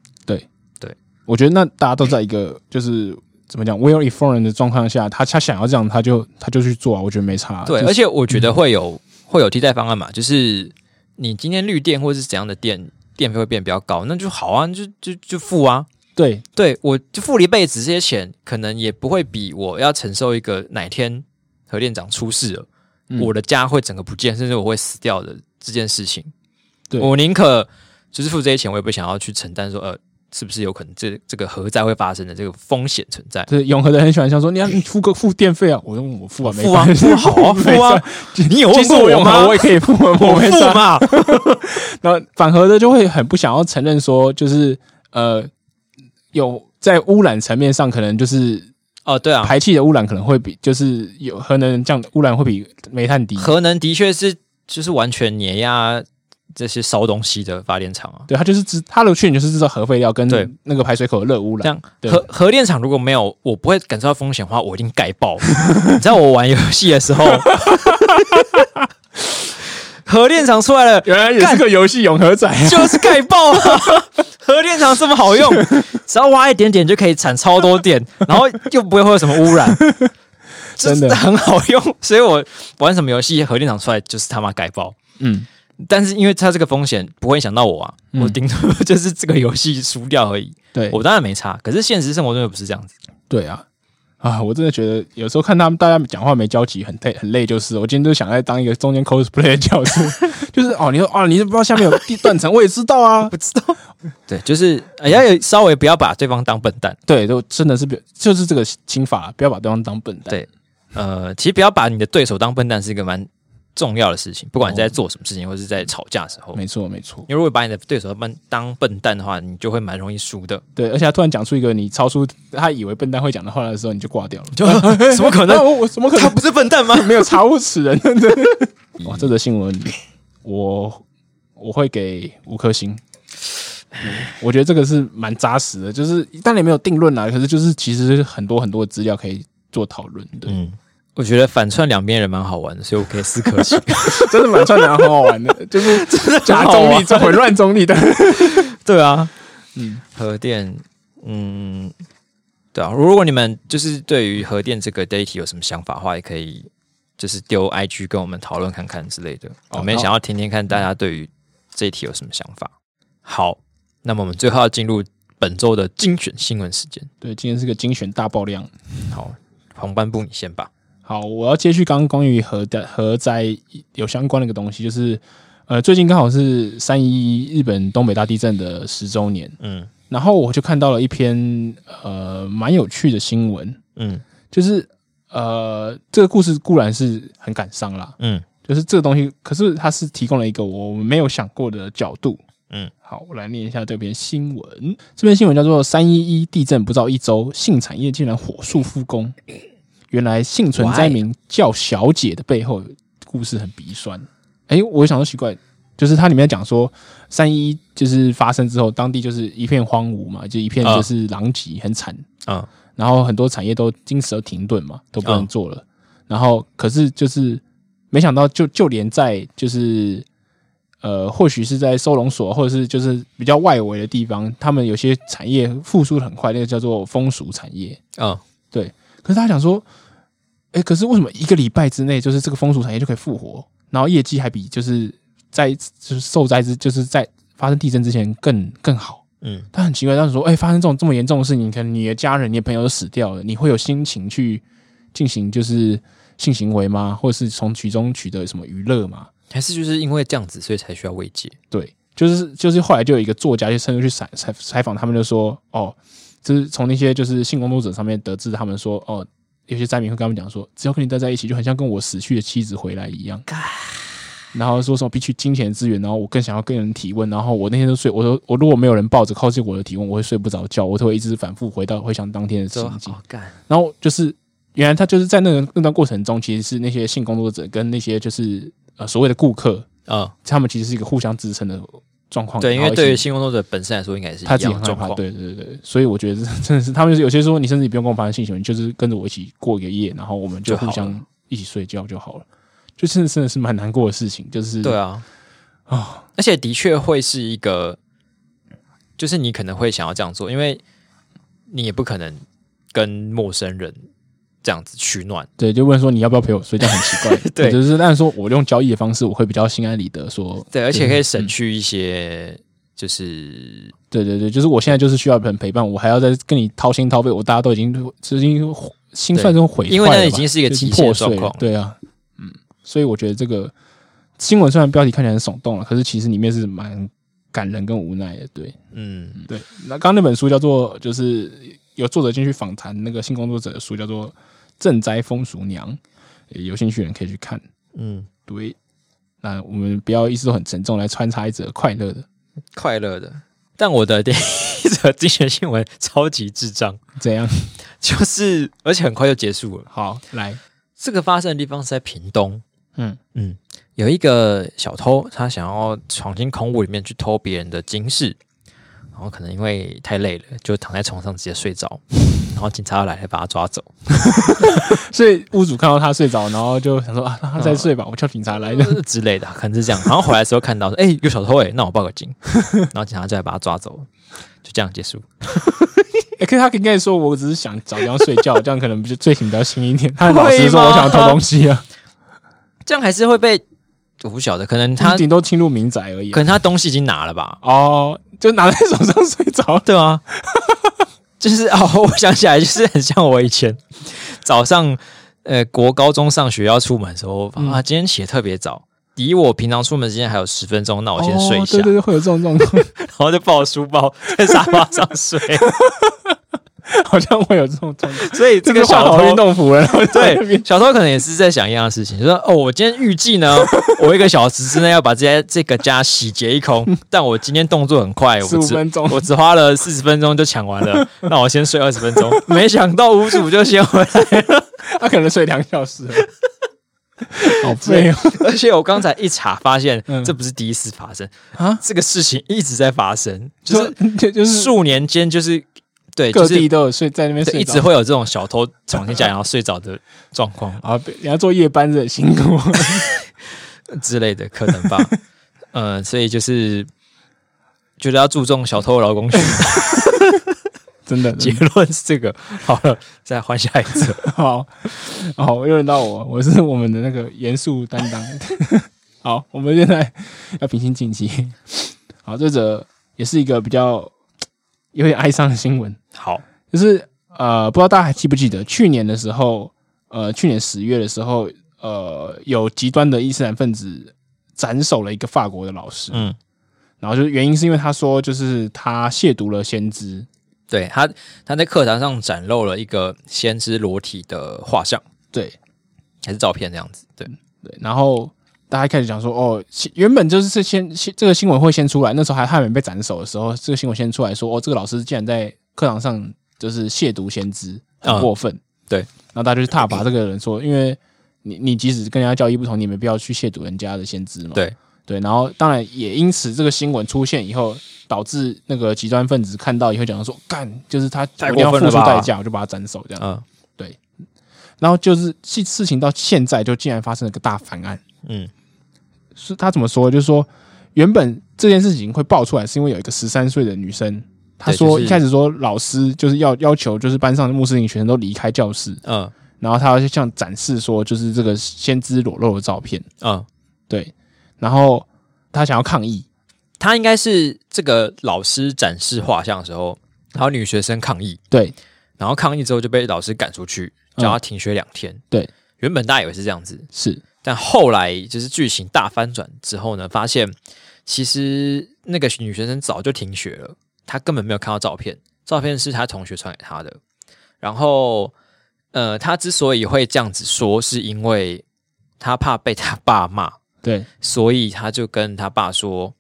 Speaker 2: 我觉得那大家都在一个就是怎么讲 w e l l informed 的状况下，他他想要这样，他就他就去做啊，我觉得没差啊。
Speaker 1: 对，
Speaker 2: 就
Speaker 1: 而
Speaker 2: 是
Speaker 1: 且我觉得会有、会有替代方案嘛，就是你今天绿电或是怎样的电电费会变比较高，那就好啊，就就就付啊。
Speaker 2: 对
Speaker 1: 对我就付了一辈子这些钱，可能也不会比我要承受一个哪天核电厂出事了，
Speaker 2: 嗯
Speaker 1: 我的家会整个不见，甚至我会死掉的这件事情，
Speaker 2: 对
Speaker 1: 我宁可就是付这些钱，我也不想要去承担说呃。是不是有可能这这个核灾会发生的这个风险存在？
Speaker 2: 对，永和的人很喜欢像说，你要你付个付电费啊，我说 [LAUGHS] 我付啊，没
Speaker 1: 付啊
Speaker 2: 关系
Speaker 1: 付啊好啊
Speaker 2: 没
Speaker 1: 付啊
Speaker 2: [LAUGHS] 关系
Speaker 1: 你有
Speaker 2: 其
Speaker 1: 问
Speaker 2: 实
Speaker 1: 过
Speaker 2: 我
Speaker 1: [LAUGHS] 我吗
Speaker 2: 我也可以付，我没 [LAUGHS]
Speaker 1: 付
Speaker 2: 差。
Speaker 1: 嘛，
Speaker 2: 然后反核的就会很不想要承认说，就是呃，有在污染层面上，可能就是
Speaker 1: 哦，对啊，
Speaker 2: 排气的污染可能会比就是有核能这样污染会比煤炭低。
Speaker 1: 核能的确是就是完全碾压这些烧东西的发电厂啊。
Speaker 2: 对，它就是制，它的缺点就是制造核废料跟
Speaker 1: 对
Speaker 2: 那个排水口的热污
Speaker 1: 这
Speaker 2: 染。
Speaker 1: 样
Speaker 2: 对
Speaker 1: 核核电厂如果没有，我不会感受到风险的话，我一定盖爆。
Speaker 2: [LAUGHS]
Speaker 1: 你知道我玩游戏的时候， [LAUGHS] 核电厂出来
Speaker 2: [LAUGHS]
Speaker 1: 了
Speaker 2: 原来也是个游戏永和仔、啊，
Speaker 1: 就是盖爆啊！ [LAUGHS] 核电厂这么好用，只要挖一点点就可以产超多
Speaker 2: [LAUGHS]
Speaker 1: 电，然后又不会会有什么污染，
Speaker 2: 真的
Speaker 1: 就是很好用。所以我玩什么游戏，核电厂出来就是他妈盖爆。
Speaker 2: 嗯，
Speaker 1: 但是因为它这个风险不会影响到我啊，
Speaker 2: 嗯
Speaker 1: 我顶多 [LAUGHS] 就是这个游戏输掉而已，
Speaker 2: 对，
Speaker 1: 我当然没差。可是现实生活中又不是这样子，
Speaker 2: 对啊，啊，我真的觉得有时候看他们大家讲话没交集，很累很累，就是我今天就想在当一个中间 cosplay 的角色， [LAUGHS] 就是哦，你说哦，你都不知道下面有地断层，我也知道 [LAUGHS] 啊，
Speaker 1: 知道？对，就是哎要有稍微不要把对方当笨蛋，
Speaker 2: 对，都真的是比就是这个心法，不要把对方当笨蛋。
Speaker 1: 对呃，其实不要把你的对手当笨蛋是一个蛮重要的事情，不管你在做什么事情，或是在吵架的时候。
Speaker 2: 没错没错，
Speaker 1: 因为如果把你的对手当当笨蛋的话，你就会蛮容易输 [LAUGHS] 的。
Speaker 2: 对，而且他突然讲出一个你超出他以为笨蛋会讲的话的时候，你就挂掉了。
Speaker 1: 就怎么可
Speaker 2: [LAUGHS] 那
Speaker 1: 能？
Speaker 2: 我我怎么可
Speaker 1: 他
Speaker 2: 能
Speaker 1: 不是笨蛋吗？
Speaker 2: [LAUGHS] 没有查无此人？哇，这则新闻我我会给五颗星。嗯我觉得这个是蛮扎实的，就是当然也没有定论啦，可是就是其实很多很多的资料可以做讨论的，
Speaker 1: 嗯，我觉得反串两边人蛮好玩的，所以我可以四颗星。
Speaker 2: 真的蛮串的，很好玩的，就是假
Speaker 1: 很好
Speaker 2: 中
Speaker 1: 玩
Speaker 2: 立、这混乱中立的。
Speaker 1: 对啊，
Speaker 2: 嗯
Speaker 1: 嗯，核电，嗯，对啊。如果你们就是对于核电这个 d a t 有什么想法的话，也可以就是丢 IG 跟我们讨论看看之类的。
Speaker 2: 哦
Speaker 1: 我们也
Speaker 2: 好
Speaker 1: 想要听听看大家对于这一题有什么想法。好，那么我们最后要进入本周的精选新闻时间。
Speaker 2: 对，今天是个精选大爆量。
Speaker 1: 好，黄斑部你先吧。
Speaker 2: 好，我要接续刚刚关于核的核灾有相关的一个东西，就是呃，最近刚好是三一一日本东北大地震的十周年，
Speaker 1: 嗯
Speaker 2: 然后我就看到了一篇呃蛮有趣的新闻，
Speaker 1: 嗯
Speaker 2: 就是呃这个故事固然是很感伤啦，
Speaker 1: 嗯
Speaker 2: 就是这个东西，可是它是提供了一个我没有想过的角度。
Speaker 1: 嗯，
Speaker 2: 好，我来念一下这篇新闻。这篇新闻叫做“三一一地震不到一周，性产业竟然火速复工”。原来幸存灾民叫小姐的背后故事很鼻酸。哎，我想说奇怪，就是它里面讲说三一就是发生之后，当地就是一片荒芜嘛，就一片
Speaker 1: 啊
Speaker 2: 就是狼藉，很惨。
Speaker 1: 啊
Speaker 2: 然后很多产业都因此而停顿嘛，都不能做了。然后可是就是没想到就，就连在就是呃，或许是在收容所，或者是就是比较外围的地方，他们有些产业复苏得很快，那个叫做风俗产业。
Speaker 1: 啊
Speaker 2: 可是他想说，哎，可是为什么一个礼拜之内，就是这个风俗产业就可以复活，然后业绩还比就是在就是受灾之就是在发生地震之前更更好？
Speaker 1: 嗯
Speaker 2: 他很奇怪，当时说，哎、发生这种这么严重的事情，可能你的家人、你的朋友都死掉了，你会有心情去进行就是性行为吗？或者是从其中取得什么娱乐吗？
Speaker 1: 还是就是因为这样子，所以才需要慰藉。
Speaker 2: 对，就是就是后来就有一个作家就深入去采采采访他们，就说，哦，就是从那些就是性工作者上面得知，他们说，哦，有些灾民会跟他们讲说，只要跟你待在一起，就很像跟我死去的妻子回来一样。然后说什么比起金钱的资源，然后我更想要跟人提问。然后我那天都睡，我说我如果没有人抱着靠近我的提问，我会睡不着觉，我都会一直反复回到回想当天的
Speaker 1: 之后
Speaker 2: 情景。
Speaker 1: 哦干，
Speaker 2: 然后就是原来他就是在那个那段过程中，其实是那些性工作者跟那些就是呃所谓的顾客，
Speaker 1: 嗯，
Speaker 2: 他们其实是一个互相支撑的状况。
Speaker 1: 对，因为
Speaker 2: 然后一起
Speaker 1: 对于性工作者本身来说，应该也是一
Speaker 2: 他自己
Speaker 1: 样
Speaker 2: 很
Speaker 1: 的
Speaker 2: 害
Speaker 1: 状
Speaker 2: 怕，
Speaker 1: 况。
Speaker 2: 对对对对，所以我觉得这真的是他们有些时候，你甚至你不用跟我发生性行为，你就是跟着我一起过一个夜，然后我们就
Speaker 1: 就好
Speaker 2: 互
Speaker 1: 了
Speaker 2: 相一起睡觉就好了。就真的真的是蛮难过的事情，就是
Speaker 1: 对啊，
Speaker 2: 啊
Speaker 1: 而且的确会是一个，就是你可能会想要这样做，因为你也不可能跟陌生人这样子取暖。
Speaker 2: 对，就问说你要不要陪我睡觉，很奇怪。
Speaker 1: [LAUGHS] 对
Speaker 2: 就是但是说我用交易的方式，我会比较心安理得说，
Speaker 1: 对，而且
Speaker 2: 对
Speaker 1: 可以省去一些，就是
Speaker 2: 对对对，就是我现在就是需要人陪伴，我还要再跟你掏心掏肺，我大家都已经已经心算中毁坏了吧，
Speaker 1: 因为那已经是一个
Speaker 2: 就
Speaker 1: 极限的
Speaker 2: 破碎
Speaker 1: 状
Speaker 2: 了
Speaker 1: 况。，
Speaker 2: 对啊，嗯，所以我觉得这个新闻虽然标题看起来很耸动了，可是其实里面是蛮感人跟无奈的。对
Speaker 1: 嗯
Speaker 2: 对，那刚刚那本书叫做就是有作者进去访谈那个性工作者的书叫做《赈灾风俗娘》，有兴趣的人可以去看。
Speaker 1: 嗯，
Speaker 2: 对，那我们不要一直都很沉重，来穿插一则快乐的，
Speaker 1: 快乐的。但我的第一则精选新闻超级智障，
Speaker 2: 怎样？
Speaker 1: 就是而且很快就结束了。
Speaker 2: 好，来，
Speaker 1: 这个发生的地方是在屏东，
Speaker 2: 嗯
Speaker 1: 嗯，有一个小偷，他想要闯进空屋里面去偷别人的金饰，然后可能因为太累了，就躺在床上直接睡着， [LAUGHS] 然后警察来把他抓走。 [LAUGHS]
Speaker 2: 所以屋主看到他睡着，然后就想说啊，让他再睡吧，我叫警察来的。
Speaker 1: 呃之类的，可能是这样。然后回来的时候看到说，哎、有小偷哎、那我报个警， [LAUGHS] 然后警察就来把他抓走了，就这样结束。
Speaker 2: 欸、可是他应该说，我只是想找地方睡觉，这样可能就睡醒比较轻一点。他
Speaker 1: 会吗
Speaker 2: 老实说，我想要偷东西啊，
Speaker 1: 这样还是会被我不晓得，可能他
Speaker 2: 顶多侵入民宅而已
Speaker 1: 可
Speaker 2: 啊、
Speaker 1: 能他东西已经拿了吧？
Speaker 2: 哦，就拿在手上睡着。
Speaker 1: 对啊， [LAUGHS] 就是哦，我想起来，就是很像我以前早上呃国高中上学要出门的时候
Speaker 2: 嗯
Speaker 1: 啊，今天起得特别早。离我平常出门时间还有十分钟，那我先睡一
Speaker 2: 哦
Speaker 1: 下，
Speaker 2: 对对对，会有这种状况，
Speaker 1: 然后就抱书包在沙发上
Speaker 2: [LAUGHS]
Speaker 1: 睡。
Speaker 2: 好像会有这种状况。
Speaker 1: 所以 [LAUGHS] 这个
Speaker 2: 就是
Speaker 1: 小
Speaker 2: 画
Speaker 1: 偷
Speaker 2: 好运动服了，然后在那
Speaker 1: [LAUGHS] 对
Speaker 2: 边，
Speaker 1: 小偷可能也是在想一样的事情，就说哦，我今天预计
Speaker 2: [LAUGHS]
Speaker 1: 呢，我一个小时之内要把这些这个家洗劫一
Speaker 2: [LAUGHS]
Speaker 1: 空，但我今天动作很快，我
Speaker 2: 15
Speaker 1: 只
Speaker 2: 分钟
Speaker 1: 我只花了四十分钟就抢完
Speaker 2: [LAUGHS]
Speaker 1: 了，那我先睡二十分钟。没想到屋主就先回
Speaker 2: [LAUGHS]
Speaker 1: 来，
Speaker 2: 他可能睡两小时
Speaker 1: [LAUGHS]
Speaker 2: 了，好废哦
Speaker 1: 而且我刚才一查发现
Speaker 2: 嗯，
Speaker 1: 这不是第一次发生，
Speaker 2: 啊！
Speaker 1: 这个事情一直在发生，就
Speaker 2: 就是就就是
Speaker 1: 数年间就是。对，就
Speaker 2: 各
Speaker 1: 是
Speaker 2: 地都有睡在那边
Speaker 1: 对
Speaker 2: 睡
Speaker 1: 一
Speaker 2: 着
Speaker 1: 直会有这种小偷闯进家然后睡着的状况。
Speaker 2: 啊，被人家做夜班是很辛苦。 [LAUGHS]
Speaker 1: 之类的，可能吧。呃，所以就是觉得要注重小偷劳工权，
Speaker 2: 真的，
Speaker 1: 结
Speaker 2: 真的
Speaker 1: 论是这个。好了，再换下一次。
Speaker 2: [LAUGHS] 好，好，又轮到我，我是我们的那个严肃担当。 [LAUGHS] 好，我们现在要平心静气。好，这则也是一个比较有点哀伤的新闻，
Speaker 1: 好，
Speaker 2: 就是呃，不知道大家还记不记得去年的时候，呃，去年十月的时候，呃，有极端的伊斯兰分子斩首了一个法国的老师，
Speaker 1: 嗯，
Speaker 2: 然后就是原因是因为他说就是他亵渎了先知，
Speaker 1: 对他，他在课堂上展露了一个先知裸体的画像，
Speaker 2: 对
Speaker 1: 还是照片这样子，对，
Speaker 2: 对，然后。大家一开始讲说，哦，其原本就是这先先这个新闻会先出来，那时候还还没被斩首的时候，这个新闻先出来说，哦，这个老师竟然在课堂上就是亵渎先知，很
Speaker 1: 嗯
Speaker 2: 过分。
Speaker 1: 对
Speaker 2: 然后大家就踏伐这个人说，因为你你即使跟人家教义不同，你也没必要去亵渎人家的先知嘛。
Speaker 1: 对
Speaker 2: 对，然后当然也因此这个新闻出现以后，导致那个极端分子看到以后讲说，干，就是他
Speaker 1: 太
Speaker 2: 我一定要
Speaker 1: 过
Speaker 2: 付
Speaker 1: 分
Speaker 2: 出
Speaker 1: 了吧
Speaker 2: 代价，我就把他斩首这样。
Speaker 1: 嗯
Speaker 2: 然后就是事事情到现在就竟然发生了个大反案，
Speaker 1: 嗯
Speaker 2: 是他怎么说？就是说原本这件事情会爆出来，是因为有一个十三岁的女生。她
Speaker 1: 对
Speaker 2: 说：“
Speaker 1: 就是
Speaker 2: 一开始说老师就是要要求，就是班上的穆斯林学生都离开教室，
Speaker 1: 嗯
Speaker 2: 然后他就像展示说，就是这个先知裸露的照片，
Speaker 1: 嗯，
Speaker 2: 对，然后他想要抗议，
Speaker 1: 他应该是这个老师展示画像的时候，然后女学生抗议，
Speaker 2: 对
Speaker 1: 然后抗议之后就被老师赶出去，叫他停学两天。
Speaker 2: 对，
Speaker 1: 原本大家以为是这样子，
Speaker 2: 是，
Speaker 1: 但后来就是剧情大翻转之后呢，发现其实那个女学生早就停学了，她根本没有看到照片，照片是她同学传给她的。然后，呃，她之所以会这样子说，是因为她怕被她爸骂，
Speaker 2: 对
Speaker 1: 所以她就跟她爸说：“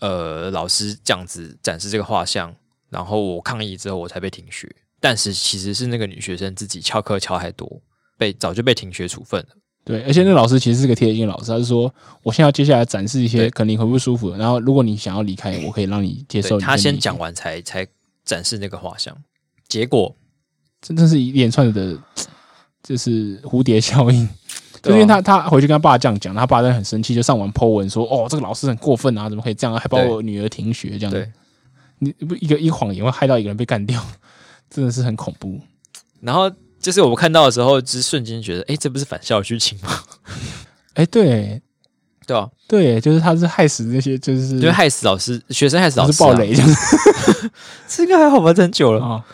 Speaker 1: 呃，老师这样子展示这个画像，然后我抗议之后我才被停学。”但是其实是那个女学生自己翘课翘太多，被早就被停学处分了。
Speaker 2: 对，而且那个老师其实是个贴心的老师，他是说我现在要接下来展示一些
Speaker 1: 对
Speaker 2: 可能你会不舒服的，然后如果你想要离开，我可以让你接受
Speaker 1: 对
Speaker 2: 你的
Speaker 1: 他先
Speaker 2: 理解
Speaker 1: 讲，完才才展示那个画像，结果
Speaker 2: 真的是一连串的，就是蝴蝶效应。 [LAUGHS] 就
Speaker 1: 对啊
Speaker 2: 是因为他他回去跟他爸这样讲，他爸真的很生气，就上网 po 文说：“哦，这个老师很过分啊，怎么可以这样，还把
Speaker 1: 对
Speaker 2: 我女儿停学这样。”
Speaker 1: 对，
Speaker 2: 你不一个一个谎言会害到一个人被干掉， [LAUGHS] 真的是很恐怖。
Speaker 1: 然后就是我看到的时候，就是瞬间觉得，哎，这不是返校剧情吗？ [LAUGHS]
Speaker 2: 哎、对
Speaker 1: 对啊，
Speaker 2: 对，就是他是害死那些就是
Speaker 1: 就是害死老师，学生害死老
Speaker 2: 就
Speaker 1: 师、啊
Speaker 2: 是暴，雷，就是
Speaker 1: 这个还好吧，这很久了。 [LAUGHS]
Speaker 2: 啊，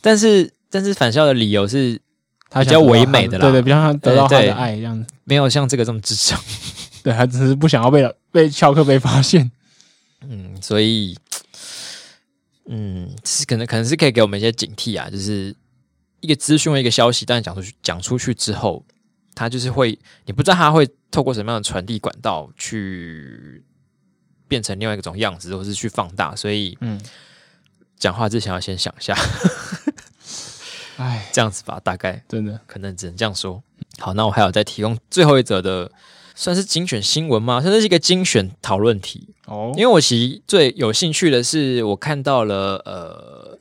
Speaker 1: 但是但是返校的理由是
Speaker 2: 他
Speaker 1: 比
Speaker 2: 想
Speaker 1: 较
Speaker 2: 得到
Speaker 1: 唯
Speaker 2: 他
Speaker 1: 美的啦哎
Speaker 2: 对对，比较他得到他
Speaker 1: 对对
Speaker 2: 的爱这样子。
Speaker 1: 没有像这个这么智障，
Speaker 2: 对他只是不想要被被翘课被发现。
Speaker 1: 嗯，所以嗯，是可能可能是可以给我们一些警惕啊，就是一个资讯或一个消息，但讲出去讲出去之后，它就是会，你不知道它会透过什么样的传递管道去变成另外一种样子，或是去放大。所以
Speaker 2: 嗯，
Speaker 1: 讲话之前要先想一下，
Speaker 2: 哎，
Speaker 1: 这样子吧，大概
Speaker 2: 真的
Speaker 1: 可能只能这样说。好，那我还有再提供最后一则的，算是精选新闻吗？算是一个精选讨论题。
Speaker 2: 哦
Speaker 1: 因为我其实最有兴趣的是，我看到了呃，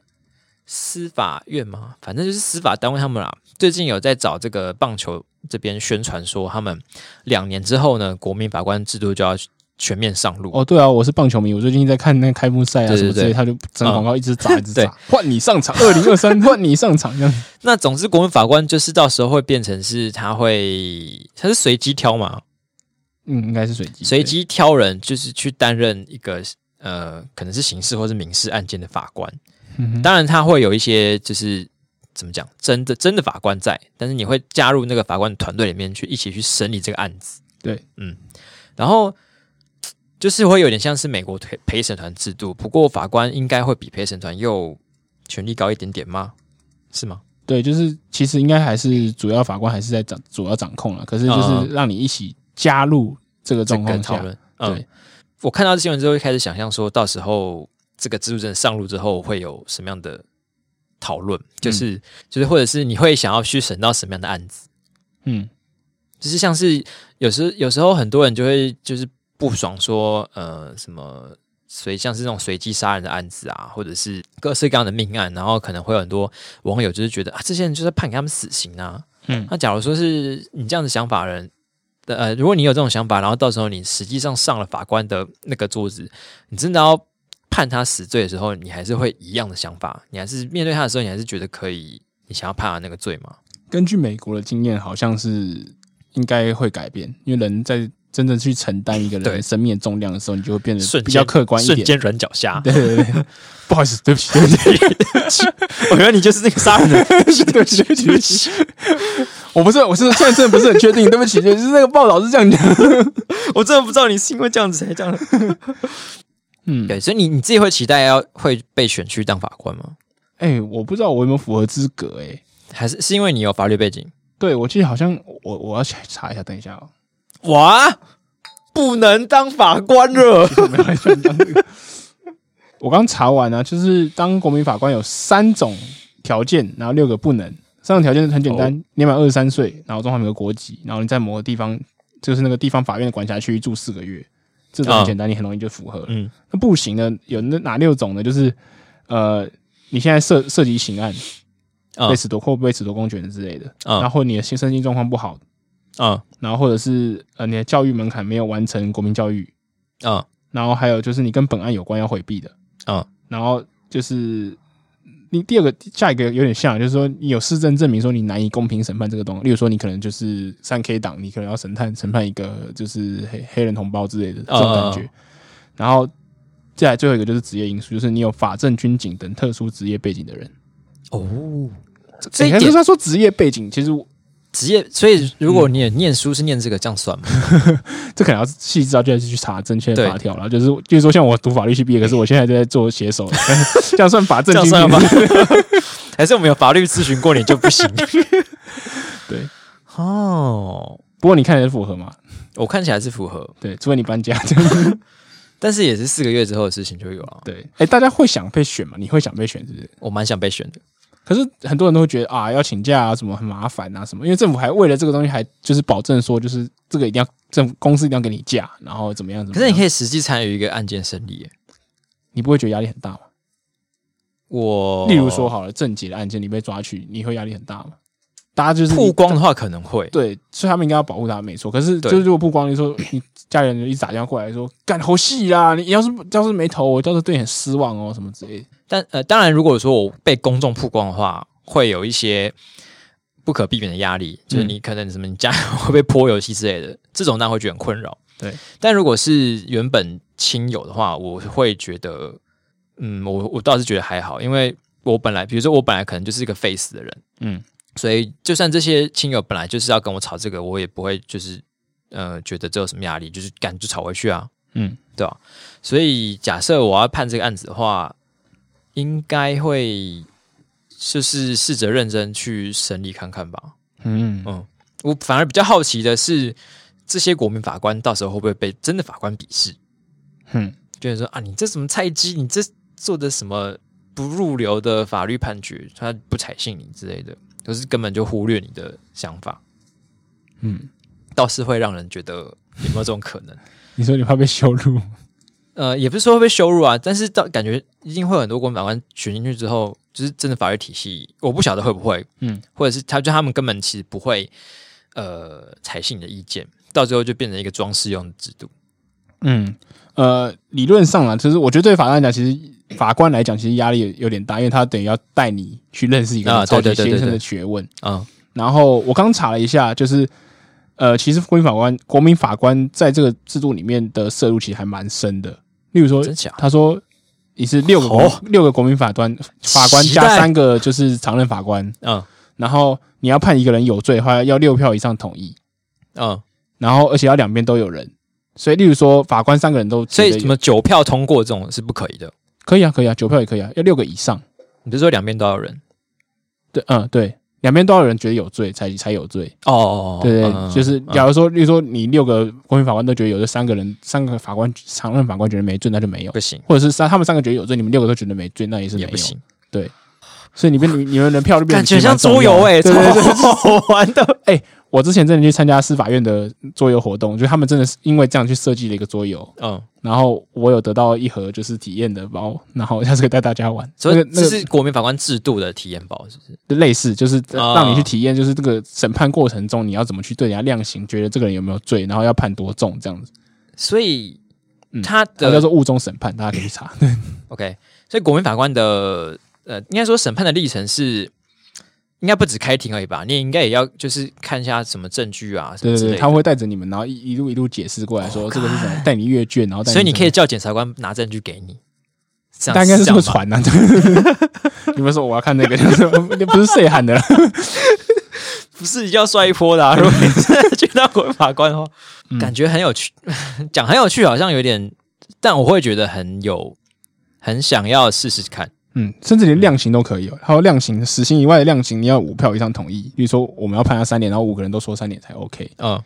Speaker 1: 司法院嘛，反正就是司法单位他们啦，最近有在找这个棒球这边宣传说，他们两年之后呢，国民法官制度就要全面上路。
Speaker 2: 哦，对啊，我是棒球迷，我最近在看那个开幕赛啊
Speaker 1: 对对
Speaker 2: 什么之类，
Speaker 1: 对嗯
Speaker 2: 他就整个广告一直砸一直
Speaker 1: 对
Speaker 2: 砸，换你上场，二零
Speaker 1: [LAUGHS]
Speaker 2: 二三换你上场这样。
Speaker 1: 那总之，国民法官就是到时候会变成是他会他是随机挑嘛，
Speaker 2: 嗯，应该是随机
Speaker 1: 随机挑人就是去担任一个呃，可能是刑事或是民事案件的法官。
Speaker 2: 嗯哼
Speaker 1: 当然他会有一些就是怎么讲，真的真的法官在，但是你会加入那个法官的团队里面去一起去审理这个案子。
Speaker 2: 对，
Speaker 1: 嗯，然后就是会有点像是美国陪陪审团制度，不过法官应该会比陪审团又权力高一点点吗？是吗？
Speaker 2: 对，就是其实应该还是主要法官还是在掌主要掌控了，啊可是就是
Speaker 1: 嗯
Speaker 2: 让你一起加入这个
Speaker 1: 这
Speaker 2: 状
Speaker 1: 个
Speaker 2: 况
Speaker 1: 讨
Speaker 2: 下，
Speaker 1: 论，嗯，
Speaker 2: 对，
Speaker 1: 我看到这新闻之后，就开始想象说，到时候这个制度真的上路之后，会有什么样的讨论？就是、就是，或者是你会想要去审到什么样的案子？
Speaker 2: 嗯，
Speaker 1: 就是像是有时有时候很多人就会就是不爽说，呃，什么随像是那种随机杀人的案子啊，或者是各式各样的命案，然后可能会有很多网友就是觉得啊，这些人就是判给他们死刑啊。
Speaker 2: 嗯
Speaker 1: 那假如说是你这样子想法的人。呃，如果你有这种想法，然后到时候你实际上上了法官的那个桌子，你真的要判他死罪的时候，你还是会一样的想法，你还是面对他的时候，你还是觉得可以，你想要判他那个罪吗？
Speaker 2: 根据美国的经验，好像是应该会改变，因为人在真的去承担一个
Speaker 1: 对
Speaker 2: 人生命的重量的时候，你就会变得
Speaker 1: 瞬
Speaker 2: 嗯比较
Speaker 1: 间
Speaker 2: 客观一
Speaker 1: 瞬
Speaker 2: 点。
Speaker 1: 间软脚虾。
Speaker 2: 对对对，对不好意思，对不起，对不起，
Speaker 1: [LAUGHS]
Speaker 3: 我原来你就是那个杀人的， [LAUGHS]
Speaker 2: 对不起，对不起，对不起，我不是，我是现在真的不是很确定，对不起，就是那个报道是这样讲。
Speaker 3: 我真的不知道你是因为这样子才这样。
Speaker 1: [LAUGHS]
Speaker 2: 嗯，
Speaker 1: 对，所以你你自己会期待要会被选去当法官吗？
Speaker 2: 哎、我不知道我有没有符合资格、哎，
Speaker 1: 还是是因为你有法律背景？
Speaker 2: 对我记得好像我我要去查一下，等一下哦、
Speaker 3: 哇，不能当法官了，
Speaker 2: 我没有很想当这个。 [LAUGHS] 我刚查完啊，就是当国民法官有三种条件，然后六个不能。三种条件很简单，
Speaker 1: 哦
Speaker 2: 年满二十三岁，然后中华民国国籍，然后你在某个地方，就是那个地方法院的管辖区域住四个月，这种
Speaker 1: 啊
Speaker 2: 很简单，你很容易就符合了。
Speaker 1: 嗯
Speaker 2: 那不行呢，有那哪六种呢？就是呃，你现在涉涉及刑案，
Speaker 1: 啊
Speaker 2: 被褫夺或被褫夺公权之类的，
Speaker 1: 啊
Speaker 2: 然后你的身身心状况不好，
Speaker 1: [LAUGHS] 嗯
Speaker 2: 然后或者是呃你的教育门槛没有完成国民教育，
Speaker 1: 嗯
Speaker 2: 然后还有就是你跟本案有关要回避的，
Speaker 1: 嗯，
Speaker 2: 然后就是你第二个下一个有点像，就是说你有市政证明说你难以公平审判这个东西，例如说你可能就是三 K 党，你可能要审判审判一个就是黑黑人同胞之类的这种感觉，
Speaker 1: 嗯嗯
Speaker 2: 然后再来最后一个就是职业因素，就是你有法政、军警等特殊职业背景的人。
Speaker 1: 哦，这
Speaker 2: 这
Speaker 1: 一
Speaker 2: 还是
Speaker 1: 点
Speaker 2: 他说职业背景，其实我
Speaker 1: 职业，所以如果你也念书是念这个，这样
Speaker 3: [LAUGHS]
Speaker 1: 算吗？
Speaker 2: 这可能要细致到就要去查正确的
Speaker 1: 对
Speaker 2: 法条了。就是就是说，像我读法律系毕业，可是我现在就在做写手， [LAUGHS] 这样算法
Speaker 3: 这
Speaker 2: 政
Speaker 3: 样
Speaker 2: 军
Speaker 3: 算了
Speaker 2: 警
Speaker 3: 吧？
Speaker 1: [LAUGHS]
Speaker 3: 还是我们有法律咨询过你就不 [LAUGHS] 行？
Speaker 2: 对，
Speaker 1: 哦，
Speaker 2: 不过你看起来符合嘛？
Speaker 1: 我看起来是符合，
Speaker 2: 对，除非
Speaker 1: [LAUGHS]
Speaker 2: 你搬家这样。
Speaker 1: 但是也是四个月之后的事情就有啊。
Speaker 2: 对，哎、大家会想被选吗？你会想被选是不是？
Speaker 1: 我蛮想被选的，
Speaker 2: 可是很多人都会觉得啊，要请假啊，什么很麻烦啊，什么，因为政府还为了这个东西还就是保证说，就是这个一定要政府公司一定要给你假，然后怎么样怎
Speaker 1: 可
Speaker 2: 么
Speaker 1: 是
Speaker 2: 样。
Speaker 1: 你可
Speaker 2: 以，
Speaker 1: 以实际参与一个案件审理耶。
Speaker 2: 你不会觉得压力很大吗？
Speaker 1: 我
Speaker 2: 例如说好了，政结的案件你被抓去，你会压力很大吗？大家就是
Speaker 1: 曝光的话，可能会
Speaker 2: 对，所以他们应该要保护他，没错。可是，就
Speaker 1: 对
Speaker 2: 是如果不光你说你家里人一直打电话过来说，干好戏啦，你要是要是没投，我到时候对你很失望哦，什么之类的。
Speaker 1: 但呃，当然，如果说我被公众曝光的话，会有一些不可避免的压力，
Speaker 2: 嗯
Speaker 1: 就是你可能什么你家 [LAUGHS] 会被泼油漆之类的，这种那会觉得很困扰。
Speaker 2: 对，
Speaker 1: 但如果是原本亲友的话，我会觉得，嗯，我我倒是觉得还好，因为我本来，比如说我本来可能就是一个 face 的人，
Speaker 2: 嗯，
Speaker 1: 所以就算这些亲友本来就是要跟我吵这个，我也不会就是呃觉得这有什么压力，就是赶就吵回去啊，
Speaker 2: 嗯，
Speaker 1: 对吧、所以假设我要判这个案子的话，应该会就是试着认真去审理看看吧。
Speaker 2: 嗯，
Speaker 1: 我反而比较好奇的是，这些国民法官到时候会不会被真的法官鄙视？
Speaker 2: 嗯，
Speaker 1: 就是说啊，你这什么菜鸡，你这做的什么不入流的法律判决，他不采信你之类的，就是根本就忽略你的想法。
Speaker 2: 嗯，
Speaker 1: 倒是会让人觉得有没有这种可能？
Speaker 2: 你说你怕被羞
Speaker 1: [LAUGHS]
Speaker 2: 辱？
Speaker 1: 呃，也不是说会被羞辱啊，但是到感觉一定会有很多国民法官选进去之后，就是真的法律体系，我不晓得会不会，
Speaker 2: 嗯，
Speaker 1: 或者是他就他们根本其实不会呃采信你的意见，到最后就变成一个装饰用的制度。
Speaker 2: 嗯，呃，理论上啊，就是我觉得对法官来讲，其实法官来讲，其实压力有有点大，因为他等于要带你去认识一个
Speaker 1: 啊
Speaker 2: 超级
Speaker 1: 对对对
Speaker 2: 先生
Speaker 1: 对
Speaker 2: 的
Speaker 1: 对
Speaker 2: 学问。
Speaker 1: 嗯
Speaker 2: 然后我刚查了一下，就是呃，其实国民法官国民法官在这个制度里面的涉入其实还蛮深的。例如说
Speaker 1: 真假，
Speaker 2: 他说你是六个国、
Speaker 1: 哦
Speaker 2: 六个国民法官法官
Speaker 1: 期
Speaker 2: 加
Speaker 1: 待
Speaker 2: 三个就是常任法官，
Speaker 1: 嗯
Speaker 2: 然后你要判一个人有罪的话，要六票以上同意，
Speaker 1: 嗯，
Speaker 2: 然后而且要两边都有人。所以，例如说，法官三个人都觉
Speaker 1: 所
Speaker 2: 得
Speaker 1: 以什么九票通过这种是不可以的。
Speaker 2: 可以啊，可以啊，九票也可以啊，要六个以上。
Speaker 1: 你不是说两边都要有人？
Speaker 2: 对，嗯，对，两边都要有人觉得有罪才才有罪。
Speaker 1: 哦哦
Speaker 2: 对对，就是假如说，例如说你六个国民法官都觉得有罪，三个人三个法官常任法官觉得没罪，那就没有
Speaker 1: 不；行，
Speaker 2: 或者是三他们三个觉得有罪，你们六个都觉得没罪，那也是没
Speaker 1: 也
Speaker 2: 有。
Speaker 1: 不行。
Speaker 2: 所以你变你你们人票就变
Speaker 3: 感
Speaker 2: 得
Speaker 3: 觉
Speaker 2: 其实
Speaker 3: 像
Speaker 2: 蛮
Speaker 3: 桌
Speaker 2: 重要
Speaker 3: 游
Speaker 2: 的
Speaker 1: 欸
Speaker 3: 哎、
Speaker 2: 对对对
Speaker 1: [LAUGHS]
Speaker 3: 超好玩的。
Speaker 2: 我之前真的去参加司法院的桌游活动，就是他们真的是因为这样去设计了一个桌游，
Speaker 1: 嗯，
Speaker 2: 然后我有得到一盒就是体验的包， [LAUGHS] 然后下次可以带大家玩。
Speaker 1: 所
Speaker 2: 那
Speaker 1: 以
Speaker 2: 个那
Speaker 1: 这
Speaker 2: 个
Speaker 1: 是国民法官制度的体验包，是不是？
Speaker 2: 类似，就是
Speaker 1: 啊
Speaker 2: 让你去体验，就是这个审判过程中你要怎么去对人家量刑，觉得这个人有没有罪，然后要判多重这样子。
Speaker 1: 所以
Speaker 2: 嗯
Speaker 1: 他
Speaker 2: 它叫
Speaker 1: 的
Speaker 2: 做误中审判，大家可
Speaker 1: [LAUGHS]
Speaker 2: 以去查。
Speaker 1: OK，所以国民法官的呃，应该说审判的历程是应该不止开庭而已吧？你也应该也要就是看一下什么证据啊，什
Speaker 2: 对
Speaker 1: 么之
Speaker 2: 对
Speaker 1: 类
Speaker 2: 对，
Speaker 1: 的。
Speaker 2: 他会带着你们，然后一一路一路解释过来说、这个是什么，带你阅卷，然后带
Speaker 1: 所以你可以
Speaker 2: 什
Speaker 1: 叫检察官拿证据给你，这
Speaker 2: 么，
Speaker 1: 样
Speaker 2: 大概是这么
Speaker 1: 这样吧
Speaker 2: 传呐、啊。 [LAUGHS] 你们说我要看那个，就是 [LAUGHS] 不是谁喊的啦？ [LAUGHS]
Speaker 1: 不是要摔一波的、啊。如果你真的去当国民法官的话，
Speaker 2: 嗯
Speaker 1: 感觉很有趣， [LAUGHS] 讲很有趣，好像有点，但我会觉得很有，很想要试试看。
Speaker 2: 嗯，甚至连量刑都可以、哦。还有量刑，死刑以外的量刑，你要五票以上同意。比如说，我们要判他三年，然后五个人都说三年才 OK。
Speaker 1: 嗯，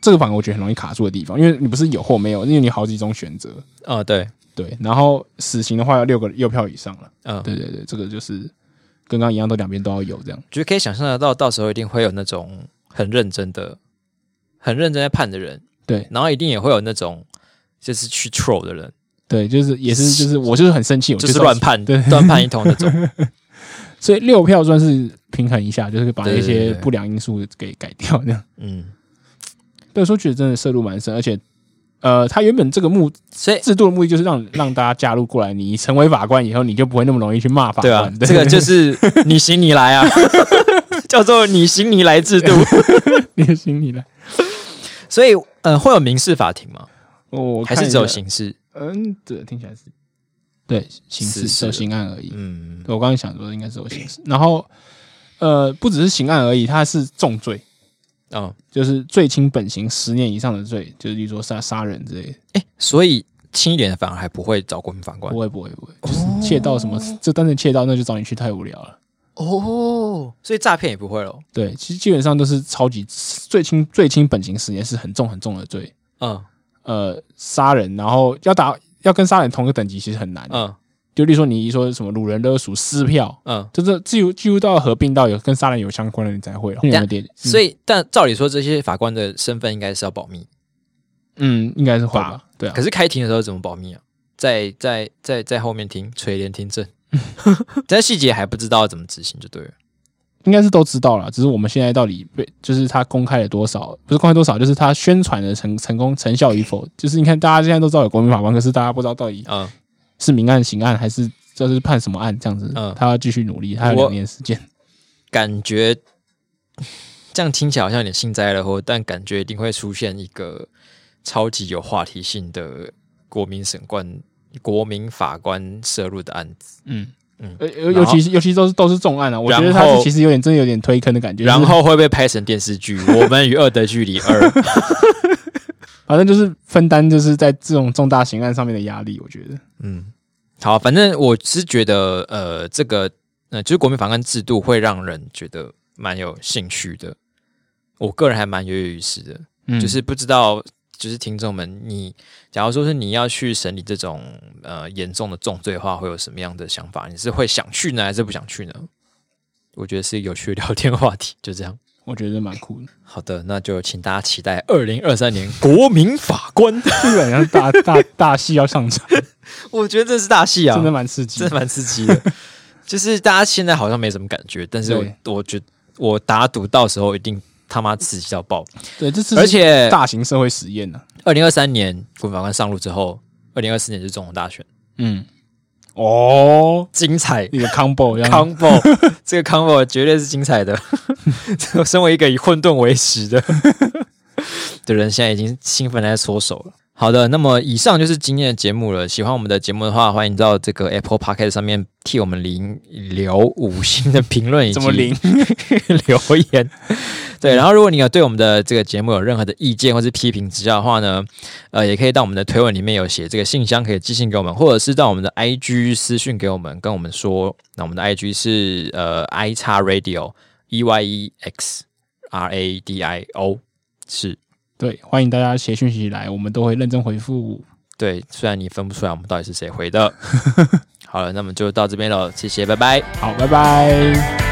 Speaker 2: 这个反而我觉得很容易卡住的地方，因为你不是有或没有，因为你有好几种选择。
Speaker 1: 哦，对，
Speaker 2: 对，然后死刑的话要六个六票以上了。
Speaker 1: 嗯，
Speaker 2: 对对对，这个就是跟刚刚一样，都两边都要有这样。
Speaker 1: 觉得可以想象得到，到时候一定会有那种很认真的、很认真在判的人，
Speaker 2: 对
Speaker 1: 然后一定也会有那种就是去 troll 的人，
Speaker 2: 对，就是也是就是我就是很生气，我
Speaker 1: 就是是
Speaker 2: 要
Speaker 1: 乱判、
Speaker 2: 对，
Speaker 1: 乱判一通那
Speaker 2: [LAUGHS]
Speaker 1: 种。
Speaker 2: 所以六票算是平衡一下，就是把
Speaker 1: 对
Speaker 2: 一
Speaker 1: 对对
Speaker 2: 些
Speaker 1: 对
Speaker 2: 不良因素给改掉这样。
Speaker 1: 嗯，
Speaker 2: 对，说觉得真的摄入蛮深，而且呃，他原本这个目
Speaker 1: 所以
Speaker 2: 制度的目的就是让让大家加入过来，你成为法官以后，你就不会那么容易去骂法
Speaker 1: 对啊
Speaker 2: 官。，
Speaker 1: 这个
Speaker 2: [LAUGHS]
Speaker 1: 就是你行你来啊， [LAUGHS] 叫做你行你来制度。
Speaker 2: 你的心里了。
Speaker 1: 所以，呃，会有民事法庭吗？
Speaker 2: 哦我
Speaker 1: 还
Speaker 2: 看
Speaker 1: 是只有
Speaker 2: 一下？
Speaker 1: 刑事？
Speaker 2: 嗯，对，听起来是，对，刑
Speaker 1: 是
Speaker 2: 事
Speaker 1: 是
Speaker 2: 只有刑案而已。
Speaker 1: 嗯
Speaker 2: 对我刚刚想说应该只有刑事，然后呃，不只是刑案而已，它是重罪，
Speaker 1: 哦，
Speaker 2: 就是最轻本刑十年以上的罪，就是例如说杀杀人之类的。
Speaker 1: 哎、所以轻一点的反而还不会找国民法官
Speaker 2: 不会不会不会，就是窃盗什么，就单纯窃盗那就找你去太无聊了。
Speaker 1: 哦，所以诈骗也不会喽。
Speaker 2: 对，其实基本上都是超级最轻最轻本刑十年是很重很重的罪，
Speaker 1: 嗯
Speaker 2: 呃，杀人然后要打要跟杀人同个等级其实很难。
Speaker 1: 嗯
Speaker 2: 就例如说你一说什么掳人勒索撕票，
Speaker 1: 嗯，
Speaker 2: 就是几乎几乎都要合并到有跟杀人有相关的你才会了。
Speaker 1: 下
Speaker 2: 有点嗯
Speaker 1: 所以但照理说，这些法官的身份应该是要保密，
Speaker 2: 嗯，应该是会吧？对啊
Speaker 1: 可，是开庭的时候怎么保密啊？在在在在后面听垂帘听 [LAUGHS] 政，但细节还不知道怎么执行就对了。
Speaker 2: 应该是都知道了，只是我们现在到底被就是他公开了多少，不是公开多少，就是他宣传的成成功成效与否。就是你看大家现在都知道有国民法官，可是大家不知道到底
Speaker 1: 嗯，
Speaker 2: 是明案、刑案还是这是判什么案这样子，
Speaker 1: 嗯
Speaker 2: 他要继续努力，他有
Speaker 1: 我
Speaker 2: 两年时
Speaker 1: [LAUGHS]
Speaker 2: 间。
Speaker 1: 感觉这样听起来好像有点幸灾乐祸，但感觉一定会出现一个超级有话题性的国民审官、国民法官涉入的案子。
Speaker 2: 嗯
Speaker 1: 嗯
Speaker 2: 呃尤尤其是尤其都是都是重案啊，我觉得他
Speaker 1: 然后
Speaker 2: 是其实有点真的有点推坑的感觉。
Speaker 1: 然
Speaker 2: 就是
Speaker 1: 后会被拍成电视 [LAUGHS] 剧《我们与恶的距离二》。
Speaker 2: 反正就是分担就是在这种重大刑案上面的压力，我觉得
Speaker 1: 嗯，好，反正我是觉得，呃，这个呃，就是国民法官制度会让人觉得蛮有兴趣的。我个人还蛮跃跃欲试的，
Speaker 2: 嗯
Speaker 1: 就是不知道，就是听众们，你假如说是你要去审理这种呃严重的重罪的话，会有什么样的想法？你是会想去呢，还是不想去呢？我觉得是一个有趣的聊天话题，就这样。
Speaker 2: 我觉得蛮酷的，
Speaker 1: 好的，那就请大家期待二零二三年国民法官。
Speaker 2: 就是好像大大大戏要上场，
Speaker 1: [LAUGHS] 我觉得这是大戏啊，
Speaker 2: 真的蛮刺激
Speaker 1: 真。的蛮刺激的。就是大家现在好像没什么感觉，但是
Speaker 2: 对
Speaker 1: 我我觉我打赌到时候一定他妈刺激到爆。
Speaker 2: 对，这是
Speaker 1: 而且
Speaker 2: 大型社会实验啊呢、
Speaker 1: 二零二三年国民法官上路之后，二零二四年就是总统大选，
Speaker 2: 嗯，哦，
Speaker 1: 精彩 [LAUGHS]
Speaker 2: 一个 combo 这样
Speaker 1: combo，这个 combo 绝对是精彩的。 [LAUGHS] 我身为一个以混沌为食的的人，现在已经兴奋地在搓手了。好的，那么以上就是今天的节目了。喜欢我们的节目的话，欢迎到这个 Apple Podcast 上面替我们零留五星的评论以及
Speaker 2: 怎么零？
Speaker 1: [LAUGHS] 留言。对，然后如果你有对我们的这个节目有任何的意见或是批评指教的话呢，呃，也可以到我们的推文里面有写这个信箱，可以寄信给我们，或者是到我们的 IG 私讯给我们，跟我们说。那我们的 IG 是呃 i x radio e y e x r a d i o 是。
Speaker 2: 对，欢迎大家写讯息来，我们都会认真回复。
Speaker 1: 对，虽然你分不出来我们到底是谁回的。好了，那么就到这边了，谢谢，拜拜。
Speaker 2: 好，拜拜。